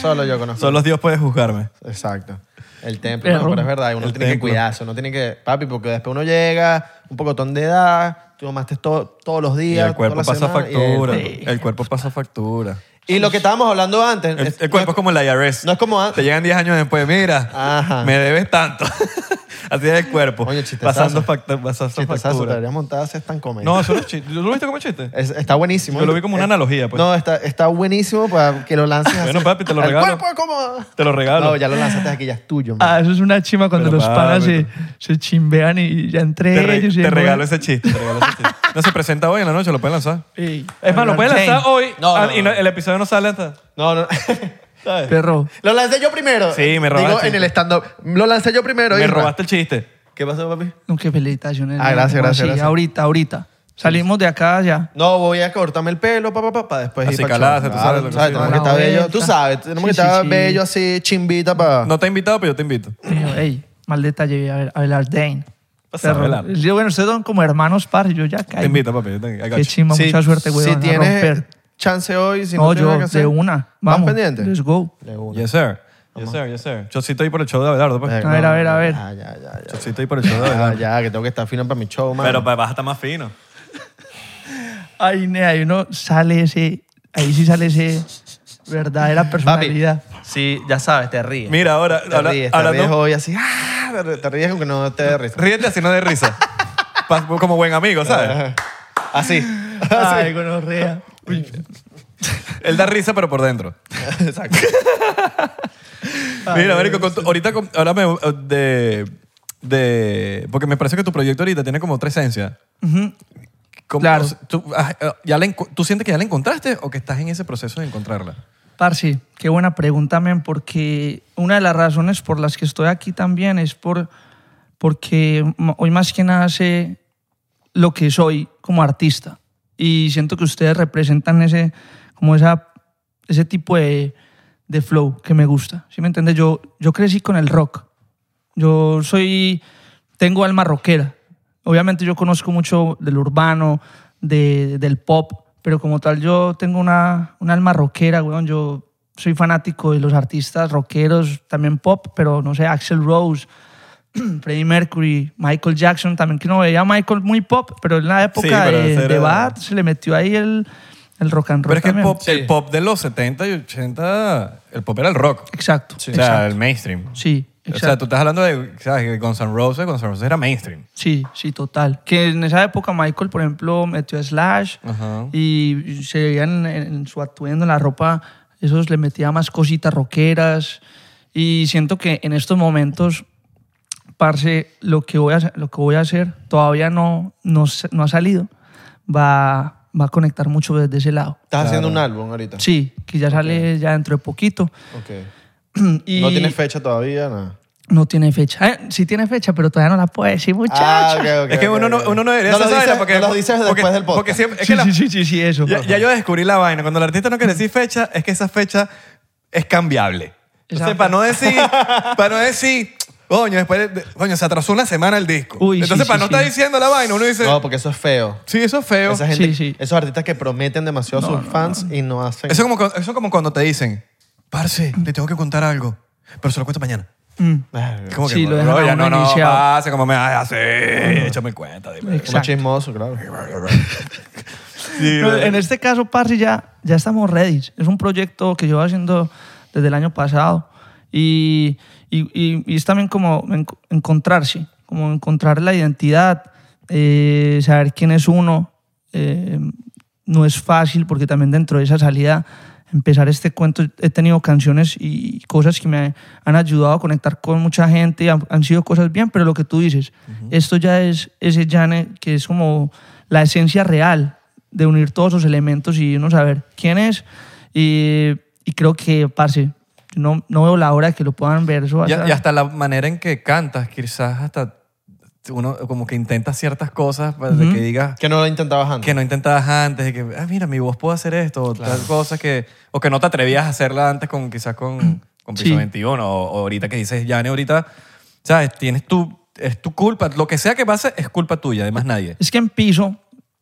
[SPEAKER 3] Solo yo conozco.
[SPEAKER 2] Solo Dios puede juzgarme.
[SPEAKER 3] Exacto. El templo,
[SPEAKER 1] Pero-
[SPEAKER 3] no, pero es verdad, uno
[SPEAKER 2] El
[SPEAKER 3] tiene que
[SPEAKER 2] templo.
[SPEAKER 3] cuidarse, uno tiene que, papi, porque después uno llega, un pocotón de edad, tú tomaste todo- todos los
[SPEAKER 2] Y
[SPEAKER 3] días.
[SPEAKER 2] el cuerpo
[SPEAKER 3] toda la
[SPEAKER 2] pasa
[SPEAKER 3] semana, y el-
[SPEAKER 2] factura.
[SPEAKER 3] eh, Sí.
[SPEAKER 2] El cuerpo pasa factura.
[SPEAKER 3] Y lo que estábamos hablando antes.
[SPEAKER 2] El,
[SPEAKER 3] es-
[SPEAKER 2] el cuerpo es como el IRS.
[SPEAKER 3] No es como
[SPEAKER 2] Te
[SPEAKER 3] antes.
[SPEAKER 2] llegan 10 años después, mira,
[SPEAKER 3] Ajá.
[SPEAKER 2] me debes tanto. Así es el cuerpo.
[SPEAKER 3] Oye, chistezazo.
[SPEAKER 2] pasando factu- pasando
[SPEAKER 3] Chistezazo, te
[SPEAKER 2] factura.
[SPEAKER 3] deberías montar a hacer stand comedy.
[SPEAKER 2] No, eso no es chiste. ¿Tú lo viste como chiste?
[SPEAKER 3] Es- está buenísimo.
[SPEAKER 2] Yo lo vi como una
[SPEAKER 3] Eh,
[SPEAKER 2] analogía, pues.
[SPEAKER 3] No, está, está buenísimo para que lo lances así.
[SPEAKER 2] Bueno, papi, te lo
[SPEAKER 3] El
[SPEAKER 2] regalo.
[SPEAKER 3] cuerpo es como...
[SPEAKER 2] Te lo regalo.
[SPEAKER 3] No, ya lo lanzaste aquí, ya es tuyo. man.
[SPEAKER 1] Ah, eso es una chima cuando
[SPEAKER 2] Pero
[SPEAKER 1] los panas se,
[SPEAKER 2] papi.
[SPEAKER 1] se chimbean y ya entre
[SPEAKER 2] te, re-
[SPEAKER 1] ellos. y
[SPEAKER 2] te
[SPEAKER 1] se
[SPEAKER 2] regalo
[SPEAKER 1] mueven.
[SPEAKER 2] ese chiste. te regalo ese chiste. No se presenta hoy en la noche, lo pueden lanzar.
[SPEAKER 1] Ey,
[SPEAKER 2] Es más, lo pueden
[SPEAKER 1] Jane,
[SPEAKER 2] lanzar hoy
[SPEAKER 3] No,
[SPEAKER 2] ah,
[SPEAKER 3] no,
[SPEAKER 2] y
[SPEAKER 3] no.
[SPEAKER 2] no- el episodio no sale hasta.
[SPEAKER 3] No, no.
[SPEAKER 1] Perro.
[SPEAKER 3] lo lancé yo primero.
[SPEAKER 2] Sí, me
[SPEAKER 3] Digo,
[SPEAKER 2] robaste.
[SPEAKER 3] en el stand-up. Lo lancé yo primero.
[SPEAKER 2] Me
[SPEAKER 3] Isma.
[SPEAKER 2] robaste el chiste.
[SPEAKER 3] ¿Qué pasó, papi?
[SPEAKER 1] No, qué felicitaciones.
[SPEAKER 3] Ah, gracias,
[SPEAKER 1] ¿no?
[SPEAKER 3] gracias,
[SPEAKER 1] Así,
[SPEAKER 3] gracias.
[SPEAKER 1] Ahorita, ahorita. Salimos de acá ya.
[SPEAKER 3] No, voy a cortarme el pelo, papá, papá, pa, después
[SPEAKER 2] Así
[SPEAKER 3] ir para
[SPEAKER 2] caladas, tú sabes lo que sí.
[SPEAKER 3] Tenemos
[SPEAKER 1] A
[SPEAKER 3] que
[SPEAKER 1] la
[SPEAKER 3] estar bello.
[SPEAKER 1] vuelta.
[SPEAKER 3] Tú sabes, tenemos que
[SPEAKER 1] Sí, sí,
[SPEAKER 3] estar
[SPEAKER 1] sí.
[SPEAKER 3] bello así, chimbita, para...
[SPEAKER 2] No te he invitado, pero yo te invito.
[SPEAKER 1] Dijo, eh, Ey, mal detalle, a ver, Abelar Dane.
[SPEAKER 2] Pasa, Abelardo.
[SPEAKER 1] Yo, bueno, ustedes son como hermanos par, yo ya
[SPEAKER 2] Te
[SPEAKER 1] caí.
[SPEAKER 2] invito, papi. yo te- I got
[SPEAKER 1] Qué
[SPEAKER 2] you.
[SPEAKER 1] chimba, mucha suerte, güey.
[SPEAKER 3] Si tienes chance hoy, si no,
[SPEAKER 1] no,
[SPEAKER 3] tienes nada
[SPEAKER 1] yo
[SPEAKER 3] que hacer,
[SPEAKER 1] de una. Vamos.
[SPEAKER 3] ¿Vas pendiente?
[SPEAKER 1] Let's go.
[SPEAKER 3] De una.
[SPEAKER 2] Yes, sir. Yes, sir. Yes, sir. Yo sí estoy por el show de Abelardo, pues.
[SPEAKER 3] Eh,
[SPEAKER 1] A ver, a ver, a ver.
[SPEAKER 3] Ya, ya, ya.
[SPEAKER 2] Yo
[SPEAKER 3] ya.
[SPEAKER 2] sí estoy por el show de Abelardo.
[SPEAKER 3] Ya, ya, que tengo que estar fino para mi show, man.
[SPEAKER 2] Pero pues, vas a estar más fino.
[SPEAKER 1] Ay, ne, ahí uno sale ese. Ahí sí sale ese. Verdadera
[SPEAKER 3] Papi,
[SPEAKER 1] personalidad.
[SPEAKER 3] sí, ya sabes, te ríes.
[SPEAKER 2] Mira, ahora.
[SPEAKER 3] te
[SPEAKER 2] habla-
[SPEAKER 3] ríes, te
[SPEAKER 2] hablando-
[SPEAKER 3] ríes hoy así, ah, pero te ríes aunque no te dé risa.
[SPEAKER 2] Ríete así, no de risa. Pa- Como buen amigo, ¿sabes?
[SPEAKER 3] Así.
[SPEAKER 1] Ay, gonorrea.
[SPEAKER 2] Él da risa, pero por dentro.
[SPEAKER 3] Exacto.
[SPEAKER 2] Mira, Marico, con tu- ahorita con- háblame eh, de, de. Porque me parece que tu proyecto ahorita tiene como tres esencias. ¿Cómo-
[SPEAKER 1] Claro.
[SPEAKER 2] o sea, ¿tú, ah, eh, ya la enco- ¿Tú sientes que ya la encontraste o que estás en ese proceso de encontrarla?
[SPEAKER 1] Parsi, qué buena pregunta, men, porque una de las razones por las que estoy aquí también es por, porque m- hoy más que nada sé lo que soy como artista y siento que ustedes representan ese, como esa, ese tipo de, de flow que me gusta, ¿sí me entiendes? Yo, yo crecí con el rock, yo soy, tengo alma rockera. Obviamente yo conozco mucho del urbano, de- del pop, pero como tal yo tengo una, un alma rockera, weón. Yo soy fanático de los artistas rockeros, también pop, pero no sé, Axel Rose, Freddie Mercury, Michael Jackson, también que no veía a Michael muy pop, pero en la época
[SPEAKER 2] pero
[SPEAKER 1] de,
[SPEAKER 2] ese era-
[SPEAKER 1] de Bad se le metió ahí el, el rock and roll
[SPEAKER 2] Pero es que el
[SPEAKER 1] también.
[SPEAKER 2] pop, el pop de los 70 y 80, el pop era el rock.
[SPEAKER 1] Exacto,
[SPEAKER 2] O sea,
[SPEAKER 1] exacto.
[SPEAKER 2] el mainstream.
[SPEAKER 1] Sí,
[SPEAKER 2] O
[SPEAKER 1] exacto.
[SPEAKER 2] sea, tú estás hablando de ¿sabes? que Guns N' Roses, Guns N' Roses era mainstream.
[SPEAKER 1] Sí, sí, total. Que en esa época Michael, por ejemplo, metió a Slash
[SPEAKER 2] Ajá.
[SPEAKER 1] y se veían en, en su atuendo, en la ropa, esos le metía más cositas rockeras. Y siento que en estos momentos, parce, lo que voy a, hacer- lo que voy a hacer todavía no, no, se- no ha salido. Va, va a conectar mucho desde ese lado.
[SPEAKER 3] Estás haciendo un álbum ahorita.
[SPEAKER 1] Sí, que ya sale ya dentro de poquito.
[SPEAKER 3] Ok.
[SPEAKER 1] Y
[SPEAKER 3] No tienes fecha todavía, nada.
[SPEAKER 1] No tiene fecha. Eh, sí tiene fecha, pero todavía no la puedo
[SPEAKER 2] Ah,
[SPEAKER 1] decir, muchachos.
[SPEAKER 3] Ah, ok, ok,
[SPEAKER 2] es que
[SPEAKER 3] ok,
[SPEAKER 2] uno no,
[SPEAKER 3] ok.
[SPEAKER 2] uno no debería
[SPEAKER 3] No lo
[SPEAKER 2] hacer esa vaina
[SPEAKER 3] dices-
[SPEAKER 2] porque,
[SPEAKER 3] no lo dices
[SPEAKER 2] porque-
[SPEAKER 3] después del podcast.
[SPEAKER 2] Porque siempre, es
[SPEAKER 1] Sí,
[SPEAKER 2] que la-
[SPEAKER 1] sí, sí, sí, sí, eso.
[SPEAKER 2] Ya, ya yo descubrí la vaina. Cuando el artista no quiere decir fecha, es que esa fecha es cambiable. Entonces,
[SPEAKER 1] Exacto.
[SPEAKER 2] para no decir, para no decir, coño, después, de- coño, se atrasó una semana el disco.
[SPEAKER 1] Uy, sí,
[SPEAKER 2] Entonces, para
[SPEAKER 1] sí,
[SPEAKER 2] no
[SPEAKER 1] sí.
[SPEAKER 2] estar diciendo la vaina, uno dice,
[SPEAKER 3] No, porque eso es feo.
[SPEAKER 2] sí, eso es feo.
[SPEAKER 3] Esa gente,
[SPEAKER 1] Sí, sí.
[SPEAKER 3] Esos artistas que prometen demasiado a sus fans y no hacen.
[SPEAKER 2] Eso es como, cu- eso es como cuando te dicen, parce, te tengo que contar algo, pero se lo cuento mañana.
[SPEAKER 1] Mm,
[SPEAKER 3] Verga.
[SPEAKER 2] Es como que,
[SPEAKER 1] Sí, lo dejan
[SPEAKER 2] "Bro,
[SPEAKER 1] a
[SPEAKER 2] ya
[SPEAKER 1] uno
[SPEAKER 2] no, no,
[SPEAKER 1] iniciado".
[SPEAKER 2] pase, como me hagas así, échame cuenta. Dime.
[SPEAKER 3] Uno
[SPEAKER 1] exacto.
[SPEAKER 3] chismoso, claro.
[SPEAKER 2] Sí,
[SPEAKER 1] No,
[SPEAKER 2] bro.
[SPEAKER 1] en este caso, Parsi, ya, ya estamos ready. Es un proyecto que llevo haciendo desde el año pasado y, y- y- y es también como en- encontrarse, como encontrar la identidad, eh, saber quién es uno. Eh, no es fácil porque también dentro de esa salida, empezar este cuento, he tenido canciones y cosas que me han ayudado a conectar con mucha gente, han, han sido cosas bien, pero lo que tú dices, esto ya es ese Jane que es como la esencia real de unir todos esos elementos y uno saber quién es. Y, y creo que, parce, no, no veo la hora de que lo puedan ver. Eso va a
[SPEAKER 2] Y,
[SPEAKER 1] estar-
[SPEAKER 2] y hasta la manera en que cantas, quizás hasta uno como que intenta ciertas cosas para de que digas
[SPEAKER 3] Que no lo intentabas antes.
[SPEAKER 2] que no intentabas antes y que, ah, mira, mi voz puede hacer esto, o tal cosa que, o que no te atrevías a hacerla antes con quizás con, con Piso
[SPEAKER 1] Sí.
[SPEAKER 2] 21 o, o ahorita que dices, Yane, ahorita, sabes, tienes tu, es tu culpa, lo que sea que pase es culpa tuya, además nadie.
[SPEAKER 1] Es que en piso,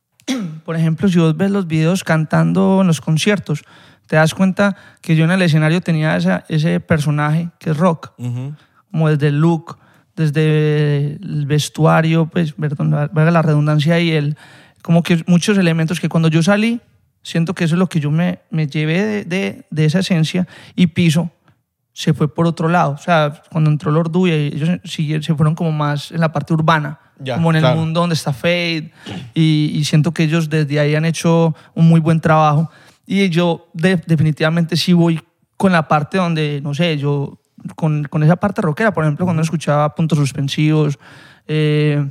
[SPEAKER 1] por ejemplo, si vos ves los videos cantando en los conciertos, te das cuenta que yo en el escenario tenía esa- ese personaje que es rock,
[SPEAKER 2] Ujú.
[SPEAKER 1] como desde el look, desde el vestuario, pues, perdón, valga la redundancia y el, como que muchos elementos que cuando yo salí, siento que eso es lo que yo me, me llevé de, de- de esa esencia y piso se fue por otro lado. O sea, cuando entró Lord Dewey, ellos siguieron- se fueron como más en la parte urbana,
[SPEAKER 3] Ya,
[SPEAKER 1] como en el
[SPEAKER 3] claro.
[SPEAKER 1] mundo donde está Fade, y, y siento que ellos desde ahí han hecho un muy buen trabajo. Y yo de- definitivamente sí voy con la parte donde, no sé, yo con, con esa parte rockera, por ejemplo, cuando escuchaba puntos suspensivos, eh,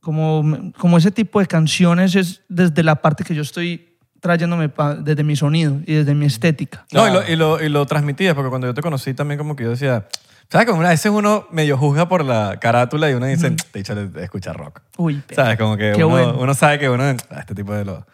[SPEAKER 1] como, como ese tipo de canciones es desde la parte que yo estoy trayéndome pa- desde mi sonido y desde mi estética.
[SPEAKER 2] No, y, lo, y, lo, y lo transmitías, porque cuando yo te conocí también como que yo decía, ¿sabes? Como una veces uno medio juzga por la carátula y uno dice, te de escuchar rock.
[SPEAKER 1] Uy, pero-
[SPEAKER 2] ¿Sabes? Como que
[SPEAKER 1] qué
[SPEAKER 2] uno,
[SPEAKER 1] bueno.
[SPEAKER 2] uno sabe que uno, "Ah, este tipo de lo...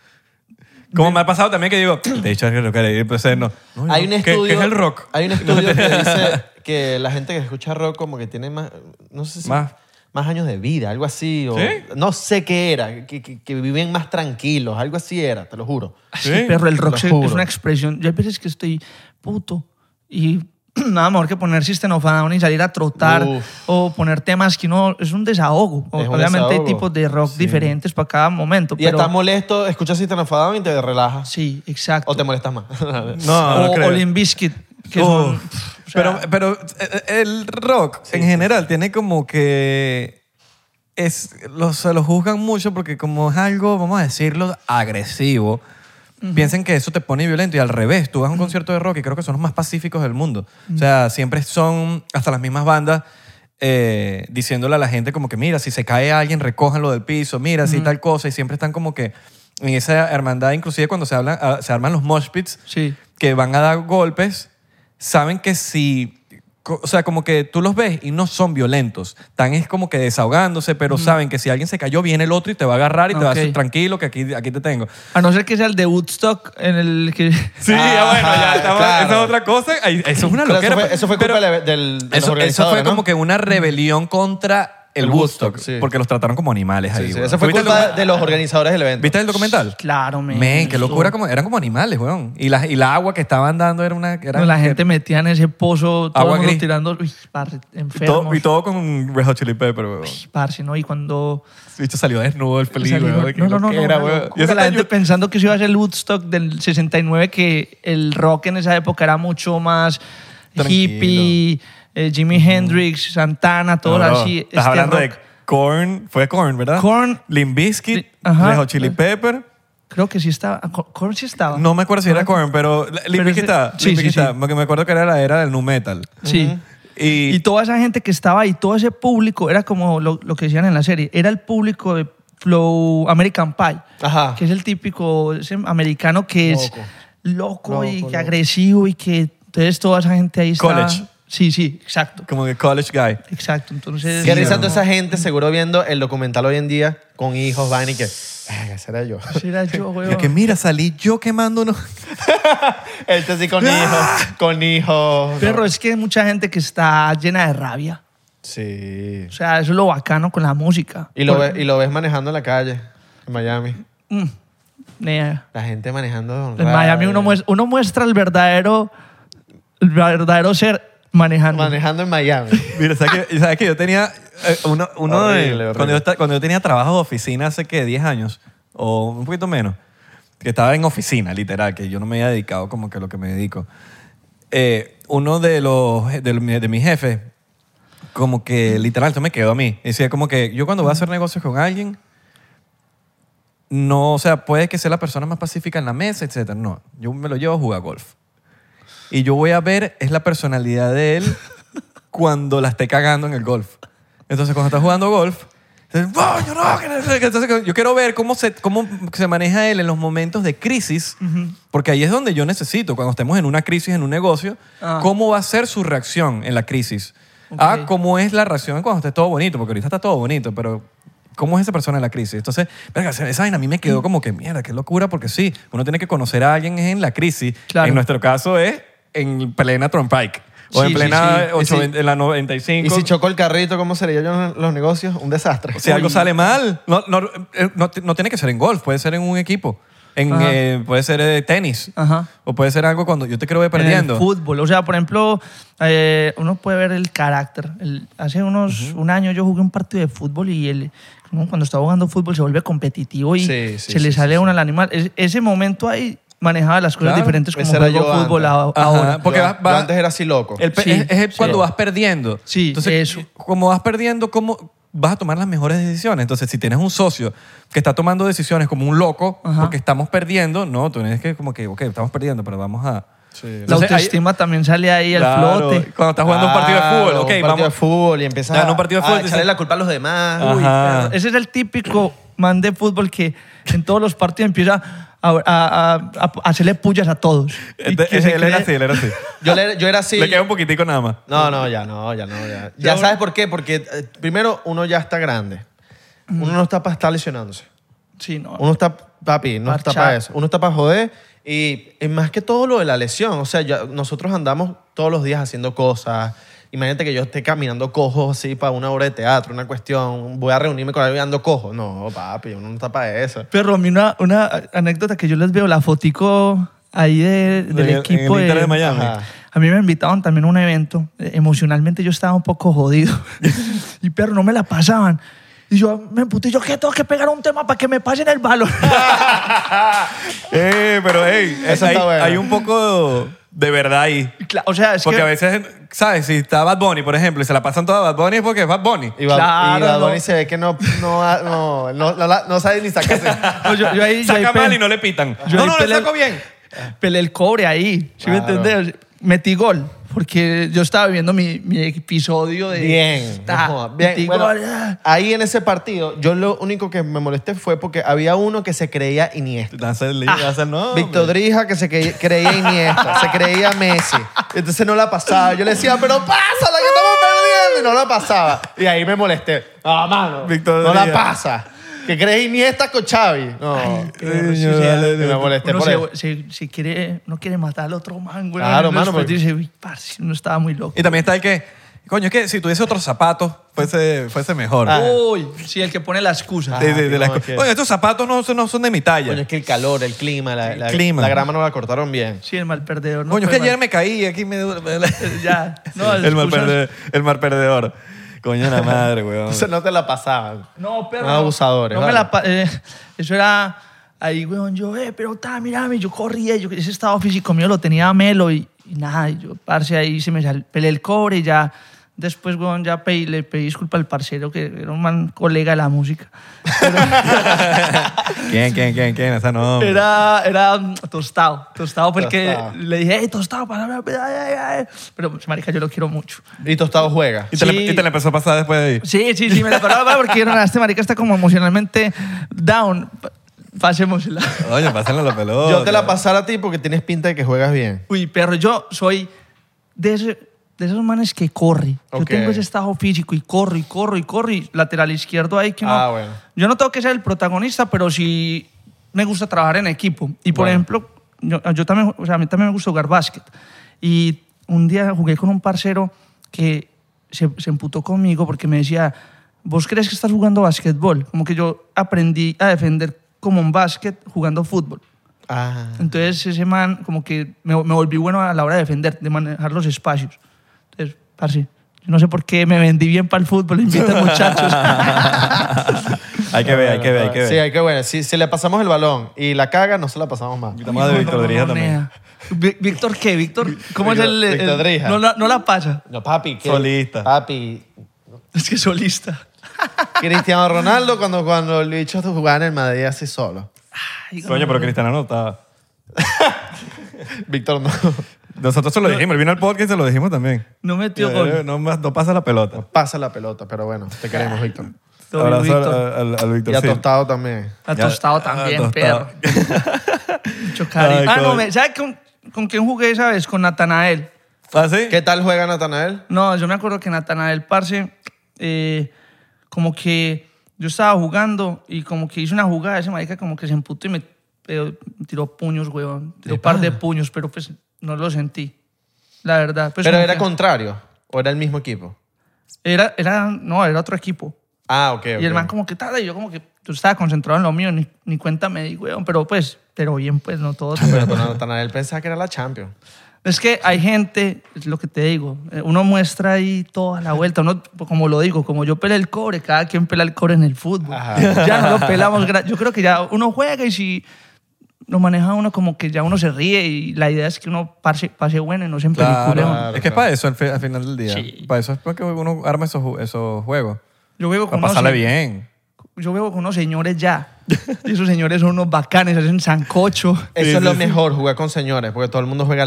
[SPEAKER 2] Como me ha pasado también que digo, te he dicho que lo que y empecé, no. no,
[SPEAKER 3] Hay un
[SPEAKER 2] no, ¿qué-
[SPEAKER 3] estudio.
[SPEAKER 2] ¿Qué es el rock?
[SPEAKER 3] Hay un estudio que dice que la gente que escucha rock como que tiene más. No sé si.
[SPEAKER 2] Más.
[SPEAKER 3] más años de vida, algo así. O,
[SPEAKER 2] ¿Sí?
[SPEAKER 3] No sé qué era. Que, que- que viven más tranquilos, algo así era, te lo juro.
[SPEAKER 1] Sí,
[SPEAKER 2] Sí,
[SPEAKER 1] pero el
[SPEAKER 3] te
[SPEAKER 1] rock
[SPEAKER 3] lo
[SPEAKER 1] se-
[SPEAKER 3] juro.
[SPEAKER 1] es una expresión. Yo hay veces que estoy puto y nada mejor que poner System of a Down y salir a trotar
[SPEAKER 3] Uf.
[SPEAKER 1] o poner temas que no es un desahogo.
[SPEAKER 3] Es un
[SPEAKER 1] Obviamente hay
[SPEAKER 3] desahogo.
[SPEAKER 1] tipos de rock diferentes para cada momento,
[SPEAKER 3] Y
[SPEAKER 1] pero
[SPEAKER 3] estás molesto, escuchas System of a Down y te relajas.
[SPEAKER 1] sí, exacto.
[SPEAKER 3] O te molestas más.
[SPEAKER 2] No, no
[SPEAKER 1] o,
[SPEAKER 2] creo.
[SPEAKER 1] o Limp Bizkit, que son-
[SPEAKER 2] Uf.
[SPEAKER 1] Oh. o sea,
[SPEAKER 2] pero, pero eh, eh, el rock en general tiene como que es lo- se lo juzgan mucho porque como es algo, vamos a decirlo, agresivo, piensan que eso te pone violento y al revés, tú vas a un concierto de rock y creo que son los más pacíficos del mundo. O sea, siempre son hasta las mismas bandas eh, diciéndole a la gente como que mira, si se cae alguien, recójanlo del piso, mira, si tal cosa y siempre están como que en esa hermandad, inclusive cuando se, hablan, ah, se arman los mosh pits,
[SPEAKER 1] sí.
[SPEAKER 2] que van a dar golpes saben que si co- o sea, como que tú los ves y no son violentos. Están es como que desahogándose, pero saben que si alguien se cayó, viene el otro y te va a agarrar y te va a
[SPEAKER 1] Ok.
[SPEAKER 2] decir tranquilo que aquí, aquí te tengo.
[SPEAKER 1] A no ser que sea el de Woodstock en el que
[SPEAKER 2] Sí,
[SPEAKER 3] Ah,
[SPEAKER 2] ya bueno, ya estamos-
[SPEAKER 3] claro.
[SPEAKER 2] esa es otra cosa. Ahí- Eso es una
[SPEAKER 3] Pero
[SPEAKER 2] loquera. pues,
[SPEAKER 3] eso, fue, eso fue
[SPEAKER 2] pero-
[SPEAKER 3] culpa del- del, de los
[SPEAKER 2] eso, eso
[SPEAKER 3] organizadores,
[SPEAKER 2] fue
[SPEAKER 3] ¿no?
[SPEAKER 2] como que una rebelión contra el,
[SPEAKER 3] El
[SPEAKER 2] Woodstock,
[SPEAKER 3] Woodstock, sí.
[SPEAKER 2] porque los trataron como animales
[SPEAKER 3] Sí,
[SPEAKER 2] ahí.
[SPEAKER 3] sí,
[SPEAKER 2] weón.
[SPEAKER 3] Eso fue
[SPEAKER 2] ¿Tuviste el
[SPEAKER 3] culpa
[SPEAKER 2] docu-
[SPEAKER 3] de los organizadores del evento.
[SPEAKER 2] ¿Viste el documental?
[SPEAKER 1] claro, men,
[SPEAKER 2] Men, qué
[SPEAKER 1] eso-
[SPEAKER 2] locura. Como, eran como animales, weón. Y la, y la agua que estaban dando era una... Era,
[SPEAKER 1] la gente metía en ese pozo, todo
[SPEAKER 2] Agua
[SPEAKER 1] el mundo
[SPEAKER 2] gris.
[SPEAKER 1] tirando, uy, par-
[SPEAKER 2] Y todo,
[SPEAKER 1] enfermos,
[SPEAKER 2] y todo con Red Hot Chili Pepper, weón.
[SPEAKER 1] parce, ¿no? Y cuando
[SPEAKER 2] Bicho salió desnudo el peligro.
[SPEAKER 1] Salió-
[SPEAKER 2] weón, que
[SPEAKER 1] no, no, no, no,
[SPEAKER 2] loquera,
[SPEAKER 1] una
[SPEAKER 2] weón.
[SPEAKER 1] locura.
[SPEAKER 2] Y eso
[SPEAKER 1] la
[SPEAKER 2] está en
[SPEAKER 1] gente pensando que eso iba a ser el Woodstock del 69, que el rock en esa época era mucho más
[SPEAKER 2] Tranquilo.
[SPEAKER 1] hippie, eh, Jimi Hendrix, Santana, todo
[SPEAKER 2] YouTube. No, no,
[SPEAKER 1] así.
[SPEAKER 2] Estás
[SPEAKER 1] este
[SPEAKER 2] hablando de
[SPEAKER 1] rock.
[SPEAKER 2] Korn, fue Korn, ¿verdad?
[SPEAKER 1] Korn.
[SPEAKER 2] Limp Bizkit,
[SPEAKER 1] Sí, ajá. Ah.
[SPEAKER 2] Red Hot Chili Pepper.
[SPEAKER 1] Creo que sí estaba, ah, Cor- Korn sí estaba.
[SPEAKER 2] No me acuerdo si era Korn, pero la- Limp
[SPEAKER 1] Ah. Pero
[SPEAKER 2] Bizkit
[SPEAKER 1] ese-
[SPEAKER 2] está.
[SPEAKER 1] sí,
[SPEAKER 2] Limp
[SPEAKER 1] sí,
[SPEAKER 2] Bizkit
[SPEAKER 1] sí.
[SPEAKER 2] está. Porque me acuerdo que era la era del nu metal.
[SPEAKER 1] Sí.
[SPEAKER 2] Y,
[SPEAKER 1] Y toda esa gente que estaba ahí, todo ese público, era como lo, lo que decían en la serie, era el público de Flow American Pie,
[SPEAKER 3] Ajá.
[SPEAKER 1] que es el típico ese americano que
[SPEAKER 3] Loco.
[SPEAKER 1] es loco, y
[SPEAKER 3] Loco,
[SPEAKER 1] que
[SPEAKER 3] loco.
[SPEAKER 1] agresivo y que entonces toda esa gente ahí está.
[SPEAKER 2] College.
[SPEAKER 1] Sí, sí, exacto.
[SPEAKER 2] como que college guy.
[SPEAKER 1] Exacto, entonces...
[SPEAKER 3] Qué risa
[SPEAKER 1] no,
[SPEAKER 3] toda esa gente seguro viendo el documental hoy en día con hijos, van y que, "Ay, ese era yo.
[SPEAKER 1] Era yo,
[SPEAKER 2] Y
[SPEAKER 1] weón.
[SPEAKER 2] que mira, salí yo quemando unos...
[SPEAKER 3] Él está así Este con
[SPEAKER 2] ¡Ah!
[SPEAKER 3] hijos, con hijos.
[SPEAKER 1] Pero es que hay mucha gente que está llena de rabia.
[SPEAKER 3] Sí.
[SPEAKER 1] O sea, eso es lo bacano con la música.
[SPEAKER 3] Y lo,
[SPEAKER 1] Por-
[SPEAKER 3] ve- y lo ves manejando en la calle en Miami.
[SPEAKER 1] Mm, eh,
[SPEAKER 3] La gente manejando. con
[SPEAKER 1] en Miami
[SPEAKER 3] rabia.
[SPEAKER 1] uno muestra, uno muestra el verdadero el verdadero ser manejando.
[SPEAKER 3] Manejando en Miami.
[SPEAKER 2] Mira, ¿sabes que, ¿sabes que yo tenía eh, uno, uno de-
[SPEAKER 3] Horrible, horrible.
[SPEAKER 2] Cuando, yo, esta- cuando yo tenía trabajo de oficina hace que 10 años o un poquito menos, que estaba en oficina, literal, que yo no me había dedicado como que a lo que me dedico. eh, uno de los de, los- de mis jefes, como que literal, esto me quedó a mí. Decía como que yo cuando voy a hacer negocios con alguien, no, o sea, puede que sea la persona más pacífica en la mesa, etcétera. No, yo me lo llevo a jugar golf. Y yo voy a ver es la personalidad de él cuando la esté cagando en el golf. Entonces, cuando está jugando golf, entonces, "Wow, yo no, que no sé qué". Entonces, yo quiero ver cómo se, cómo se maneja él en los momentos de crisis, porque ahí es donde yo necesito, cuando estemos en una crisis, en un negocio,
[SPEAKER 1] Ah.
[SPEAKER 2] cómo va a ser su reacción en la crisis.
[SPEAKER 1] Ok.
[SPEAKER 2] Ah, cómo es la reacción cuando esté todo bonito, porque ahorita está todo bonito, pero ¿cómo es esa persona en la crisis? Entonces, verga, esa vaina a mí me
[SPEAKER 1] Mm.
[SPEAKER 2] quedó como que, mierda, qué locura, porque sí, uno tiene que conocer a alguien en la crisis.
[SPEAKER 1] Claro.
[SPEAKER 2] En nuestro caso es en plena Trump Pike.
[SPEAKER 1] Sí,
[SPEAKER 2] O en
[SPEAKER 1] sí,
[SPEAKER 2] plena
[SPEAKER 1] sí.
[SPEAKER 2] ocho-
[SPEAKER 3] Y si-
[SPEAKER 2] en la 95.
[SPEAKER 3] y si chocó el carrito, ¿cómo sería yo en los negocios? Un desastre.
[SPEAKER 2] Si algo sale mal, no, no, eh, no, no tiene que ser en golf, puede ser en un equipo. en,
[SPEAKER 1] Ajá.
[SPEAKER 2] eh, puede ser eh, tenis.
[SPEAKER 1] Ajá.
[SPEAKER 2] O puede ser algo cuando yo te quiero ver
[SPEAKER 1] en
[SPEAKER 2] perdiendo.
[SPEAKER 1] el fútbol. O sea, por ejemplo, eh, uno puede ver el carácter. El- hace unos un año yo jugué un partido de fútbol y el, uno cuando está jugando fútbol se vuelve competitivo y
[SPEAKER 3] Sí, sí,
[SPEAKER 1] se le
[SPEAKER 3] sí,
[SPEAKER 1] sale una al animal. Es- ese momento ahí manejaba las cosas
[SPEAKER 2] Claro,
[SPEAKER 1] diferentes como
[SPEAKER 3] ese era
[SPEAKER 1] juego
[SPEAKER 3] yo
[SPEAKER 1] fútbol
[SPEAKER 3] antes.
[SPEAKER 1] a-
[SPEAKER 2] Ajá,
[SPEAKER 1] ahora.
[SPEAKER 2] porque
[SPEAKER 3] yo,
[SPEAKER 2] vas-
[SPEAKER 3] yo
[SPEAKER 2] vas-
[SPEAKER 3] antes era así loco.
[SPEAKER 2] El pe-
[SPEAKER 1] Sí,
[SPEAKER 2] es, es
[SPEAKER 1] sí.
[SPEAKER 2] cuando vas perdiendo.
[SPEAKER 1] Sí,
[SPEAKER 2] Entonces,
[SPEAKER 1] eso.
[SPEAKER 2] Como vas perdiendo, ¿cómo vas a tomar las mejores decisiones? Entonces, si tienes un socio que está tomando decisiones como un loco,
[SPEAKER 1] Ajá.
[SPEAKER 2] porque estamos perdiendo, no, tú tienes que como que, ok, estamos perdiendo, pero vamos a...
[SPEAKER 3] Sí.
[SPEAKER 1] La
[SPEAKER 2] Entonces, ahí-
[SPEAKER 1] autoestima también sale ahí al
[SPEAKER 2] Claro,
[SPEAKER 1] flote.
[SPEAKER 2] Cuando estás jugando un partido de
[SPEAKER 3] Claro,
[SPEAKER 2] fútbol, ok,
[SPEAKER 3] un partido
[SPEAKER 2] vamos...
[SPEAKER 3] de fútbol y empezar
[SPEAKER 2] Claro, un partido de fútbol,
[SPEAKER 3] a echarle
[SPEAKER 2] dices-
[SPEAKER 3] la culpa a los demás.
[SPEAKER 2] Ah.
[SPEAKER 1] Uy,
[SPEAKER 2] Ajá.
[SPEAKER 1] perro. Ese es el típico man de fútbol que en todos los partidos empieza a, a- a- a- a hacerle pullas a todos. Y
[SPEAKER 2] Ente-
[SPEAKER 1] que se
[SPEAKER 2] él era
[SPEAKER 1] cree-
[SPEAKER 2] así, él era así.
[SPEAKER 3] Yo, le- yo era así.
[SPEAKER 2] Le queda un poquitico nada más.
[SPEAKER 3] No, no, ya no, ya no. Ya, Ya
[SPEAKER 1] Yo-
[SPEAKER 3] sabes por qué. Porque eh, primero uno ya está grande. Uno no está para estar lesionándose.
[SPEAKER 1] Sí, no.
[SPEAKER 3] Uno está, papi, no está
[SPEAKER 1] Parchado.
[SPEAKER 3] para eso. Uno está para joder. Y, y más que todo lo de la lesión. O sea, ya- nosotros andamos todos los días haciendo cosas. Imagínate que yo esté caminando cojo así para una obra de teatro, una cuestión. Voy a reunirme con alguien ando cojo. No, papi, uno no está para eso.
[SPEAKER 1] Pero a mí una, una anécdota que yo les veo, la fotico ahí de- del
[SPEAKER 2] En el-
[SPEAKER 1] equipo
[SPEAKER 2] en el Inter de Miami.
[SPEAKER 3] Ajá.
[SPEAKER 1] A mí me invitaban también a un evento. Eh, Emocionalmente yo estaba un poco jodido. y perro, no me la pasaban. Y yo me emputé, yo que tengo que pegar un tema para que me pasen el balón.
[SPEAKER 2] Eh, pero hey,
[SPEAKER 3] Eso
[SPEAKER 2] hay,
[SPEAKER 3] está bueno.
[SPEAKER 2] hay un poco de verdad ahí.
[SPEAKER 1] Cla- o sea, es
[SPEAKER 2] Porque
[SPEAKER 1] que...
[SPEAKER 2] a veces, ¿sabes? Si está Bad Bunny, por ejemplo, y se la pasan toda Bad Bunny es porque es Bad Bunny.
[SPEAKER 3] Y, Bad-
[SPEAKER 1] Claro,
[SPEAKER 3] y Bad Bunny
[SPEAKER 1] no.
[SPEAKER 3] se ve que no, no, no, no, no- no sabe ni sacarse.
[SPEAKER 1] No, yo- yo ahí- yo ahí
[SPEAKER 2] Saca mal
[SPEAKER 1] pe-
[SPEAKER 2] y no le pitan.
[SPEAKER 1] yo
[SPEAKER 2] no,
[SPEAKER 1] ahí
[SPEAKER 2] no, le
[SPEAKER 1] pele-
[SPEAKER 2] saco bien.
[SPEAKER 1] Pelé el cobre ahí, ¿sí me
[SPEAKER 3] Claro.
[SPEAKER 1] entendés? Metí gol, porque yo estaba viviendo mi, mi episodio de...
[SPEAKER 3] Bien.
[SPEAKER 1] Ta,
[SPEAKER 3] no jodas, bien.
[SPEAKER 1] metí
[SPEAKER 3] Bueno,
[SPEAKER 1] gol, ah.
[SPEAKER 3] ahí en ese partido, yo lo único que me molesté fue porque había uno que se creía Iniesta.
[SPEAKER 2] Dancer, no.
[SPEAKER 3] Víctor Drija que se cre- creía Iniesta, se creía Messi. Entonces no la pasaba. Yo le decía, pero pásala que estamos perdiendo. Y no la pasaba. Y ahí me molesté. Ah, mano.
[SPEAKER 2] Víctor
[SPEAKER 3] no la
[SPEAKER 2] Drija.
[SPEAKER 3] pasa. Que crees Iniesta con Xavi. No.
[SPEAKER 1] Pero, sí,
[SPEAKER 3] yo
[SPEAKER 1] sí,
[SPEAKER 3] dale,
[SPEAKER 1] ah,
[SPEAKER 3] me molesté
[SPEAKER 1] uno
[SPEAKER 3] por
[SPEAKER 1] se-
[SPEAKER 3] eso.
[SPEAKER 1] se- se quiere, no quiere matar al otro man, güey.
[SPEAKER 3] Claro,
[SPEAKER 1] Uno
[SPEAKER 3] mano,
[SPEAKER 1] después
[SPEAKER 3] porque-
[SPEAKER 1] dice, uy, parce, uno estaba muy loco.
[SPEAKER 2] Y también está el que, coño, es que si tuviese otros zapatos, fuese, fuese mejor.
[SPEAKER 3] Ah.
[SPEAKER 1] Uy, sí, el que pone la excusa.
[SPEAKER 2] De- de- de
[SPEAKER 3] Ajá,
[SPEAKER 2] las
[SPEAKER 3] no,
[SPEAKER 2] co-
[SPEAKER 3] es que-
[SPEAKER 2] Oye, estos zapatos no, son- no son de mi talla.
[SPEAKER 3] Coño,
[SPEAKER 2] Coño,
[SPEAKER 3] es que el calor, el clima, la, la-
[SPEAKER 2] clima.
[SPEAKER 3] la grama no la cortaron bien.
[SPEAKER 1] Sí, el mal perdedor. No
[SPEAKER 2] es que
[SPEAKER 1] Fue mal-
[SPEAKER 2] ayer me caí, aquí me...
[SPEAKER 1] Ya, no,
[SPEAKER 2] el, mal
[SPEAKER 1] excusas-
[SPEAKER 2] perdedor, el mal perdedor. Coño, la madre, weón.
[SPEAKER 3] Entonces no te la pasaban.
[SPEAKER 1] No, pero.
[SPEAKER 3] No, abusadores,
[SPEAKER 1] No me
[SPEAKER 3] vale.
[SPEAKER 1] la pa- eh, eso era. Ahí, weón, yo, eh, pero ta, mírame, yo corría, yo, ese estado físico mío lo tenía Melo y, y nada, y yo, parce, ahí se me sal, pelé el cobre y ya. Después, weón, ya pedí, le pedí disculpa al parcero que era un man colega de la música.
[SPEAKER 2] ¿Quién, quién, quién, quién? Esa no. hombre.
[SPEAKER 1] Era, era mm, tostado, tostado porque
[SPEAKER 3] Tostado.
[SPEAKER 1] le dije, hey, tostado, para, para, para, ay, ay, ay". pero pues, marica, yo lo quiero mucho.
[SPEAKER 3] Y Tostado juega.
[SPEAKER 2] Y te, la-
[SPEAKER 1] Sí.
[SPEAKER 2] y te la empezó a pasar después de ahí.
[SPEAKER 1] Sí, sí, sí, me la paraba porque era, este marica está como emocionalmente down, Pa- pasémosela.
[SPEAKER 2] Oye, pásenle la pelota.
[SPEAKER 3] Yo te la pasara a ti porque tienes pinta de que juegas bien.
[SPEAKER 1] Uy, perro, yo soy de, ese- de esos manes que corre. Yo
[SPEAKER 3] Ok.
[SPEAKER 1] tengo ese estado físico y corro y corro y corro y lateral izquierdo ahí que no.
[SPEAKER 3] Ah, bueno.
[SPEAKER 1] Yo no tengo que ser el protagonista, pero sí me gusta trabajar en equipo. Y por
[SPEAKER 3] Bueno.
[SPEAKER 1] ejemplo, yo, yo también, o sea, a mí también me gusta jugar básquet. Y un día jugué con un parcero que se, se emputó conmigo porque me decía, ¿vos crees que estás jugando básquetbol? Como que yo aprendí a defender como un básquet jugando fútbol.
[SPEAKER 3] Ah.
[SPEAKER 1] Entonces ese man como que me, me volví bueno a la hora de defender, de manejar los espacios. Entonces, parce, yo no sé por qué me vendí bien para el fútbol, invita muchachos.
[SPEAKER 2] hay que ver, hay que ver, hay que ver.
[SPEAKER 3] Sí, hay que ver. Si, si le pasamos el balón y la caga, no se la pasamos más.
[SPEAKER 2] Invitamos a Víctor Drija también.
[SPEAKER 1] nea. Vi- ¿Víctor qué? ¿Víctor? ¿Cómo es el...? el-
[SPEAKER 3] Víctor Drija.
[SPEAKER 1] No, la- no la pasa.
[SPEAKER 3] No, papi. ¿qué?
[SPEAKER 2] Solista.
[SPEAKER 3] Papi.
[SPEAKER 1] Es que es solista.
[SPEAKER 3] Cristiano Ronaldo cuando, cuando el bicho jugaba en el Madrid así solo.
[SPEAKER 1] Ay,
[SPEAKER 2] Coño, pero Cristiano no estaba.
[SPEAKER 3] Víctor no.
[SPEAKER 2] Nosotros se lo dijimos, él vino al podcast y se lo dijimos también.
[SPEAKER 1] No metió
[SPEAKER 2] Eh,
[SPEAKER 1] gol.
[SPEAKER 2] No, más- no pasa la pelota.
[SPEAKER 3] Pasa la pelota, pero bueno, te queremos, Víctor.
[SPEAKER 1] Todo bien,
[SPEAKER 2] Abrazo al,
[SPEAKER 1] Víctor.
[SPEAKER 2] al- al Víctor.
[SPEAKER 3] Y a
[SPEAKER 2] sí.
[SPEAKER 3] Tostado también.
[SPEAKER 1] Ha
[SPEAKER 2] Ya-
[SPEAKER 1] tostado
[SPEAKER 2] ah,
[SPEAKER 1] también,
[SPEAKER 2] tostado.
[SPEAKER 1] perro. Mucho cariño.
[SPEAKER 2] Ay,
[SPEAKER 1] ah, no,
[SPEAKER 2] coño.
[SPEAKER 1] me- ¿sabes con, con quién jugué esa vez? Con Natanael.
[SPEAKER 2] ¿Ah, sí?
[SPEAKER 3] ¿Qué tal juega Natanael?
[SPEAKER 1] No, yo me acuerdo que Natanael Parce, eh, como que yo estaba jugando y como que hizo una jugada, ese marica como que se emputó y me eh, tiró puños, weón. Tiró un par de puños, pero pues no lo sentí, la verdad. Pues,
[SPEAKER 3] Pero
[SPEAKER 1] como
[SPEAKER 3] era
[SPEAKER 1] que-
[SPEAKER 3] contrario o era el mismo equipo.
[SPEAKER 1] Era, era, no, era otro equipo.
[SPEAKER 3] Ah, ok, ok.
[SPEAKER 1] Y el man como que tal, y yo como que yo estaba concentrado en lo mío, ni, ni cuenta me di, weón, pero pues, pero bien, pues no todo.
[SPEAKER 3] Ah, Pero Natanael pensaba que era la Champions.
[SPEAKER 1] Es que hay gente, es lo que te digo, eh, uno muestra ahí toda la vuelta, uno, como lo digo, como yo pelé el cobre, cada quien pela el cobre en el fútbol.
[SPEAKER 3] Ajá.
[SPEAKER 1] Ya no lo pelamos, gra- yo creo que ya uno juega y si lo maneja uno como que ya uno se ríe y la idea es que uno pase, pase bueno y no se
[SPEAKER 2] Claro,
[SPEAKER 1] empeliculea.
[SPEAKER 3] claro,
[SPEAKER 2] es que es
[SPEAKER 3] claro.
[SPEAKER 2] para eso al, fi- al final del día.
[SPEAKER 1] Sí.
[SPEAKER 2] Para eso es para que uno arma esos, ju- esos juegos.
[SPEAKER 1] Yo juego
[SPEAKER 2] Para
[SPEAKER 1] con unos
[SPEAKER 2] pasarla
[SPEAKER 1] se-
[SPEAKER 2] bien.
[SPEAKER 1] Yo veo con unos señores ya. Y esos señores son unos bacanes, hacen sancocho.
[SPEAKER 3] Eso es lo mejor, jugar con señores, porque todo el mundo juega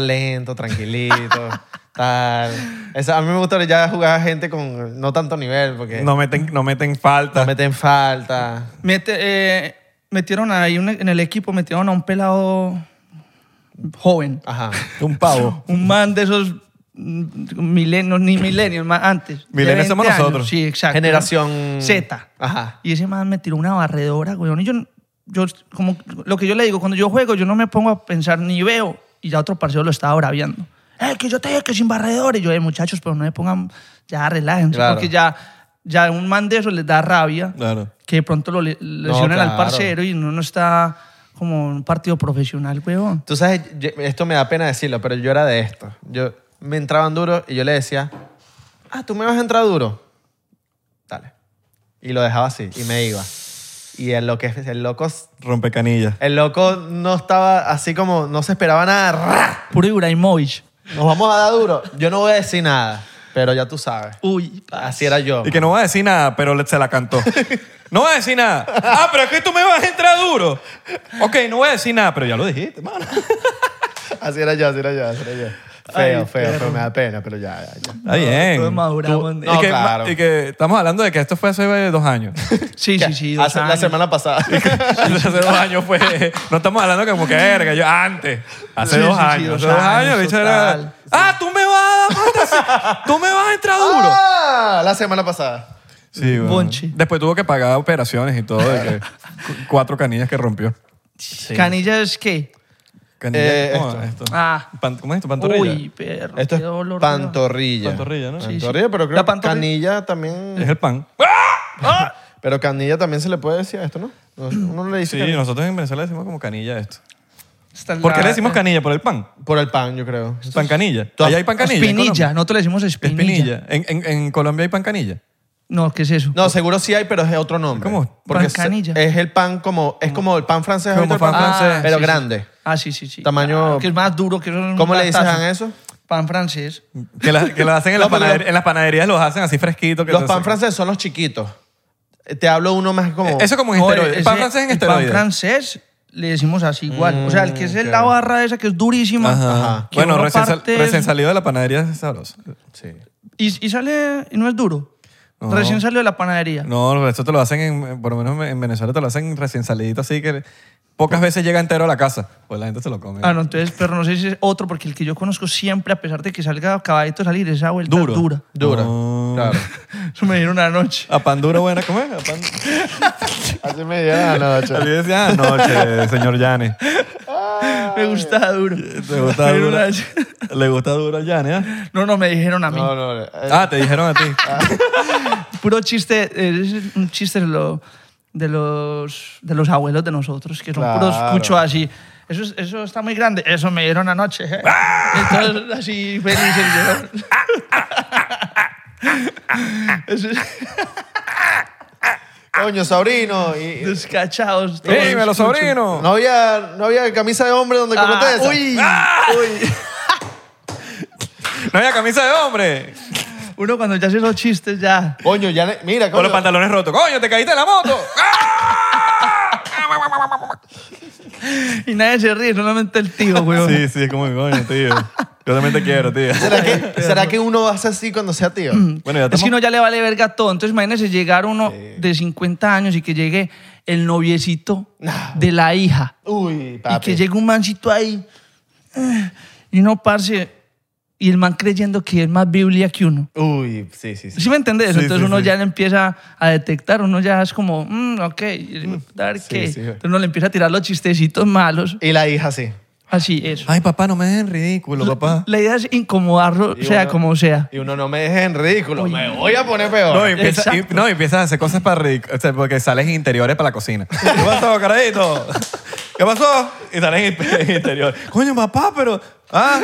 [SPEAKER 3] lento, tranquilito, tal. Esa- a mí me gusta ya jugar a gente con no tanto nivel, porque
[SPEAKER 2] No meten, no meten falta.
[SPEAKER 3] no meten falta.
[SPEAKER 1] Mete- eh, metieron ahí un- en el equipo, metieron a un pelado joven.
[SPEAKER 3] Ajá.
[SPEAKER 2] Un pavo.
[SPEAKER 1] Un man de esos mm, milenios, ni milenios, más antes. de
[SPEAKER 2] Millennials
[SPEAKER 1] 20
[SPEAKER 2] somos
[SPEAKER 1] años.
[SPEAKER 2] nosotros.
[SPEAKER 1] Sí, exacto.
[SPEAKER 3] Generación
[SPEAKER 1] Z.
[SPEAKER 3] Ajá.
[SPEAKER 1] Y ese man me tiró una barredora, weón. Y yo, yo, como lo que yo le digo, cuando yo juego, yo no me pongo a pensar ni veo. Y ya otro parcero lo estaba braviando. Eh, que yo te dije que sin barredora. Y yo, eh, muchachos, pero no me pongan, ya relájense.
[SPEAKER 3] Claro.
[SPEAKER 1] Porque ya, ya un man de eso les da rabia.
[SPEAKER 2] Claro.
[SPEAKER 1] Que de pronto lo le- lesionan
[SPEAKER 3] claro.
[SPEAKER 1] al parcero y uno no está como en un partido profesional, weón.
[SPEAKER 3] Tú sabes, yo- esto me da pena decirlo, pero yo era de esto. Yo me entraban duro y yo le decía, ah, tú me vas a entrar duro. Dale. Y lo dejaba así y me iba. Y el loco, el loco,
[SPEAKER 2] Rompe canillas.
[SPEAKER 3] el loco no estaba así como, no se esperaba nada. ¡Ra!
[SPEAKER 1] Puro Ibrahimovic.
[SPEAKER 3] Nos vamos a dar duro. Yo no voy a decir nada, pero ya tú sabes.
[SPEAKER 1] Uy,
[SPEAKER 3] Así era yo.
[SPEAKER 2] Y que no va a decir nada, pero le- se la cantó. No va a decir nada. Ah, pero es que tú me vas a entrar duro. Ok, no voy a decir nada, pero ya lo dijiste, mano.
[SPEAKER 3] Así era yo, así era yo, así era yo. Feo,
[SPEAKER 1] Ay,
[SPEAKER 3] feo,
[SPEAKER 1] perro.
[SPEAKER 3] pero me da pena, pero ya, ya, ya.
[SPEAKER 2] Está bien.
[SPEAKER 1] Todos maduramos.
[SPEAKER 3] Tú-
[SPEAKER 2] y,
[SPEAKER 3] No,
[SPEAKER 2] que,
[SPEAKER 3] claro.
[SPEAKER 2] y que estamos hablando de que esto fue hace eh, dos años.
[SPEAKER 1] Sí, sí, sí. dos
[SPEAKER 3] Hace- la
[SPEAKER 1] años.
[SPEAKER 3] semana pasada.
[SPEAKER 2] hace dos años fue. No estamos hablando como que verga, yo antes. Hace
[SPEAKER 1] Sí,
[SPEAKER 2] dos
[SPEAKER 1] sí, sí,
[SPEAKER 2] años.
[SPEAKER 1] dos
[SPEAKER 2] hace dos
[SPEAKER 1] años,
[SPEAKER 2] años, el bicho era.
[SPEAKER 1] total.
[SPEAKER 2] Ah, tú me vas a dar pata- Tú me vas a entrar duro.
[SPEAKER 3] Ah, la semana pasada.
[SPEAKER 2] Sí, bueno.
[SPEAKER 1] Bonchi.
[SPEAKER 2] Después tuvo que pagar operaciones y todo. de que cu- cuatro canillas que rompió.
[SPEAKER 1] ¿Canilla es qué?
[SPEAKER 2] Canillas.
[SPEAKER 3] Eh,
[SPEAKER 2] ¿cómo
[SPEAKER 3] esto.
[SPEAKER 2] es esto?
[SPEAKER 1] Ah.
[SPEAKER 2] Pan- ¿Cómo es esto? Pantorrilla.
[SPEAKER 1] Uy, perro.
[SPEAKER 3] Esto
[SPEAKER 1] qué
[SPEAKER 3] es
[SPEAKER 1] dolor,
[SPEAKER 3] pantorrilla.
[SPEAKER 2] Pantorrilla, ¿no?
[SPEAKER 1] Sí, sí.
[SPEAKER 3] Pantorrilla, pero creo
[SPEAKER 1] La
[SPEAKER 3] que
[SPEAKER 1] pantorrilla-
[SPEAKER 3] canilla
[SPEAKER 2] Es
[SPEAKER 3] también.
[SPEAKER 2] el pan.
[SPEAKER 3] Pero canilla también se le puede decir a esto, ¿no? No, Uno le dice
[SPEAKER 2] Sí,
[SPEAKER 3] canilla.
[SPEAKER 2] nosotros en Venezuela decimos como canilla esto.
[SPEAKER 1] Esta es
[SPEAKER 2] ¿Por qué
[SPEAKER 1] la-
[SPEAKER 2] le decimos canilla? ¿Por el pan?
[SPEAKER 3] por el pan, yo creo.
[SPEAKER 2] Pan canilla.
[SPEAKER 3] Tú-
[SPEAKER 2] ¿Allá hay pan canilla? en
[SPEAKER 1] Espinilla,
[SPEAKER 2] Colombia?
[SPEAKER 1] nosotros le decimos espinilla.
[SPEAKER 2] Espinilla. ¿En, en, en Colombia hay pan canilla?
[SPEAKER 1] No, ¿qué es eso?
[SPEAKER 3] No, seguro sí hay, pero es otro nombre.
[SPEAKER 2] ¿Cómo?
[SPEAKER 3] Porque
[SPEAKER 1] Pan canilla.
[SPEAKER 3] se- es el pan como es como Ah, el pan francés,
[SPEAKER 2] Como
[SPEAKER 3] ¿viste el
[SPEAKER 2] pan francés.
[SPEAKER 3] pero
[SPEAKER 1] sí, sí.
[SPEAKER 3] grande.
[SPEAKER 1] Ah, sí, sí, sí.
[SPEAKER 3] Tamaño-
[SPEAKER 1] Ah, que es más duro que eso es un
[SPEAKER 3] ¿Cómo le dices
[SPEAKER 1] platazo.
[SPEAKER 3] a eso?
[SPEAKER 1] Pan francés.
[SPEAKER 2] Que, la- que lo hacen en,
[SPEAKER 3] No,
[SPEAKER 2] las
[SPEAKER 3] pero-
[SPEAKER 2] panader- en las panaderías, los hacen así fresquito. Que
[SPEAKER 3] Los
[SPEAKER 2] te-
[SPEAKER 3] pan franceses son los chiquitos. Eh, Te hablo uno más como
[SPEAKER 2] Eh, Eso como en
[SPEAKER 1] No,
[SPEAKER 2] esteroides.
[SPEAKER 1] ese-
[SPEAKER 2] pan francés en
[SPEAKER 1] el Pan
[SPEAKER 2] esteroides.
[SPEAKER 1] francés le decimos así igual. o sea, el que es
[SPEAKER 3] Mm,
[SPEAKER 1] la
[SPEAKER 3] ok.
[SPEAKER 1] barra esa que es durísima.
[SPEAKER 2] Ajá.
[SPEAKER 1] que
[SPEAKER 2] Bueno,
[SPEAKER 1] uno
[SPEAKER 2] recién, sal-
[SPEAKER 1] parte-
[SPEAKER 2] recién salido de la panadería es sabroso.
[SPEAKER 3] Sí.
[SPEAKER 1] Y, y sale, y no es duro.
[SPEAKER 2] No.
[SPEAKER 1] Recién salió de la panadería.
[SPEAKER 2] No, eso te lo hacen, en, por lo menos en Venezuela te lo hacen recién salidito, así que pocas veces llega entero a la casa. Pues la gente se lo come.
[SPEAKER 1] Ah, no, entonces, pero no sé si es otro, porque el que yo conozco siempre, a pesar de que salga acabadito de salir, esa vuelta es
[SPEAKER 2] Duro.
[SPEAKER 1] dura.
[SPEAKER 3] Dura.
[SPEAKER 2] No.
[SPEAKER 3] Claro.
[SPEAKER 1] Eso me dieron anoche.
[SPEAKER 2] A pan duro buena, ¿cómo es? A pan...
[SPEAKER 3] Así me llega la noche.
[SPEAKER 2] Así decía anoche, señor Yane.
[SPEAKER 1] Me gustaba duro.
[SPEAKER 2] Le gusta
[SPEAKER 1] Me dieron
[SPEAKER 2] duro.
[SPEAKER 1] anoche.
[SPEAKER 2] Le gusta duro a Yane, ¿eh?
[SPEAKER 1] No, no, me dijeron a mí.
[SPEAKER 3] No, no. eh,
[SPEAKER 2] Ah, te dijeron a ti.
[SPEAKER 1] Puro chiste, eh, es un chiste de, lo- de los, de los abuelos de nosotros, que son
[SPEAKER 3] Claro.
[SPEAKER 1] puros cuchos así. Eso, es- eso está muy grande. Eso me dieron anoche. ¿eh? Entonces, así felices. yo. Eso es-
[SPEAKER 2] Ah.
[SPEAKER 3] Coño, sobrino. Y,
[SPEAKER 1] descachados. todos
[SPEAKER 2] Dímelo,
[SPEAKER 1] cuchos.
[SPEAKER 2] sobrino.
[SPEAKER 3] no, había, no había camisa de hombre donde
[SPEAKER 1] Ah,
[SPEAKER 3] colote esa.
[SPEAKER 1] uy,
[SPEAKER 2] No había camisa de hombre.
[SPEAKER 1] Uno cuando ya hace esos chistes ya...
[SPEAKER 3] Coño, ya ne- mira,
[SPEAKER 2] Con
[SPEAKER 3] coño.
[SPEAKER 2] los pantalones rotos. ¡Coño, te caíste de la moto!
[SPEAKER 1] Y nadie se ríe, solamente el tío, weón.
[SPEAKER 2] Sí, sí, es como mi coño, tío. Yo también te quiero, tío.
[SPEAKER 3] ¿Será que, ¿Será que uno va a ser así cuando sea tío?
[SPEAKER 2] Bueno, ya
[SPEAKER 1] Es que
[SPEAKER 2] estamos.
[SPEAKER 1] uno ya le vale verga todo. Entonces, imagínese llegar uno de 50 años y que llegue el noviecito de la hija.
[SPEAKER 3] Uy,
[SPEAKER 1] Y que
[SPEAKER 3] papi.
[SPEAKER 1] llegue un mancito ahí. eh, Y uno, parce. Y el man creyendo que es más Biblia que uno.
[SPEAKER 3] Uy, sí, sí, sí.
[SPEAKER 1] ¿Sí me entendés?
[SPEAKER 2] Sí,
[SPEAKER 1] Entonces
[SPEAKER 2] sí,
[SPEAKER 1] uno
[SPEAKER 2] sí.
[SPEAKER 1] ya le empieza a detectar, uno ya es como, mm, ok, y- a ver
[SPEAKER 3] sí,
[SPEAKER 1] qué.
[SPEAKER 3] sí.
[SPEAKER 1] Entonces uno le empieza a tirar los chistecitos malos.
[SPEAKER 3] Y la hija sí.
[SPEAKER 1] Así es.
[SPEAKER 2] Eh, Ay, papá, no me dejen ridículo, papá. Eh,
[SPEAKER 1] La idea es incomodarlo,
[SPEAKER 3] Y
[SPEAKER 1] sea
[SPEAKER 3] uno-
[SPEAKER 1] como sea.
[SPEAKER 3] Y uno no me deje en ridículo. Me voy a poner peor.
[SPEAKER 2] No, y empieza- y-
[SPEAKER 1] Exacto.
[SPEAKER 2] no, y empiezas a hacer cosas para ridic- o sea, porque sales interiores para la cocina. ¿Qué pasó, carajito? ¿Qué pasó? Y sales in- interior. Coño, papá, pero. Ah,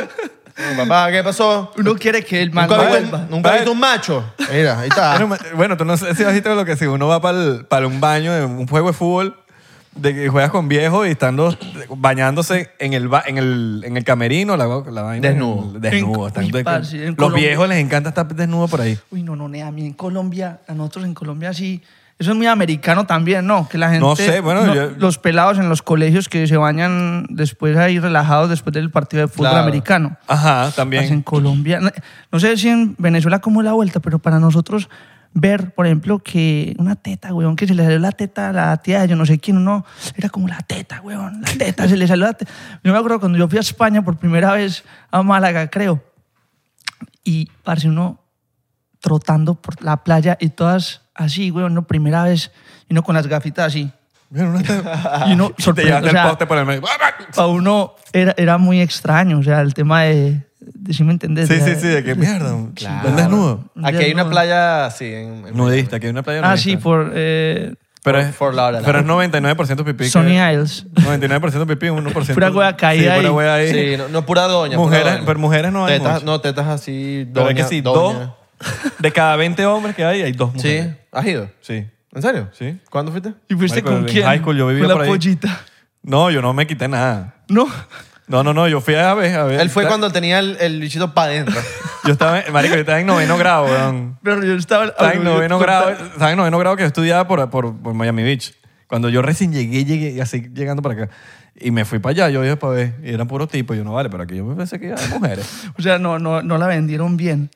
[SPEAKER 3] Papá, ¿qué pasó?
[SPEAKER 1] Uno quiere que el man
[SPEAKER 3] ¿Nunca has visto,
[SPEAKER 1] vuelva.
[SPEAKER 3] un- nunca has visto un macho? Mira, ahí está.
[SPEAKER 2] Bueno, Bueno, tú no sé si has visto lo que si uno va para un baño, de un juego de fútbol, de que juegas con viejos y están los- bañándose en el, ba- en el, en el camerino, la, la vaina.
[SPEAKER 3] Desnudo.
[SPEAKER 2] Desnudo.
[SPEAKER 1] En-
[SPEAKER 2] están
[SPEAKER 1] uy,
[SPEAKER 2] de-
[SPEAKER 1] parce, en
[SPEAKER 2] los
[SPEAKER 1] Colombia.
[SPEAKER 2] viejos les encanta estar desnudos por ahí.
[SPEAKER 1] Uy, no, no, ne, a mí en Colombia, a nosotros en Colombia sí. Eso es muy americano también, ¿no? Que la gente.
[SPEAKER 2] No sé, bueno, yo-
[SPEAKER 1] Los pelados en los colegios que se bañan después ahí relajados después del partido de fútbol
[SPEAKER 3] Claro.
[SPEAKER 1] americano.
[SPEAKER 2] Ajá,
[SPEAKER 1] Pues en
[SPEAKER 2] también.
[SPEAKER 1] Colombia. no- No sé si en Venezuela cómo es la vuelta, pero para nosotros ver, por ejemplo, que una teta, weón, que se le salió la teta a la tía de yo no sé quién, uno era como la teta, weón, la teta, se le salió la teta. Yo me acuerdo cuando yo fui a España por primera vez a Málaga, creo, y parece uno trotando por la playa y todas así, weón, no, primera vez, y uno con las gafitas así.
[SPEAKER 2] Mira, uno está-
[SPEAKER 1] Y uno
[SPEAKER 2] Ah, Te
[SPEAKER 1] sorprendido,
[SPEAKER 2] llevaste
[SPEAKER 1] o sea,
[SPEAKER 2] el poste por el medio.
[SPEAKER 1] Para uno era, era muy extraño, o sea, el tema de, de si me entendés.
[SPEAKER 2] Sí,
[SPEAKER 1] o sea,
[SPEAKER 2] sí, sí, de que mierda.
[SPEAKER 3] Claro.
[SPEAKER 2] Están desnudos.
[SPEAKER 3] Aquí hay una playa así. En, en-
[SPEAKER 2] Nudista, aquí hay una playa
[SPEAKER 1] Ah,
[SPEAKER 2] nudista.
[SPEAKER 1] sí, por eh,
[SPEAKER 2] Pero
[SPEAKER 3] For-
[SPEAKER 2] es,
[SPEAKER 3] for Laura,
[SPEAKER 2] pero
[SPEAKER 3] Laura.
[SPEAKER 2] es 99% pipí. que-
[SPEAKER 1] Sony Isles.
[SPEAKER 2] 99% pipí, 1%.
[SPEAKER 1] Pura hueá caída
[SPEAKER 2] Sí, pura
[SPEAKER 1] ahí.
[SPEAKER 2] hueá ahí.
[SPEAKER 3] Sí, no, no, pura doña. pura
[SPEAKER 2] Mujeres-
[SPEAKER 3] doña.
[SPEAKER 2] pero mujeres no hay
[SPEAKER 3] Tetas-
[SPEAKER 2] mucho.
[SPEAKER 3] No, tetas así,
[SPEAKER 2] Pero
[SPEAKER 3] doña.
[SPEAKER 2] es que sí,
[SPEAKER 3] doña.
[SPEAKER 2] dos de cada 20 hombres que hay, hay dos mujeres.
[SPEAKER 3] Sí. ¿Has ido?
[SPEAKER 2] Sí.
[SPEAKER 3] ¿En serio?
[SPEAKER 2] Sí.
[SPEAKER 3] ¿Cuándo fuiste?
[SPEAKER 1] ¿Y fuiste
[SPEAKER 2] Marico,
[SPEAKER 1] con
[SPEAKER 2] en
[SPEAKER 1] quién?
[SPEAKER 2] high school yo vivía
[SPEAKER 1] con la
[SPEAKER 2] por ahí.
[SPEAKER 1] pollita.
[SPEAKER 2] No, yo no me quité nada.
[SPEAKER 1] No.
[SPEAKER 2] No, no, no, yo fui a ver, a ver.
[SPEAKER 3] Él fue
[SPEAKER 2] Ta-
[SPEAKER 3] cuando tenía el, el bichito para adentro.
[SPEAKER 2] Yo estaba, en- marico, yo estaba en noveno grado, weón.
[SPEAKER 1] Pero yo estaba.
[SPEAKER 2] Estaba
[SPEAKER 1] yo-
[SPEAKER 2] en noveno
[SPEAKER 1] yo-
[SPEAKER 2] grado, estaba en noveno grado que yo estudiaba por, por, por Miami Beach. Cuando yo recién llegué, llegué así llegando para acá. Y me fui para allá, yo dije para ver. Y eran puros tipos. Y yo, no, vale, pero aquí yo pensé que eran mujeres.
[SPEAKER 1] O sea, no, no, no la vendieron bien.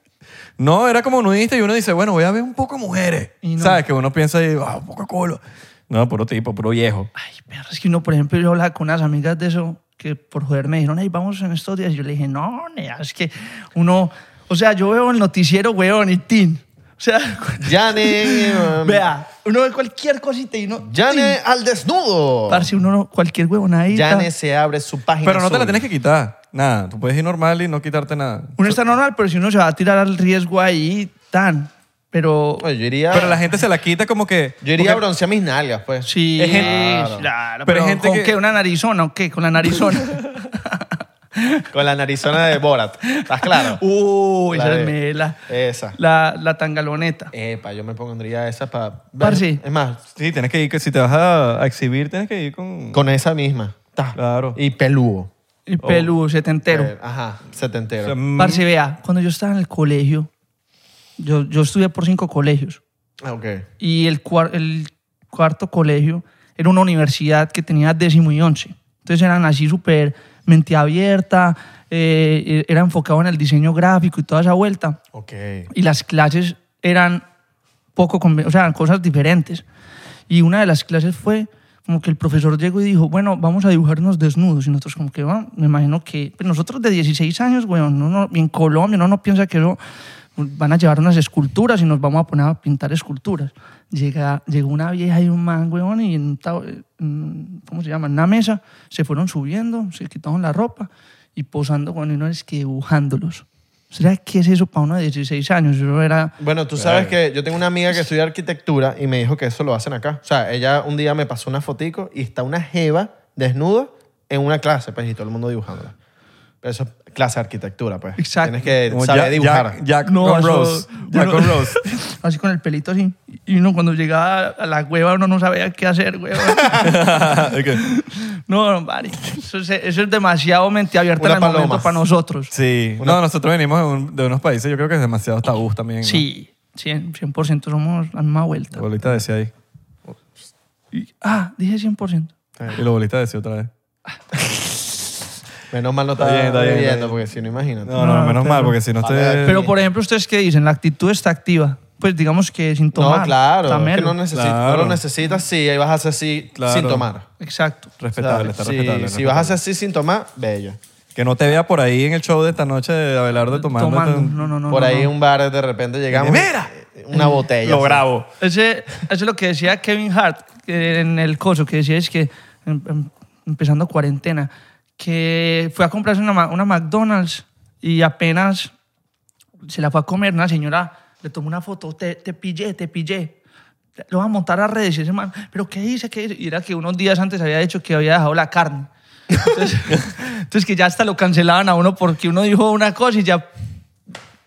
[SPEAKER 2] No, era como nudista y uno dice, bueno, voy a ver un poco de mujeres.
[SPEAKER 1] Y no.
[SPEAKER 2] ¿Sabes? Que uno piensa, y, ah, un poco de culo. No, puro tipo, puro viejo.
[SPEAKER 1] Ay, pero es que uno, por ejemplo, yo hablaba con unas amigas de eso que por joder me dijeron, hey, vamos en estos días. Y yo le dije, no, nea, es que uno. O sea, yo veo el noticiero, weón, y tin. O sea,
[SPEAKER 3] Yane. um,
[SPEAKER 1] vea, uno ve cualquier cosita y uno.
[SPEAKER 3] Yane
[SPEAKER 1] tin.
[SPEAKER 3] al desnudo.
[SPEAKER 1] Parce, uno no- cualquier huevonadita.
[SPEAKER 3] Yane se abre su página.
[SPEAKER 2] Pero no te la
[SPEAKER 3] azul.
[SPEAKER 2] tienes que quitar. Nada, tú puedes ir normal y no quitarte nada.
[SPEAKER 1] Uno está normal, pero si uno se va a tirar al riesgo ahí, tan. Pero.
[SPEAKER 3] Oye, yo iría.
[SPEAKER 2] Pero la gente se la quita como que...
[SPEAKER 3] Yo iría a
[SPEAKER 2] porque-
[SPEAKER 3] broncear mis nalgas, pues.
[SPEAKER 1] Sí,
[SPEAKER 2] Es
[SPEAKER 3] gente-
[SPEAKER 1] claro.
[SPEAKER 2] Pero
[SPEAKER 1] Pero,
[SPEAKER 2] hay gente
[SPEAKER 1] ¿con
[SPEAKER 2] que-
[SPEAKER 1] qué? ¿Una narizona o qué? Con la narizona.
[SPEAKER 3] Con la narizona de Borat. ¿Estás claro?
[SPEAKER 2] Uh.
[SPEAKER 1] Uy,
[SPEAKER 3] La
[SPEAKER 1] esa
[SPEAKER 3] de- eh.
[SPEAKER 1] es mela.
[SPEAKER 3] Esa.
[SPEAKER 1] La, la tangaloneta.
[SPEAKER 3] Epa, yo me pondría esa para.
[SPEAKER 1] Parce.
[SPEAKER 3] Es más,
[SPEAKER 2] Sí, tienes que ir, que si te vas a, a exhibir, tienes que ir con...
[SPEAKER 3] con esa misma. Ta.
[SPEAKER 2] Claro.
[SPEAKER 3] Y peludo.
[SPEAKER 1] Y pelú, setentero.
[SPEAKER 3] Oh, Eh, Ajá, setentero.
[SPEAKER 2] o sea, mm,
[SPEAKER 1] Parce, vea, cuando yo estaba en el colegio, yo, yo estudié por cinco colegios.
[SPEAKER 3] Ah, ok.
[SPEAKER 1] Y el, cuar- el cuarto colegio era una universidad que tenía décimo y once. Entonces eran así súper mente abierta, eh, era enfocado en el diseño gráfico y toda esa vuelta.
[SPEAKER 3] Ok.
[SPEAKER 1] y las clases eran poco, conven- o sea, eran cosas diferentes. Y una de las clases fue como que el profesor llegó y dijo, bueno, vamos a dibujarnos desnudos. Y nosotros como que, "Ah, me imagino que pues nosotros de 16 años, weón, no, no- en Colombia no, no piensa que eso pues, van a llevar unas esculturas y nos vamos a poner a pintar esculturas. Llega, llegó una vieja y un man, weón, y en, un tab- en- ¿cómo se llama? En una mesa se fueron subiendo, se quitaron la ropa y posando, weón, y no es que dibujándolos. ¿Será que es eso para uno de 16 años? Yo era...
[SPEAKER 3] Bueno, tú sabes
[SPEAKER 2] Eh.
[SPEAKER 3] que yo tengo una amiga que estudia arquitectura y me dijo que eso lo hacen acá. O sea, ella un día me pasó una fotico y está una jeva desnuda en una clase, pues, y todo el mundo dibujándola. Pero eso es clase de arquitectura, pues.
[SPEAKER 1] Exacto.
[SPEAKER 3] Tienes que
[SPEAKER 2] como
[SPEAKER 3] saber
[SPEAKER 2] Jack-
[SPEAKER 3] dibujar.
[SPEAKER 2] Jack, Jack
[SPEAKER 1] No,
[SPEAKER 2] con
[SPEAKER 1] eso-
[SPEAKER 2] Rose. Jack
[SPEAKER 1] uno-
[SPEAKER 2] con Rose.
[SPEAKER 1] Así con el pelito así. Y uno cuando llegaba a la cueva uno no sabía qué hacer, hueva.
[SPEAKER 2] Es que-
[SPEAKER 1] no, no, vale. Eso es, eso es demasiado mente abierta
[SPEAKER 3] Una
[SPEAKER 1] en el momento
[SPEAKER 3] paloma.
[SPEAKER 1] para nosotros.
[SPEAKER 2] Sí. No, nosotros venimos de, un- de unos países, yo creo que es demasiado tabús también. ¿no?
[SPEAKER 1] Sí, 100%, 100% somos la misma
[SPEAKER 2] La
[SPEAKER 1] vuelta.
[SPEAKER 2] bolita decía ahí.
[SPEAKER 1] Y- ah, dije 100%.
[SPEAKER 2] Y la bolita decía otra vez.
[SPEAKER 3] Menos mal no
[SPEAKER 2] Está
[SPEAKER 3] está,
[SPEAKER 2] bien, está bien, está
[SPEAKER 3] bebiendo,
[SPEAKER 2] bien.
[SPEAKER 3] porque si no, imagínate.
[SPEAKER 2] No, no,
[SPEAKER 1] No,
[SPEAKER 2] menos
[SPEAKER 1] pero-
[SPEAKER 2] mal, porque si no te...
[SPEAKER 1] Pero, por ejemplo, ¿ustedes qué dicen? ¿La actitud está activa? Pues digamos que sin tomar.
[SPEAKER 3] No, claro.
[SPEAKER 1] está
[SPEAKER 3] es que
[SPEAKER 1] melo.
[SPEAKER 3] no, necesitas,
[SPEAKER 2] Claro.
[SPEAKER 3] no lo necesitas, sí. Ahí vas a hacer así
[SPEAKER 2] Claro.
[SPEAKER 3] sin tomar.
[SPEAKER 1] Exacto.
[SPEAKER 2] Respetable,
[SPEAKER 3] O sea,
[SPEAKER 2] está
[SPEAKER 3] si,
[SPEAKER 2] respetable.
[SPEAKER 3] si vas a hacer
[SPEAKER 2] respetable.
[SPEAKER 3] así sin tomar, bello.
[SPEAKER 2] Que no te vea por ahí en el show de esta noche de Abelardo tomando.
[SPEAKER 1] Tomando.
[SPEAKER 2] tan-
[SPEAKER 1] No, no, no.
[SPEAKER 3] Por
[SPEAKER 1] no,
[SPEAKER 3] ahí
[SPEAKER 1] no.
[SPEAKER 3] un bar de repente llegamos.
[SPEAKER 2] ¡Mira!
[SPEAKER 3] Una botella.
[SPEAKER 2] Lo
[SPEAKER 3] así.
[SPEAKER 2] grabo.
[SPEAKER 1] Ese, eso es lo que decía Kevin Hart que en el coso, que decía es que em- em- empezando cuarentena, que fue a comprarse una, Ma- una McDonald's y apenas se la fue a comer, una señora le tomó una foto, te, te pillé, te pillé. Lo va a montar a redes y ese man, pero ¿qué dice? ¿Qué dice? Y era que unos días antes había dicho que había dejado la carne. Entonces, entonces que ya hasta lo cancelaban a uno porque uno dijo una cosa y ya,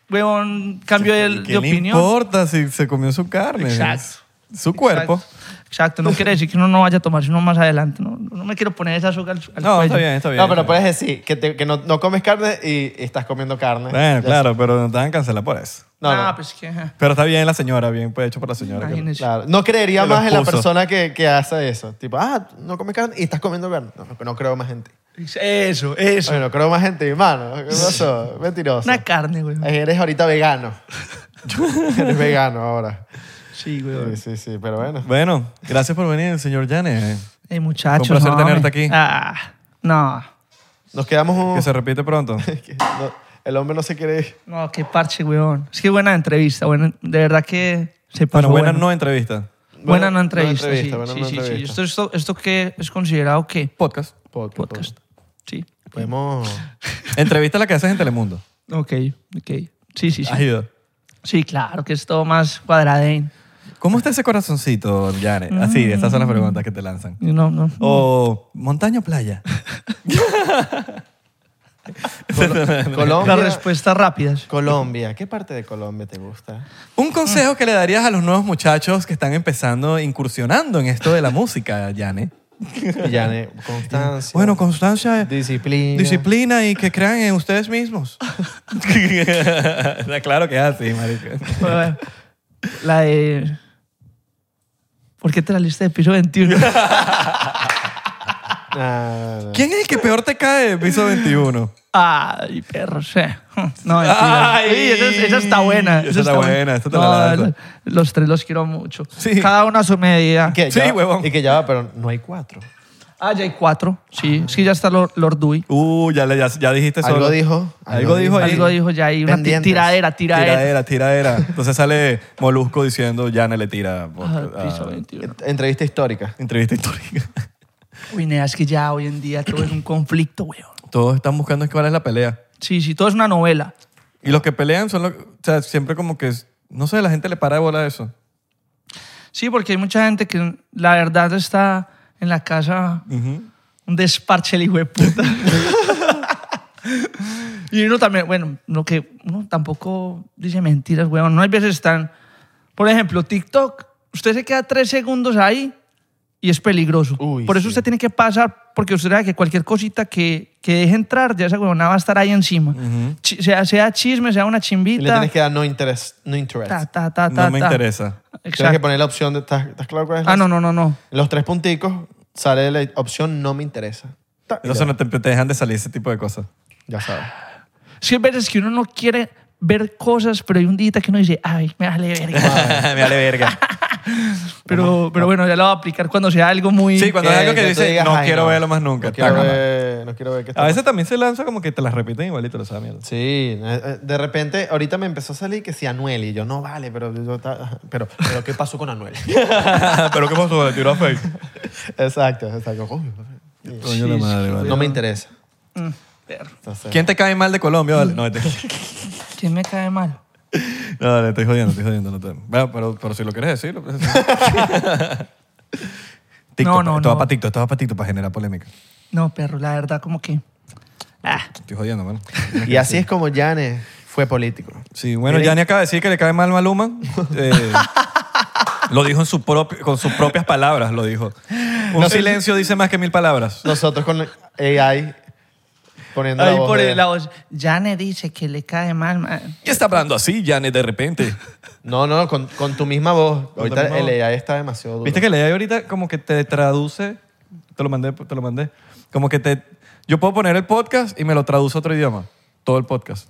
[SPEAKER 1] huevón, cambio de,
[SPEAKER 2] ¿Qué
[SPEAKER 1] de
[SPEAKER 2] le
[SPEAKER 1] opinión.
[SPEAKER 2] importa si se comió su carne?
[SPEAKER 1] Exacto.
[SPEAKER 2] Su cuerpo.
[SPEAKER 1] Exacto, exacto. no quiere decir que uno no vaya a tomarse uno más adelante. No, no me quiero poner esa azúcar al, al
[SPEAKER 2] No, pues-
[SPEAKER 1] cuello.
[SPEAKER 2] está bien, está bien.
[SPEAKER 3] No, pero puedes decir que, te- que no, no comes carne y estás comiendo carne.
[SPEAKER 2] Bueno,
[SPEAKER 3] Ya
[SPEAKER 2] claro, pero no te van a cancelar por eso.
[SPEAKER 3] sé. No,
[SPEAKER 1] ah,
[SPEAKER 3] no,
[SPEAKER 1] pues que... ajá,
[SPEAKER 2] Pero está bien la señora, bien pues hecho por la señora. que-
[SPEAKER 1] imagínese.
[SPEAKER 3] claro. no creería
[SPEAKER 2] Te lo
[SPEAKER 3] más en la
[SPEAKER 2] puso.
[SPEAKER 3] persona que, que hace eso. Tipo, ah, no comes carne y estás comiendo carne. No, no, no creo más gente.
[SPEAKER 1] Eso, eso.
[SPEAKER 3] No creo más gente, hermano. ¿Qué pasó? Mentiroso.
[SPEAKER 1] Una carne, güey.
[SPEAKER 2] Eh,
[SPEAKER 3] Eres ahorita vegano. Eres vegano ahora.
[SPEAKER 1] Sí,
[SPEAKER 3] Sí,
[SPEAKER 1] güey.
[SPEAKER 3] sí, sí, pero bueno.
[SPEAKER 2] Bueno, gracias por venir, señor Yanes.
[SPEAKER 1] Eh, muchachos.
[SPEAKER 2] Un placer
[SPEAKER 1] no,
[SPEAKER 2] tenerte
[SPEAKER 1] hombre.
[SPEAKER 2] aquí.
[SPEAKER 1] Ah, no.
[SPEAKER 3] Nos quedamos un...
[SPEAKER 2] Que se repite pronto.
[SPEAKER 3] que no- el hombre no se quiere ir.
[SPEAKER 1] No, qué parche, weón. Es que buena entrevista, bueno, de verdad que se pasó.
[SPEAKER 2] Bueno, buena
[SPEAKER 1] bueno.
[SPEAKER 2] no entrevista.
[SPEAKER 1] Buena
[SPEAKER 3] Buena-
[SPEAKER 1] no entrevista.
[SPEAKER 3] buena
[SPEAKER 1] sí,
[SPEAKER 3] entrevista, buena
[SPEAKER 1] sí,
[SPEAKER 3] no
[SPEAKER 1] sí, sí.
[SPEAKER 3] entrevista.
[SPEAKER 1] Esto, esto, esto que es considerado que
[SPEAKER 2] Podcast.
[SPEAKER 3] Podcast.
[SPEAKER 1] podcast. Sí.
[SPEAKER 3] Podemos...
[SPEAKER 2] Entrevista la que haces en Telemundo.
[SPEAKER 1] Ok, ok. Sí, sí, sí.
[SPEAKER 2] Has ido.
[SPEAKER 1] Sí, claro, que es todo más cuadradén.
[SPEAKER 2] ¿Cómo está ese corazoncito, Yanes? Así,
[SPEAKER 1] Mm.
[SPEAKER 2] esas son las preguntas que te lanzan.
[SPEAKER 1] No, no.
[SPEAKER 2] O montaña o playa.
[SPEAKER 3] Colombia.
[SPEAKER 1] Las respuestas rápidas.
[SPEAKER 3] Colombia. ¿Qué parte de Colombia te gusta?
[SPEAKER 2] Un consejo que le darías a los nuevos muchachos que están empezando, incursionando en esto de la música, Yane.
[SPEAKER 3] Villane, Constancia.
[SPEAKER 2] Bueno, constancia,
[SPEAKER 3] disciplina.
[SPEAKER 2] disciplina y que crean en ustedes mismos. Está claro que es así, marico.
[SPEAKER 1] Bueno, La de. ¿Por qué te la lista de piso 21?
[SPEAKER 3] Ah, no.
[SPEAKER 2] ¿Quién es el que peor te cae en piso 21?
[SPEAKER 1] Ay, perro, sí. No, mentira.
[SPEAKER 2] Ay,
[SPEAKER 1] Sí, esa, esa está buena.
[SPEAKER 2] esa está buena, esta te la lanzo.
[SPEAKER 1] Los tres los quiero mucho.
[SPEAKER 2] Sí.
[SPEAKER 1] Cada uno a su medida.
[SPEAKER 3] Que
[SPEAKER 2] Sí,
[SPEAKER 3] ya-
[SPEAKER 2] huevón.
[SPEAKER 3] Y que ya va, pero no hay cuatro.
[SPEAKER 1] Ah, ya hay cuatro. Sí, es que ya está Lord, Lord Dewey.
[SPEAKER 2] Uh, ya, le- ya, ya dijiste solo.
[SPEAKER 3] Algo dijo,
[SPEAKER 2] Algo
[SPEAKER 3] algo
[SPEAKER 2] dijo ahí.
[SPEAKER 1] Algo dijo ya hay una ti-
[SPEAKER 3] Pendientes.
[SPEAKER 1] tiradera, tiradera.
[SPEAKER 2] Tiradera, tiradera. Entonces sale Molusco diciendo, Yane le tira.
[SPEAKER 1] Ah, piso
[SPEAKER 2] ah,
[SPEAKER 1] 21.
[SPEAKER 3] Entrevista histórica.
[SPEAKER 2] entrevista histórica.
[SPEAKER 1] Uy, nea, es que ya hoy en día todo es un conflicto, weón.
[SPEAKER 2] Todos están buscando es cuál es la pelea.
[SPEAKER 1] Sí, sí, todo es una novela.
[SPEAKER 2] Y los que pelean son los... O sea, siempre como que... es- No sé, la gente le para de bola a eso.
[SPEAKER 1] Sí, porque hay mucha gente que la verdad está en la casa un desparche el hijo de puta. y uno también, bueno, lo que uno tampoco dice mentiras, weón. No hay veces están, por ejemplo, TikTok, usted se queda tres segundos ahí y es peligroso.
[SPEAKER 3] Uy,
[SPEAKER 1] por eso
[SPEAKER 3] sí.
[SPEAKER 1] usted tiene que pasar, porque usted sabe que cualquier cosita que, que deje entrar, ya esa weona va a estar ahí encima. Chi- sea, sea chisme, sea una
[SPEAKER 3] Y le
[SPEAKER 1] chimbita.
[SPEAKER 3] tienes que dar no interest. No interest.
[SPEAKER 1] ta, ta, ta, ta,
[SPEAKER 2] No me
[SPEAKER 1] ta.
[SPEAKER 2] interesa.
[SPEAKER 3] Tienes que
[SPEAKER 1] Exacto.
[SPEAKER 3] poner la opción de... ¿Estás estás claro cuál es? la-
[SPEAKER 1] Ah, no, no, no, no.
[SPEAKER 3] Los tres punticos sale la opción no me interesa. Ta, y
[SPEAKER 2] Entonces
[SPEAKER 3] ya,
[SPEAKER 2] no te, te dejan de salir ese tipo de cosas.
[SPEAKER 3] ya sabes.
[SPEAKER 1] Es que hay veces que uno no quiere ver cosas, pero hay un día que uno dice, ay, me vale verga.
[SPEAKER 2] me vale verga.
[SPEAKER 1] pero, pero bueno, ya lo voy a aplicar cuando sea algo muy...
[SPEAKER 2] Sí, cuando es algo que,
[SPEAKER 3] Eh, tú
[SPEAKER 2] dice,
[SPEAKER 3] digas,
[SPEAKER 2] no
[SPEAKER 3] "Ay,
[SPEAKER 2] quiero verlo más nunca.
[SPEAKER 3] No quiero,
[SPEAKER 2] Tácala.
[SPEAKER 3] ver, no quiero ver qué está
[SPEAKER 2] A veces también se lanza como que te las repiten igualito, lo sabes, mierda.
[SPEAKER 3] Sí, eh, eh, de repente ahorita me empezó a salir que si Anuel y yo no vale, pero yo ta- pero pero qué pasó con Anuel.
[SPEAKER 2] Pero ¿qué pasó? Le tiró a Face.
[SPEAKER 3] exacto, exacto. Uy,
[SPEAKER 2] Coño la madre, vale.
[SPEAKER 3] no me interesa.
[SPEAKER 1] Perro,
[SPEAKER 3] Entonces,
[SPEAKER 2] ¿Quién te cae mal de Colombia? Vale. No, te...
[SPEAKER 1] ¿Quién me cae mal?
[SPEAKER 2] no, dale, estoy jodiendo, estoy jodiendo. No te... Bueno, pero, pero si lo quieres decir, lo puedes decir. TikTok,
[SPEAKER 1] No, no,
[SPEAKER 2] esto va
[SPEAKER 1] no.
[SPEAKER 2] para TikTok, esto va para TikTok para generar polémica.
[SPEAKER 1] No, perro, la verdad como que... Ah,
[SPEAKER 2] Estoy jodiendo, mano.
[SPEAKER 3] Y así es como Yane fue político.
[SPEAKER 2] Sí, bueno, Yanni acaba de decir que le cae mal Maluma. Eh, lo dijo en su propio- con sus propias palabras, lo dijo. Un
[SPEAKER 3] No sé-
[SPEAKER 2] silencio dice más que mil palabras.
[SPEAKER 3] Nosotros con AI poniendo
[SPEAKER 1] ahí
[SPEAKER 3] la voz
[SPEAKER 1] por
[SPEAKER 3] de-
[SPEAKER 1] el- la voz. Jane dice que le cae mal. man.
[SPEAKER 2] ¿Qué está hablando así, Yanni, de repente?
[SPEAKER 3] No, no, con, con tu misma voz.
[SPEAKER 2] Con tu
[SPEAKER 3] Ahorita
[SPEAKER 2] misma
[SPEAKER 3] el
[SPEAKER 2] voz.
[SPEAKER 3] AI está demasiado duro.
[SPEAKER 2] Viste que leí ahorita como que te traduce, te lo mandé, te lo mandé, como que te, yo puedo poner el podcast y me lo traduce a otro idioma, todo el podcast,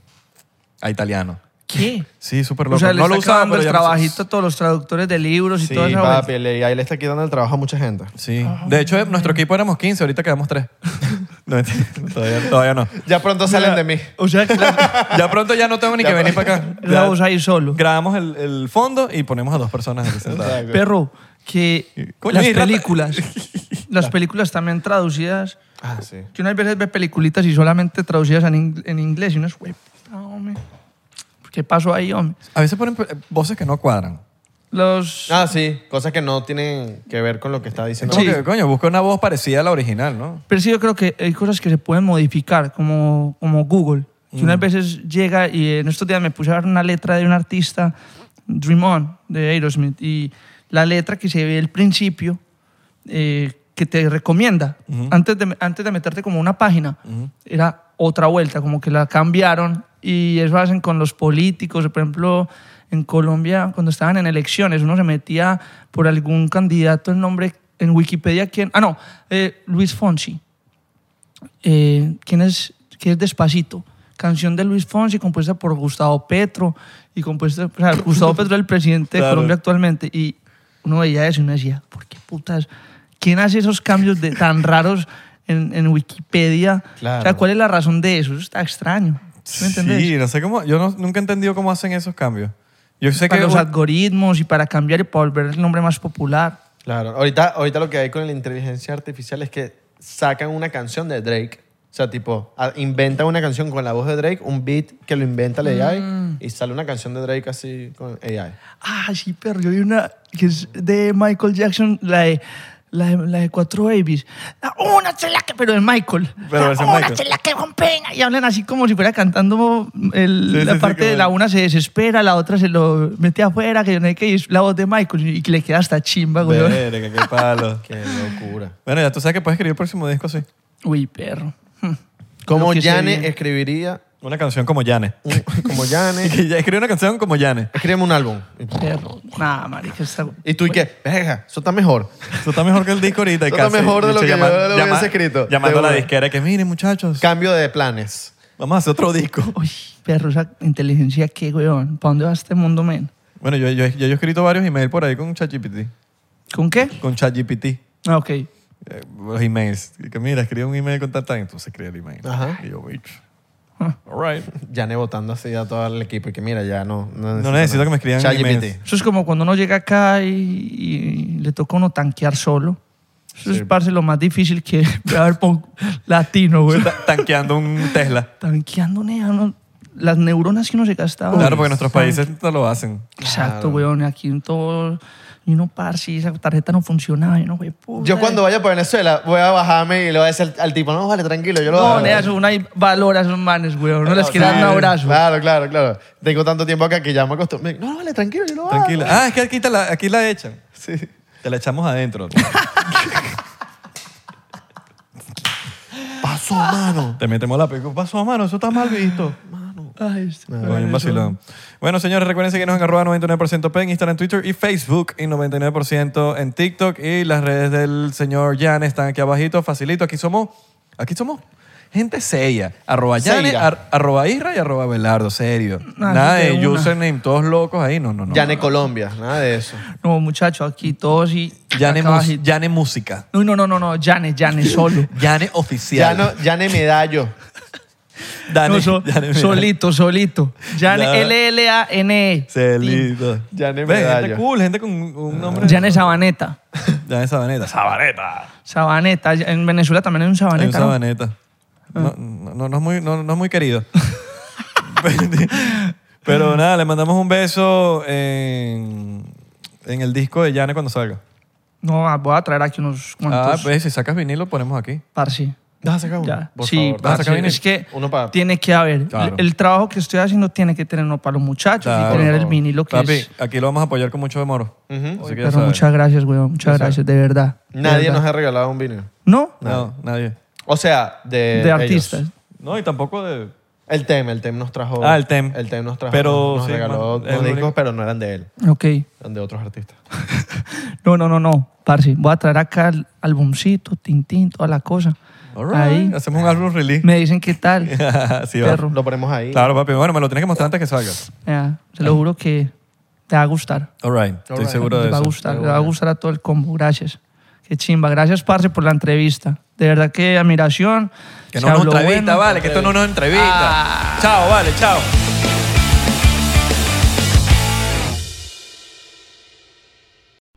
[SPEAKER 2] a italiano.
[SPEAKER 1] ¿Qué?
[SPEAKER 2] Sí, súper loco.
[SPEAKER 1] O sea, le
[SPEAKER 2] no lo
[SPEAKER 1] está
[SPEAKER 2] usaba,
[SPEAKER 1] acabando
[SPEAKER 2] pero
[SPEAKER 1] el
[SPEAKER 2] ya no sé.
[SPEAKER 1] trabajito a todos los traductores de libros y
[SPEAKER 3] Sí,
[SPEAKER 1] todo eso.
[SPEAKER 3] papi, el AI le está quitando el trabajo a mucha gente.
[SPEAKER 2] Sí. De hecho, eh, nuestro equipo éramos 15, ahorita quedamos 3. no, mentira, todavía, todavía no.
[SPEAKER 3] Ya pronto salen de mí.
[SPEAKER 1] O sea, que la,
[SPEAKER 2] Ya pronto ya no tengo ni que venir para acá.
[SPEAKER 1] la
[SPEAKER 2] Ya
[SPEAKER 1] voz ahí solo.
[SPEAKER 2] Grabamos el, el fondo y ponemos a dos personas aquí sentadas.
[SPEAKER 3] Exacto.
[SPEAKER 1] Perro, que
[SPEAKER 2] Coño,
[SPEAKER 1] las
[SPEAKER 2] y rata-
[SPEAKER 1] películas, las películas también traducidas
[SPEAKER 3] Ah, sí.
[SPEAKER 1] Que uno a veces ve peliculitas y solamente traducidas en, ing- en inglés y uno es, güey, puta, hombre. ¿Qué pasó ahí, hombre?
[SPEAKER 2] A veces ponen eh, voces que no cuadran.
[SPEAKER 1] Los...
[SPEAKER 3] Ah, sí. Cosas que no tienen que ver con lo que está diciendo.
[SPEAKER 2] Como
[SPEAKER 1] Sí.
[SPEAKER 2] que, coño, busca una voz parecida a la original, ¿no?
[SPEAKER 1] Pero sí, yo creo que hay cosas que se pueden modificar, como, como Google. Que unas veces llega y eh, en estos días me puse a ver una letra de un artista, Dream On, de Aerosmith, y la letra que se ve al principio, eh, que te recomienda, antes, de, antes de meterte como una página, era otra vuelta, como que la cambiaron y eso hacen con los políticos, por ejemplo... En Colombia, cuando estaban en elecciones, uno se metía por algún candidato el nombre en Wikipedia. ¿Quién? Ah, no, eh, Luis Fonsi eh, ¿quién es, que es Despacito? Canción de Luis Fonsi compuesta por Gustavo Petro y compuesta, o sea, Gustavo Petro es el presidente de
[SPEAKER 2] Claro.
[SPEAKER 1] Colombia actualmente y uno veía eso y uno decía, ¿por qué putas? ¿Quién hace esos cambios de, tan raros en, en Wikipedia?
[SPEAKER 3] Claro.
[SPEAKER 1] O sea, ¿cuál es la razón de eso? Eso está extraño. ¿Sí me entendés?
[SPEAKER 2] Sí, no sé cómo. Yo no- nunca he entendido cómo hacen esos cambios. Yo sé
[SPEAKER 1] para
[SPEAKER 2] que.
[SPEAKER 1] los algoritmos y para cambiar y para volver el nombre más popular.
[SPEAKER 3] Claro. Ahorita, ahorita lo que hay con la inteligencia artificial es que sacan una canción de Drake. O sea, tipo, a- inventan una canción con la voz de Drake, un beat que lo inventa el AI y sale una canción de Drake así con AI.
[SPEAKER 1] Ah, sí, perro. Yo vi una que es de Michael Jackson, la de, la de, la de Cuatro Babies. La Una chela que, pero es Michael.
[SPEAKER 2] Pero
[SPEAKER 1] La
[SPEAKER 2] versión
[SPEAKER 1] una
[SPEAKER 2] Michael.
[SPEAKER 1] chela que rompeña. Y hablan así como si fuera cantando el-
[SPEAKER 2] Sí,
[SPEAKER 1] la
[SPEAKER 2] sí, sí,
[SPEAKER 1] parte de
[SPEAKER 2] como-
[SPEAKER 1] la una se desespera, la otra se lo mete afuera, que yo no sé qué, y es la voz de Michael. Y que le queda hasta chimba, güey.
[SPEAKER 2] Verga, qué palo.
[SPEAKER 3] Qué locura.
[SPEAKER 2] Bueno, ya tú sabes que puedes escribir el próximo disco así.
[SPEAKER 1] Uy, perro. Hm.
[SPEAKER 3] ¿Cómo
[SPEAKER 1] Lo que se
[SPEAKER 3] Yane
[SPEAKER 1] viene.
[SPEAKER 3] escribiría?
[SPEAKER 2] Una canción como Yane.
[SPEAKER 3] un- como Yane.
[SPEAKER 2] Y ya escribí una canción como Yane.
[SPEAKER 3] Escríbeme un álbum.
[SPEAKER 1] Perro. Nah, marica, está...
[SPEAKER 3] Y tú y qué, verga, eso está mejor.
[SPEAKER 2] Eso está mejor que el disco ahorita. y
[SPEAKER 3] Eso está
[SPEAKER 2] casi.
[SPEAKER 3] mejor de lo
[SPEAKER 2] hecho,
[SPEAKER 3] que yo lo hubiese escrito.
[SPEAKER 2] Llamando
[SPEAKER 3] De
[SPEAKER 2] a la
[SPEAKER 3] una.
[SPEAKER 2] disquera que, miren, muchachos,
[SPEAKER 3] Cambio de planes.
[SPEAKER 2] vamos a hacer otro disco.
[SPEAKER 1] Uy, perro, esa inteligencia, qué weón. ¿Para dónde va este mundo, men?
[SPEAKER 2] Bueno, yo, yo, yo he escrito varios emails por ahí con ChatGPT.
[SPEAKER 1] ¿Con qué?
[SPEAKER 2] Con ChatGPT.
[SPEAKER 1] Ah, ok.
[SPEAKER 2] eh, los emails. Y que mira, escribe un email con tal, tal, entonces escribe el email.
[SPEAKER 3] Ajá.
[SPEAKER 2] Y yo, bitch.
[SPEAKER 1] Ah.
[SPEAKER 2] All right.
[SPEAKER 3] Yane votando así a todo el equipo y que mira, ya no. No
[SPEAKER 2] No necesito
[SPEAKER 3] nada.
[SPEAKER 2] que me escriban
[SPEAKER 3] ChatGPT.
[SPEAKER 2] emails.
[SPEAKER 1] Eso es como cuando uno llega acá y, y le toca uno tanquear solo. Eso es parce, lo más difícil que puede haber para un latino, güey.
[SPEAKER 2] Pues, Ta- Tanqueando un Tesla.
[SPEAKER 1] Tanqueando, nea, uno- las neuronas que uno se gastaba.
[SPEAKER 2] Claro, porque nuestros países no lo hacen.
[SPEAKER 1] Exacto, weón. Aquí en todo. Y uno, parce, esa tarjeta no funcionaba. Y uno, güey, puta.
[SPEAKER 3] Yo cuando vaya para Venezuela voy a bajarme y le voy a decir al, al tipo, no, vale, tranquilo, yo lo
[SPEAKER 1] No,
[SPEAKER 3] hago.
[SPEAKER 1] nea, eso, uno ahí valora a esos manes, weón. No les quiere dar un
[SPEAKER 3] ah, Claro,
[SPEAKER 1] abrazo.
[SPEAKER 3] Claro, claro, claro. Tengo tanto tiempo acá que ya me acostumbré. No, vale, tranquilo, yo lo hago.
[SPEAKER 2] Tranquila. Ah, es que aquí, te la, aquí la echan. Sí. Te la echamos adentro.
[SPEAKER 3] Pasó, mano.
[SPEAKER 2] Te metemos la pico. Pasó, mano, eso está mal visto.
[SPEAKER 1] Ay, este
[SPEAKER 2] Coño,
[SPEAKER 1] weón,
[SPEAKER 2] un
[SPEAKER 1] eso-
[SPEAKER 2] Ah, vacilón. Bueno, señores, recuerden seguirnos en arroba 99% P en Instagram, Twitter y Facebook y 99% en TikTok. Y las redes del señor Jan están aquí abajito, facilito. Aquí somos, aquí somos gente seria. Arroba Jan,
[SPEAKER 3] Seira.
[SPEAKER 2] ar- arroba Isra y arroba Belardo, serio.
[SPEAKER 1] Ah,
[SPEAKER 2] Nada
[SPEAKER 1] de
[SPEAKER 2] de
[SPEAKER 1] una.
[SPEAKER 2] username, todos locos ahí. No, no, no.
[SPEAKER 3] Yane Colombia, nada de eso.
[SPEAKER 1] No, muchacho, aquí todos y.
[SPEAKER 2] Yane,
[SPEAKER 1] acá
[SPEAKER 2] mus-
[SPEAKER 1] bajito.
[SPEAKER 2] Yane Música.
[SPEAKER 1] No, no, no, no, no. Jane, Jane, solo.
[SPEAKER 2] Yane Oficial.
[SPEAKER 3] Yano- Yane Medallo.
[SPEAKER 2] Dani-
[SPEAKER 1] No, so-
[SPEAKER 2] Yane, mira.
[SPEAKER 1] solito, solito. Jane,
[SPEAKER 2] Ya.
[SPEAKER 1] L-L-A-N-E.
[SPEAKER 2] Celito.
[SPEAKER 3] Yane
[SPEAKER 2] Ve, Gente
[SPEAKER 3] Medallo.
[SPEAKER 2] cool, gente con un- un nombre.
[SPEAKER 1] Jane Sabaneta.
[SPEAKER 2] Yane Sabaneta. Sabaneta.
[SPEAKER 1] Sabaneta. En Venezuela también hay un
[SPEAKER 2] Hay un
[SPEAKER 1] Sabaneta. ¿no? Ah.
[SPEAKER 2] sabaneta. No, no, no, no es muy, no, no es muy querido. Pero nada, le mandamos un beso en, en el disco de Yane cuando salga.
[SPEAKER 1] No, ah, voy a traer aquí unos
[SPEAKER 2] Ah,
[SPEAKER 1] cuantos.
[SPEAKER 2] pues si sacas vinilo, ponemos aquí.
[SPEAKER 1] Parsi.
[SPEAKER 3] Ah, se acabó.
[SPEAKER 1] Ya.
[SPEAKER 3] Por
[SPEAKER 1] sí,
[SPEAKER 2] vas a
[SPEAKER 3] favor.
[SPEAKER 1] parce,
[SPEAKER 2] sacar vinil.
[SPEAKER 1] es que
[SPEAKER 3] Uno para-
[SPEAKER 1] tiene que haber.
[SPEAKER 2] Claro.
[SPEAKER 1] El trabajo que estoy haciendo tiene que tenerlo para los muchachos
[SPEAKER 2] Claro.
[SPEAKER 1] y tener el vinilo que
[SPEAKER 2] Papi,
[SPEAKER 1] es.
[SPEAKER 2] aquí lo vamos a apoyar con mucho demoro. Así que ya
[SPEAKER 1] Pero
[SPEAKER 2] sabes.
[SPEAKER 1] muchas gracias, weón. Muchas gracias, de verdad. de
[SPEAKER 3] Nadie
[SPEAKER 1] verdad.
[SPEAKER 3] nos ha regalado un vinilo.
[SPEAKER 1] ¿No?
[SPEAKER 2] No, nadie.
[SPEAKER 3] O sea, de.
[SPEAKER 1] De
[SPEAKER 3] Eh, ellos.
[SPEAKER 1] artistas.
[SPEAKER 2] No, y tampoco de...
[SPEAKER 3] El TEM, el TEM nos trajo.
[SPEAKER 2] Ah, el TEM.
[SPEAKER 3] El TEM nos trajo.
[SPEAKER 2] Pero
[SPEAKER 3] nos
[SPEAKER 2] sí,
[SPEAKER 3] regaló
[SPEAKER 2] man,
[SPEAKER 3] unos
[SPEAKER 2] el
[SPEAKER 3] discos,
[SPEAKER 2] único-
[SPEAKER 3] pero no eran de él,
[SPEAKER 1] Ok.
[SPEAKER 3] eran de otros artistas.
[SPEAKER 1] No, no, no, no. Parsi, voy a traer acá el albumcito, tintín, toda la cosa.
[SPEAKER 2] All right.
[SPEAKER 1] Ahí.
[SPEAKER 2] Hacemos un álbum release.
[SPEAKER 1] Me dicen qué tal.
[SPEAKER 2] sí, va.
[SPEAKER 1] Perro.
[SPEAKER 3] Lo ponemos ahí.
[SPEAKER 2] Claro, papi. Bueno, me lo tienes que mostrar antes que salga.
[SPEAKER 1] Ya, te lo juro que te va a gustar.
[SPEAKER 2] All right. Estoy
[SPEAKER 3] right.
[SPEAKER 2] seguro de
[SPEAKER 1] Te va a
[SPEAKER 2] eso.
[SPEAKER 1] gustar, le va a gustar a todo el combo. Gracias. Qué chimba. Gracias, Parce, por la entrevista. De verdad que admiración.
[SPEAKER 2] Que
[SPEAKER 1] Se
[SPEAKER 2] no nos
[SPEAKER 1] habló
[SPEAKER 2] entrevista,
[SPEAKER 1] bueno.
[SPEAKER 2] vale, que esto no nos entrevista. Chao, vale, chao.